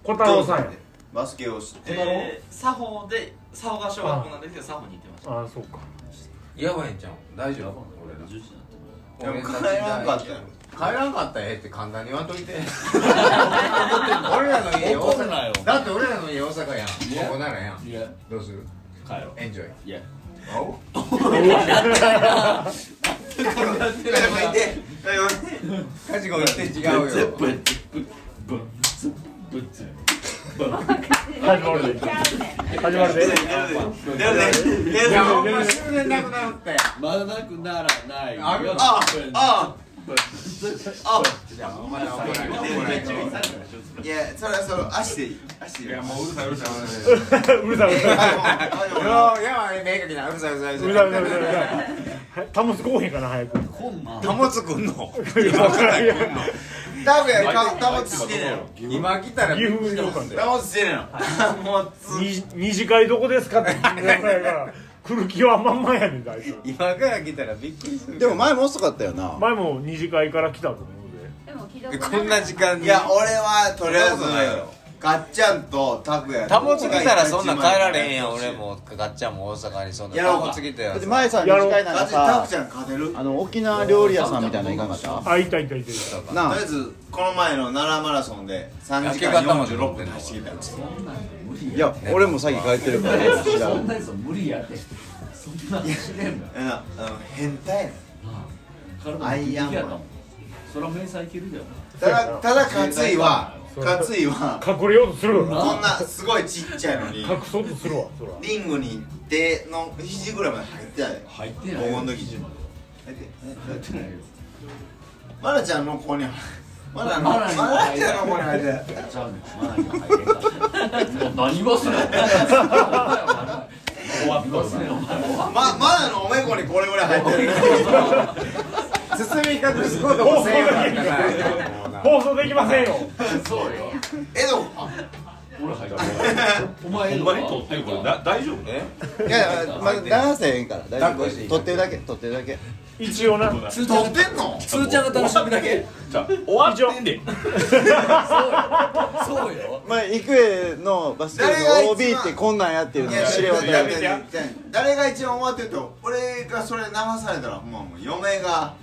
Speaker 5: 小太郎さんや
Speaker 3: バスケをして
Speaker 15: えー、作法で作法が小学校なんですけど作法に行ってました
Speaker 5: ああそうか
Speaker 1: やばいんちゃうん大丈夫
Speaker 3: で
Speaker 1: 俺
Speaker 3: も
Speaker 1: ら
Speaker 3: 帰らんかったよ
Speaker 1: 帰らんかったらええって簡単に言わんと いて俺らの家大
Speaker 10: 怒るなよ
Speaker 1: 阪だって俺らの家大阪やんここならやん
Speaker 10: いや
Speaker 1: どうする
Speaker 10: 帰ろう
Speaker 1: エンジョイ
Speaker 10: いや
Speaker 3: でもいてでもいて
Speaker 1: カジコ言って違うよ
Speaker 10: ブッブッツブッツブッツ
Speaker 5: 始まるで
Speaker 14: ちゃうねん
Speaker 5: 始まるで
Speaker 3: でもね
Speaker 1: いやほん
Speaker 3: でも
Speaker 1: ま
Speaker 3: ね
Speaker 1: 終電なくなったよ
Speaker 10: まだなくならないよ
Speaker 1: あ
Speaker 3: あ
Speaker 10: あ
Speaker 3: あ あ
Speaker 1: じゃあお前ら怒らない怒らない
Speaker 3: いやそれはそれ足でいい足でいい
Speaker 9: いやもううるさいうるさいうるさいう
Speaker 5: るさいうるさい
Speaker 1: もうやばい目かきなうるさいうるさいうる
Speaker 5: うる
Speaker 1: さ
Speaker 5: さ
Speaker 1: い
Speaker 5: いうるさいうるさいタモスこうへんかな早く
Speaker 10: こんなん
Speaker 1: 保つくんの
Speaker 5: 今からや
Speaker 3: 多分やか保つしてねやろ
Speaker 1: 今来たら
Speaker 5: 岐阜旅館で
Speaker 3: 保つしてねやろもうつ
Speaker 5: 二二次会どこですかって聞いてくださいから来る気はまんまやねん大体
Speaker 1: 今から来たらびっくりする
Speaker 6: でも前も遅かったよな
Speaker 5: 前も二次会から来たと思うので
Speaker 14: でも既読
Speaker 1: こんな時間に
Speaker 3: いや俺はとりあえず
Speaker 1: そんなことないよ
Speaker 3: かっちゃんとたくや
Speaker 1: タモツ来たらそんなん帰られへんやん俺もガッチャンも大阪にそんな
Speaker 3: やろう
Speaker 1: タ
Speaker 3: か
Speaker 1: モツ来た
Speaker 6: だ
Speaker 1: や
Speaker 6: って
Speaker 1: つ
Speaker 6: 前さ二
Speaker 5: やろう
Speaker 6: 次会なん
Speaker 3: ガ
Speaker 6: か
Speaker 3: チタ
Speaker 6: さ
Speaker 3: クちゃん勝てる
Speaker 6: あの沖縄料理屋さんみたいなのいかんかった
Speaker 5: あいたいたいたい
Speaker 6: な
Speaker 3: と
Speaker 6: あ
Speaker 3: りあえずこの前の奈良マラソンで3時間46分で走ってきたんですよ
Speaker 10: そんなん無理
Speaker 6: いや俺もさっき帰ってるから知ら
Speaker 10: そん
Speaker 6: ん
Speaker 10: なやつ無理やってそんなん知れんの
Speaker 3: うんあの変態やねアイアンマン
Speaker 10: そら明細いけるじゃん
Speaker 3: ただただ勝井は
Speaker 5: そうやな
Speaker 3: 勝井は
Speaker 5: 隠れようとするよ
Speaker 3: こ
Speaker 5: なん
Speaker 3: なすごいちっちゃいのに
Speaker 5: 隠そうとするわそら
Speaker 3: リングに手の肘ぐらいまで入ってたで
Speaker 10: 入ってない
Speaker 3: 黄金の時
Speaker 10: まで
Speaker 3: マラちゃんの子にマラ
Speaker 16: マラに
Speaker 3: マラちゃんの子に入って
Speaker 16: ちゃうね
Speaker 3: マラ
Speaker 16: 何がすんの
Speaker 3: まマラのおめこにこれぐらい入ってる
Speaker 1: 包み隠す
Speaker 3: こともせんよな
Speaker 5: 放送できませんよ
Speaker 3: そうよえど
Speaker 9: 俺入った
Speaker 3: お前
Speaker 9: ほんまに撮ってるこれだ大丈夫ね
Speaker 6: いやいや、まあ、流せへんから大丈夫撮ってるだけ撮ってるだけ
Speaker 5: 一応な
Speaker 3: 撮ってんの
Speaker 6: つーちゃんが楽しむだけ
Speaker 9: じゃあ終わってんで
Speaker 6: そうよまあ育英のバスケの OB ってこんなんやっていうのが知れ渡
Speaker 3: や
Speaker 6: る
Speaker 3: めてやめて誰が一番終わってると俺がそれ流されたらほんまもう嫁が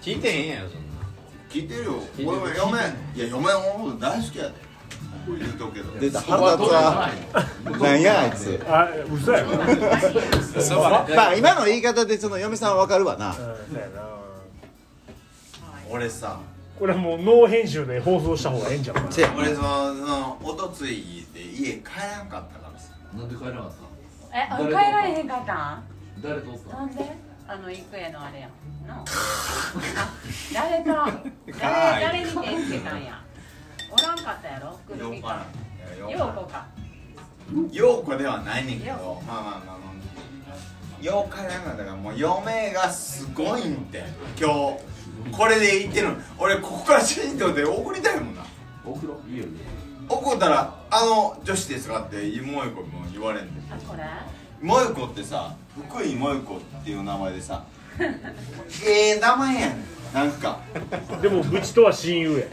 Speaker 1: 聞いてへんやろそんな
Speaker 3: 聞いてるよ
Speaker 1: いてる
Speaker 3: 俺も嫁いや嫁のこと大好きやで言うとくけど
Speaker 6: 出た腹立つわなんやあいつ
Speaker 5: あ嘘や
Speaker 6: まあまあ今の言い方でその嫁さんわかるわな
Speaker 3: 俺さ
Speaker 5: これもうノー編集で放送した方がええんちゃうかな
Speaker 3: 俺そのそのおとついで家帰らんかったからさ
Speaker 17: なんで帰らなかった
Speaker 4: え、あ帰られへんかったん
Speaker 17: 誰とおった
Speaker 4: なんであの、行方のあれやんなあ誰と
Speaker 3: かい
Speaker 4: 誰、誰に手つけたんやおらんかったやろくるみ
Speaker 3: よう
Speaker 4: か
Speaker 3: いや
Speaker 4: ようこか
Speaker 3: ようこではないねんけどまあまあまあまあよう帰らんかったからもう嫁がすごいんで今日これで言ってるの俺ここからシートで送りたいもんな
Speaker 17: 送ろういいよね
Speaker 3: 怒ったら「あの女子ですか?」ってもえこも言われんで
Speaker 4: あ、 これ
Speaker 3: もえこってさ福井もえこっていう名前でさええ名前やんなんか
Speaker 5: でも愚痴とは親友や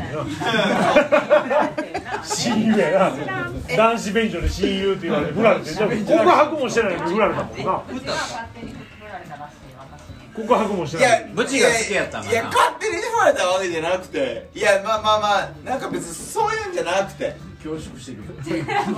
Speaker 5: な親友やな男子便所で親友って言われて振られてでも告白もしてないのに振られたも
Speaker 4: う
Speaker 5: んな
Speaker 4: ちが勝手に振られたらしい私に
Speaker 5: 告白もしてない
Speaker 3: ブチが好きやったいや勝手に振られたわけじゃなくていやまあまあまあなんか別にそういうんじゃなくて
Speaker 17: 恐縮してる
Speaker 4: 笑ってる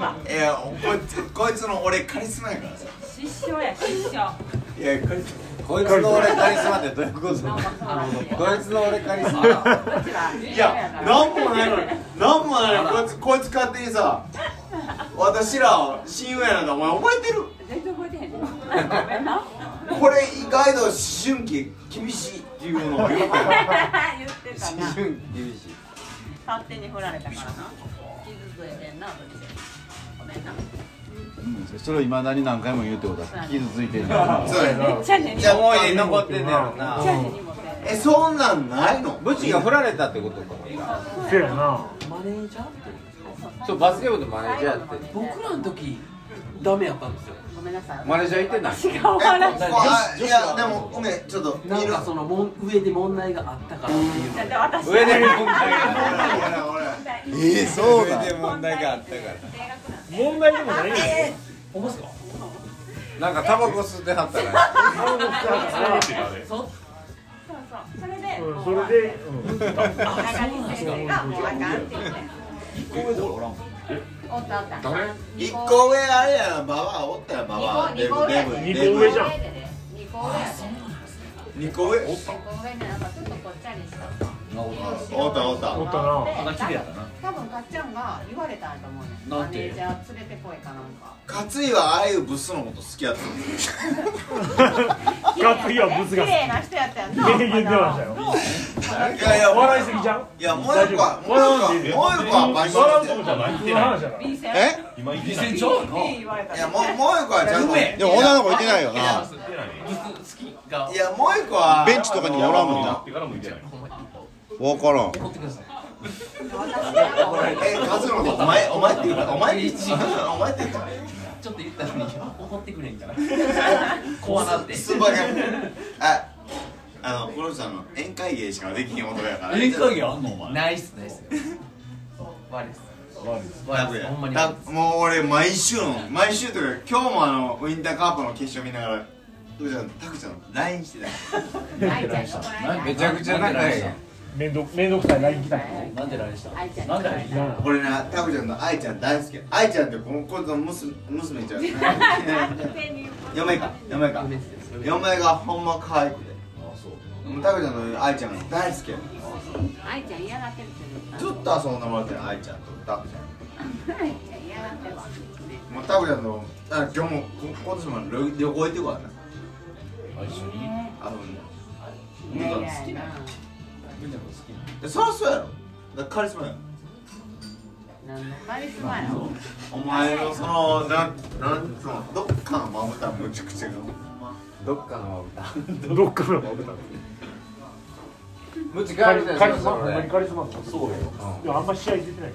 Speaker 4: わ
Speaker 3: いやこいつこいつの俺カリスマやからさ
Speaker 4: 失笑や失笑
Speaker 3: いやカリス
Speaker 1: こいつの俺カリスマってどういうことこいつの俺カリスマ
Speaker 3: マいやなんもないのになんもないのにこいつこいつ勝手にさ私ら親友やなんだお前覚えてる
Speaker 4: 全然覚えてへんねんごめんな
Speaker 3: これ意外と思春期厳しいっていうのを言うて
Speaker 4: 言ってたな
Speaker 3: 春期厳しい
Speaker 4: 勝手に振られたからな傷ついてんなどっちごめんな
Speaker 6: それをいまだに何回も言うってことは傷ついてるな
Speaker 3: そうやな
Speaker 4: めっちゃ根に持って
Speaker 3: じゃあ思い出残ってんねやろな
Speaker 4: めっちゃ根に持ってんねん
Speaker 3: えそんなんないの
Speaker 1: ブチが振られたってことか
Speaker 5: せやな
Speaker 2: マネージャーって
Speaker 1: そうバスケ部のマネージャーって
Speaker 2: 僕らの時ダメやったんですよ
Speaker 4: ごめんなさい
Speaker 1: マネージャーいてない
Speaker 4: 違う話
Speaker 3: いやでもごめんちょっと
Speaker 2: なんかそのもん上で問題があったからっていう
Speaker 4: じゃあじゃあ私
Speaker 1: 上で問
Speaker 4: 題
Speaker 1: えそうだ
Speaker 4: 問題があった
Speaker 1: から
Speaker 5: 問題でもないよ
Speaker 2: 思いますか
Speaker 1: なんかタバコ吸ってはったから
Speaker 2: そ
Speaker 4: そうそうそれで
Speaker 5: うん
Speaker 4: もう
Speaker 5: それで
Speaker 4: 中西先生がもうあかんって言っておったおった
Speaker 3: 一個上あれやなババアおったやババア
Speaker 4: 二個
Speaker 3: デブ
Speaker 4: 二
Speaker 3: デブ
Speaker 5: 個上じゃん
Speaker 4: 二個上やで
Speaker 3: 二個上
Speaker 4: 二個上でなんかちょっとぽっちゃりした
Speaker 3: おったおった
Speaker 5: おったな
Speaker 4: で
Speaker 2: 肌綺麗やったな
Speaker 4: 多分かっちゃんが言われたんやと思うねん
Speaker 2: な
Speaker 4: マ
Speaker 2: ん
Speaker 4: ネ
Speaker 2: て
Speaker 4: ージャー連れてこいかなんか
Speaker 3: 勝井はああいうブスのこと好きやったの
Speaker 5: 勝井はブスが
Speaker 4: 綺麗な人やったやんな
Speaker 5: 名言出ましたよ
Speaker 3: いやいや
Speaker 5: 笑いすぎじゃん
Speaker 3: いやもう一個はもう一個はもう一個はバイト
Speaker 5: 笑う
Speaker 3: して
Speaker 5: とこじゃない
Speaker 18: て
Speaker 5: 話だから
Speaker 4: ビーセン
Speaker 6: え
Speaker 18: 今言ってない
Speaker 17: 店
Speaker 18: 言
Speaker 17: 長の
Speaker 4: 言われた
Speaker 3: いやもうもう一個はちゃんと
Speaker 6: でも女の子いてないよな
Speaker 18: ってない
Speaker 17: 好きが
Speaker 3: いやもう一個は
Speaker 6: ベンチとかにもおらんもんな
Speaker 18: ってからも言ってない
Speaker 6: 分からん
Speaker 17: 怒ってください
Speaker 3: え勝野のことお前お前って言うからお前って言っちゃうお前って言っちゃう
Speaker 17: ちょっと言ったの に怒ってくれんから怖なって
Speaker 3: スーパーギャグああのこの人あの宴会芸しかできへん男やから
Speaker 17: 宴会
Speaker 3: 芸
Speaker 17: 芸あんのお前ないっすないっす悪いっす悪いっす悪いっすほんまに悪いっす
Speaker 3: もう俺毎週の毎週というか今日もあのウィンターカープの決勝見ながらタクちゃんタクちゃんの LINE して
Speaker 4: 愛ちゃん怒られた
Speaker 1: めちゃくちゃ仲いいやん
Speaker 5: 面倒めんどくさい LINE 来たんや
Speaker 2: なんでラインした
Speaker 4: 愛ちゃん
Speaker 2: なん
Speaker 4: 怒ら
Speaker 2: で
Speaker 4: れ
Speaker 2: ラインしたた
Speaker 3: た俺なタクちゃんの愛ちゃん大好き愛ちゃんってこの子の娘娘ちゃん 嫁か嫁か嫁がほんま可愛くて
Speaker 2: あそう
Speaker 3: もうタクちゃんの愛ちゃんが大好きや
Speaker 4: 愛ちゃん嫌がってるって言う
Speaker 3: ずっと遊んでもらってる愛ちゃんとタクちゃん
Speaker 4: 愛ちゃん嫌がってるわ
Speaker 3: もうタクちゃんのあ今日もこ今年も旅旅行行ってこうやな
Speaker 2: あ一緒に
Speaker 4: ね
Speaker 3: あの
Speaker 4: いやいやいや
Speaker 3: みんなの好きなそりゃそうやろだからカリスマやろ
Speaker 4: 何のカリスマやろ
Speaker 3: お前のそのなんなんつうのどっかのまぶたむちゃくちゃが どっかのまぶたどっかのまぶた
Speaker 5: ム
Speaker 3: チ帰るじゃないですか
Speaker 5: カリスマ
Speaker 3: それ
Speaker 5: ほんまにカリスマそうよいやあんま試合出てないテ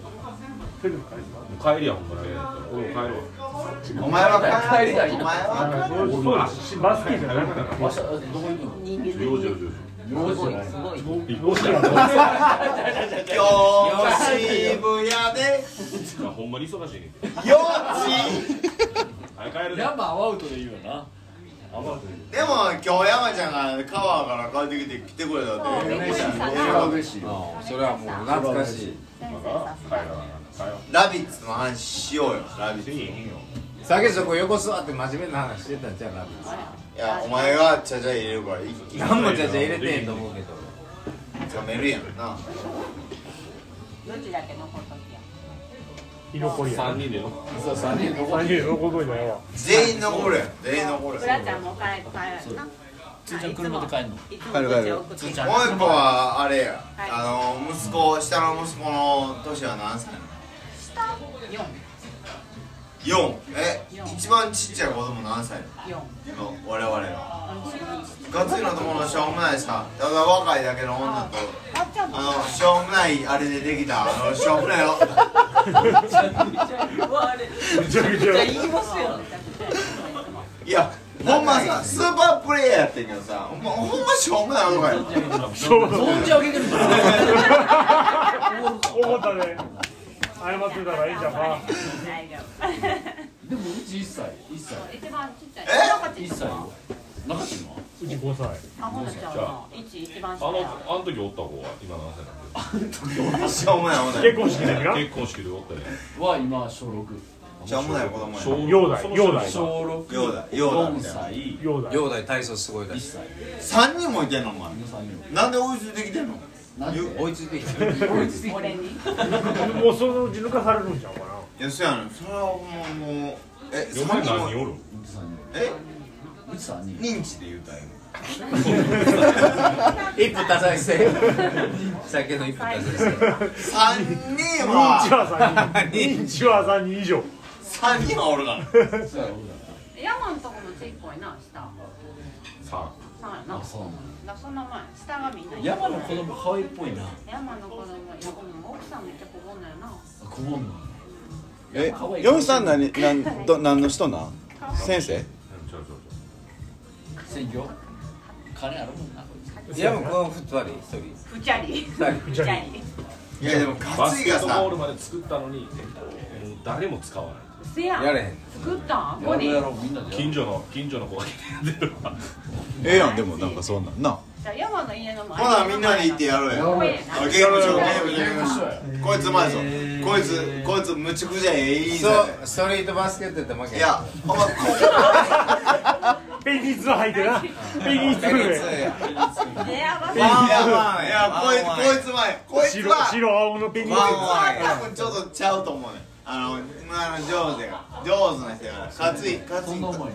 Speaker 5: レビのカリスマ
Speaker 9: 帰りやほんまに俺も帰るわ
Speaker 3: お前は帰
Speaker 5: り
Speaker 3: り
Speaker 5: だ
Speaker 3: だ
Speaker 5: よ
Speaker 3: よ
Speaker 5: お
Speaker 3: お
Speaker 5: 前
Speaker 3: 前
Speaker 5: は
Speaker 3: は
Speaker 5: 帰りだよ
Speaker 9: 俺足
Speaker 5: バスケじゃなくて
Speaker 9: 明日どこ行くの
Speaker 4: 人間
Speaker 9: 用事用事
Speaker 19: 用事すごいすごい
Speaker 9: 用事や
Speaker 3: 今日も渋谷で
Speaker 9: まあほんまに忙しいねんけど
Speaker 3: 幼
Speaker 9: はい帰るで
Speaker 2: 山アワウトで言うよな
Speaker 9: アワウトで
Speaker 3: でも今日山ちゃんが川から帰ってきて来てくれたって
Speaker 1: 嬉しい
Speaker 3: ね
Speaker 1: それは嬉しいそれはもう懐かしい
Speaker 3: ラビッツの話しようよラビッツ
Speaker 1: さっきそこ横座って真面目な話してたんじゃんラビッツ
Speaker 3: いやお前がちゃちゃ入れるから一気に
Speaker 1: 何もじゃじゃ入れてへんと思うけど
Speaker 3: 冷めるやんな
Speaker 4: どっちだけ残っときや
Speaker 5: 居残りや
Speaker 9: 3人でよ
Speaker 3: そう3人残
Speaker 5: り残りだよ
Speaker 3: 全員残るやん全員残る
Speaker 4: ブラちゃんもお金とかえるな
Speaker 2: つーちゃん車で帰んの
Speaker 4: いつも
Speaker 3: もう
Speaker 4: こっち送って
Speaker 3: 一個はあれやあの息子下の息子の年は何歳なの
Speaker 4: 下四
Speaker 3: 4え一番ちっちゃい子供何歳
Speaker 4: 四
Speaker 3: なの我々がガ
Speaker 4: ガ
Speaker 3: ッツリの友のしょうもないさただ若いだけの女と
Speaker 4: あっちゃんも
Speaker 3: あのしょうもないあれでできたあのしょうもないよ
Speaker 5: めちゃくちゃ
Speaker 2: 言いますよ
Speaker 3: いやほんまさスーパープレイヤーやってんけどさほんまほんましょうもない男や
Speaker 5: しょうもない
Speaker 2: 存じ上げてるから
Speaker 5: 思ったね謝ってたらいいじゃんか
Speaker 4: 大丈夫
Speaker 2: でもうち1歳1歳
Speaker 4: 一番ちっちゃい
Speaker 2: 1歳よなかった今
Speaker 5: うち5歳
Speaker 4: あほのちゃんの一一番
Speaker 9: あの
Speaker 4: 下や
Speaker 9: あの時おった方は今何歳なんだ
Speaker 3: しょうもない女
Speaker 5: 結婚式でな
Speaker 9: よ結婚式でおったやん
Speaker 2: は今小6
Speaker 3: しょうもない子供や
Speaker 9: 小
Speaker 5: ようだいようだい
Speaker 2: 小6
Speaker 3: ようだようだ
Speaker 2: 4
Speaker 3: みたいな
Speaker 2: 歳
Speaker 5: ようだい
Speaker 1: 兄弟体操すごいだし
Speaker 3: 3人もいてんのお前
Speaker 2: 皆さんよ
Speaker 3: なんで追いついてきてんの
Speaker 2: なんで
Speaker 1: 追いついてきてる
Speaker 4: 俺に
Speaker 5: もうそのうち抜かされるんじゃんかない
Speaker 3: やそうやねんそれはほんまもうえ
Speaker 9: お
Speaker 3: 三
Speaker 9: 前
Speaker 3: 人
Speaker 9: 何
Speaker 3: も
Speaker 9: 人おる
Speaker 2: うち3人
Speaker 3: え
Speaker 2: うち3人
Speaker 3: 認知で言うたらえ
Speaker 1: 一歩多才性さっきの一歩多才性
Speaker 3: え3人
Speaker 5: 認知
Speaker 3: は
Speaker 5: は3人認知は3人以上
Speaker 3: 3人はおるから
Speaker 4: 山んとこもちっこいな下
Speaker 9: さ
Speaker 4: 三やな
Speaker 2: あそうなの
Speaker 4: だその前下がみんな
Speaker 2: 山の子供可愛いっぽいな
Speaker 4: 山の子供横も奥さんめっちゃこぼんのよな
Speaker 2: こぼんの
Speaker 6: え嫁さん何何ど何の人なん先生
Speaker 9: あちょちょ
Speaker 2: 専業金あるもんなこいつ
Speaker 1: いやもうこの2人1人
Speaker 4: ふちゃりふちゃり
Speaker 3: いやでも
Speaker 9: バ
Speaker 3: ガツ
Speaker 9: ス
Speaker 3: イ
Speaker 9: ケ
Speaker 3: が
Speaker 9: ットボー
Speaker 3: さ
Speaker 9: ルまで作ったのにもう誰も使わない
Speaker 4: せや
Speaker 1: やれへん
Speaker 4: 作ったん
Speaker 2: や
Speaker 4: ボデ
Speaker 2: ろう
Speaker 4: ィ
Speaker 2: やろうみんなでやろう
Speaker 9: 近所の近所の子が出てるわ
Speaker 6: ええやんでもなんかそんなんな
Speaker 4: じゃあ山の家の前
Speaker 3: ほなみんなで行ってやろうよ
Speaker 4: こええな
Speaker 3: あゲームしようゲームしよ
Speaker 2: やりましょうや
Speaker 3: うこいつうまいぞこいつこいつむちゃくちゃええいいぞ
Speaker 1: そうストリートバスケットやって負け
Speaker 3: いやほんまこ
Speaker 5: ペニスは履いてなペニス
Speaker 1: ペニツ
Speaker 5: で
Speaker 1: や
Speaker 4: エアバス
Speaker 3: いやいやこいつこいつうまいこいつ
Speaker 5: 白
Speaker 3: は
Speaker 5: 白青のペニス
Speaker 3: まあまあ多分ちょっとちゃうと思うねんあのまあ上手が上手な人やからかついかつ
Speaker 2: そんな思い
Speaker 3: い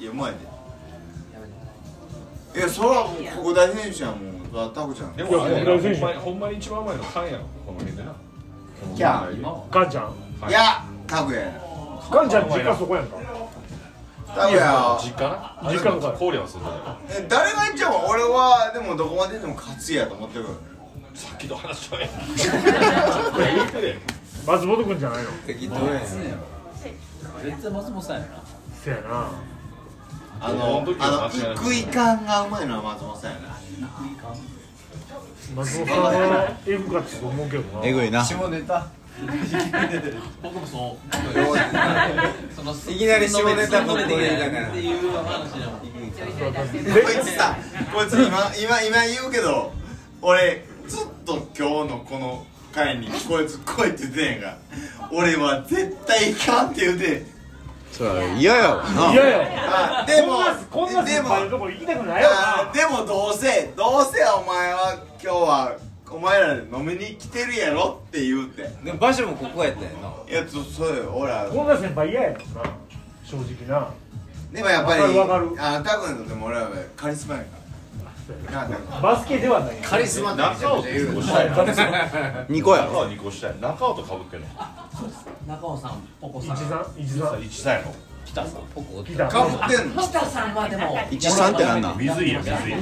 Speaker 3: いやうまいでいやそれはもう国大選手やもんそれはタコちゃん
Speaker 9: で
Speaker 3: で
Speaker 9: もあれや
Speaker 5: いや
Speaker 9: なほんまにほんまに一番前の缶やろこの辺でな
Speaker 3: キャー
Speaker 9: 今は
Speaker 5: ガンちゃん
Speaker 3: いやタコやな
Speaker 5: ガンちゃん実家そこやんか
Speaker 3: タコや
Speaker 9: 実家な
Speaker 5: 実家の缶
Speaker 9: 高齢はするんだよ
Speaker 3: え誰が言っちゃうの俺はでもどこまででも勝つやと思ってるから
Speaker 9: さっきの話はええ言うてるやん
Speaker 5: 松本くんじゃないの
Speaker 1: 適当
Speaker 2: まあ
Speaker 1: や
Speaker 2: 別にやろ絶対松本さんやな
Speaker 5: せやな
Speaker 3: あのあのイクイカンがうまいのは松本さんやな
Speaker 5: 松本さんはエグかったと思うけどな
Speaker 6: えぐいな
Speaker 1: 下ネタ
Speaker 2: 僕もそう その
Speaker 1: いきなり下ネタぶっこ入れた
Speaker 2: だ
Speaker 1: か
Speaker 2: かららっていう話でも
Speaker 4: ちょいちょい出してる
Speaker 3: こいつさこいつ今今今言うけど俺ずっと今日のこの回にこいつ来いって言ってんやんか 俺は絶対いかんって言うてん
Speaker 6: そりゃ嫌やわな
Speaker 5: 嫌や
Speaker 3: あでも
Speaker 5: わこんなこんな
Speaker 3: で
Speaker 5: 先
Speaker 3: も
Speaker 5: 輩のとこ行きたくないよ
Speaker 3: あ
Speaker 5: な
Speaker 3: でもどうせどうせお前は今日はお前らで飲みに来てるやろって言うて
Speaker 1: でも場所もここやったんやない
Speaker 3: やそそうよ俺ら
Speaker 5: こんな先輩嫌やろな正直な
Speaker 3: でもやっぱり
Speaker 5: わかるわ
Speaker 3: あタコにとっても俺はカリスマやからなんだろう
Speaker 5: バスケではない
Speaker 3: カリスマってめちゃ
Speaker 12: 中
Speaker 3: く
Speaker 12: 尾
Speaker 3: ち
Speaker 12: と
Speaker 3: ゃ言う
Speaker 12: 2
Speaker 3: よ
Speaker 12: 個したい
Speaker 3: はいカリス
Speaker 12: な
Speaker 6: 二個やろ
Speaker 12: 中尾2個したい中尾とかぶってんの
Speaker 2: 中尾さん、ポコさん。
Speaker 5: 一山一
Speaker 12: 山一山やろ
Speaker 2: 北さん、ポコ。
Speaker 6: 北かぶってんの
Speaker 2: 北さんはでも。
Speaker 6: 一三ってなんなん
Speaker 12: 水井や水井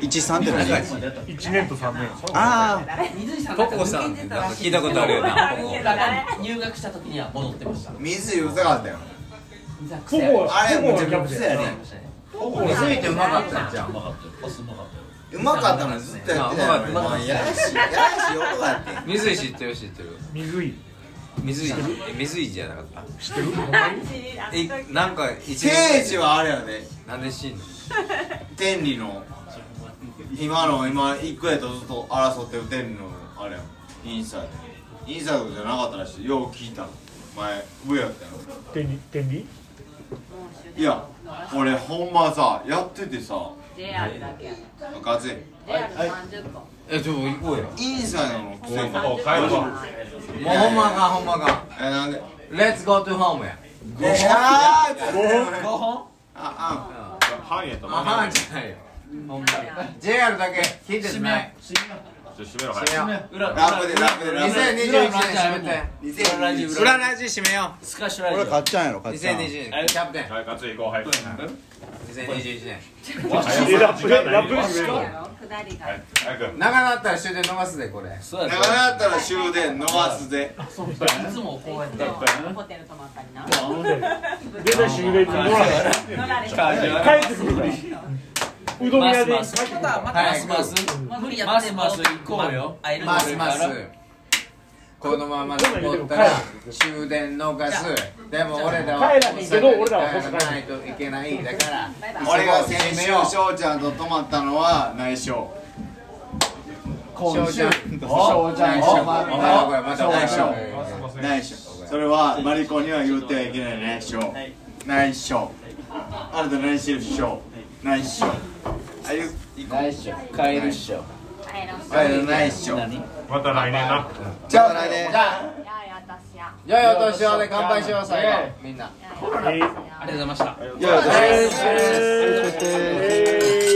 Speaker 6: 一三って何
Speaker 5: 1年と3年
Speaker 6: あ
Speaker 2: 水井さん
Speaker 1: ポコさんってなんか聞いたことあるよな
Speaker 2: ポコが入学した時には戻ってました。
Speaker 3: 水井うざかったよ
Speaker 2: ポコ
Speaker 3: あれめちゃくちゃ癖やね
Speaker 1: ポコ水井ってうまかったんじゃん
Speaker 3: うまかったのずっとやってたよお前やらしいやらしい男やって
Speaker 1: 水井知ってる知ってる
Speaker 5: 水井
Speaker 1: 水井水井じゃなかった
Speaker 5: 知ってる
Speaker 1: えなんか一
Speaker 3: 刑事はあれやね
Speaker 1: なんで死んの
Speaker 3: 天理の今の今一個やとずっと争ってる天理のあれやインサイドインサイドじゃなかったらしいよう聞いたの前上やったよ
Speaker 5: 天理天理
Speaker 3: いや俺ほんまさやっててさ
Speaker 14: JR だけやね
Speaker 3: ガチ
Speaker 14: JR30 個
Speaker 1: えちょ行こうよ
Speaker 3: インサイドの癖が
Speaker 12: もう帰るわ
Speaker 1: もうほんまがほんまが
Speaker 3: えなんで
Speaker 1: レッツゴートゥホームや
Speaker 3: ご飯あ
Speaker 1: 5本
Speaker 3: あ
Speaker 12: 半やった
Speaker 1: あはんじゃないよほんま JR だけヒントしない
Speaker 12: じゃあ閉めろ
Speaker 1: 閉め
Speaker 12: 早
Speaker 1: よ
Speaker 12: く
Speaker 1: う
Speaker 3: ラップでラップでラップで
Speaker 1: 2021年閉めて
Speaker 3: 2021年
Speaker 1: 裏ラジ閉めよ
Speaker 2: スカッシュ
Speaker 6: あこ
Speaker 2: ライ
Speaker 6: れ
Speaker 2: ブ。
Speaker 6: かっちゃんやろ
Speaker 1: う
Speaker 6: かっちゃん
Speaker 1: 2020年キャプテン
Speaker 12: はい勝ついこうはい
Speaker 1: 2021年
Speaker 5: えラップでラップで
Speaker 12: 早く
Speaker 14: やろ下りが
Speaker 12: 早く
Speaker 1: 長なったら終電逃すでこれ
Speaker 2: そうや
Speaker 3: 長なったら終電逃すで
Speaker 2: そういつもこうやって。
Speaker 14: ホテル泊まったりな
Speaker 5: 出たし揺れてもらえ
Speaker 14: 乗られて
Speaker 5: 帰ってくるからうどん
Speaker 2: マ
Speaker 5: 屋
Speaker 2: ス
Speaker 5: で
Speaker 2: マス。またまたマスマス。無理やってマスマス行こうよ。会える
Speaker 1: ますますこのまま残ったら終電逃すでも俺らは
Speaker 5: 帰らへんけど俺らは
Speaker 1: 帰らないといけないだから
Speaker 14: バイバイ
Speaker 3: 俺が先週翔ちゃんと泊まったのは内緒
Speaker 1: 翔ちゃんおまたま
Speaker 3: 翔ちゃんとまったた内緒
Speaker 1: 緒
Speaker 3: 内緒それはマリコには言ってはいけない内緒内緒あなた何してるっしょ内緒あゆ内緒帰るっしょ
Speaker 14: 帰ろう
Speaker 3: 帰る内緒
Speaker 12: また来年な
Speaker 3: じゃあ来年
Speaker 14: やいや私や
Speaker 1: 良いお年をで乾杯しよう最後みんな
Speaker 5: えー
Speaker 2: ありがとうございました。
Speaker 6: いや
Speaker 1: お疲れ様です
Speaker 6: えー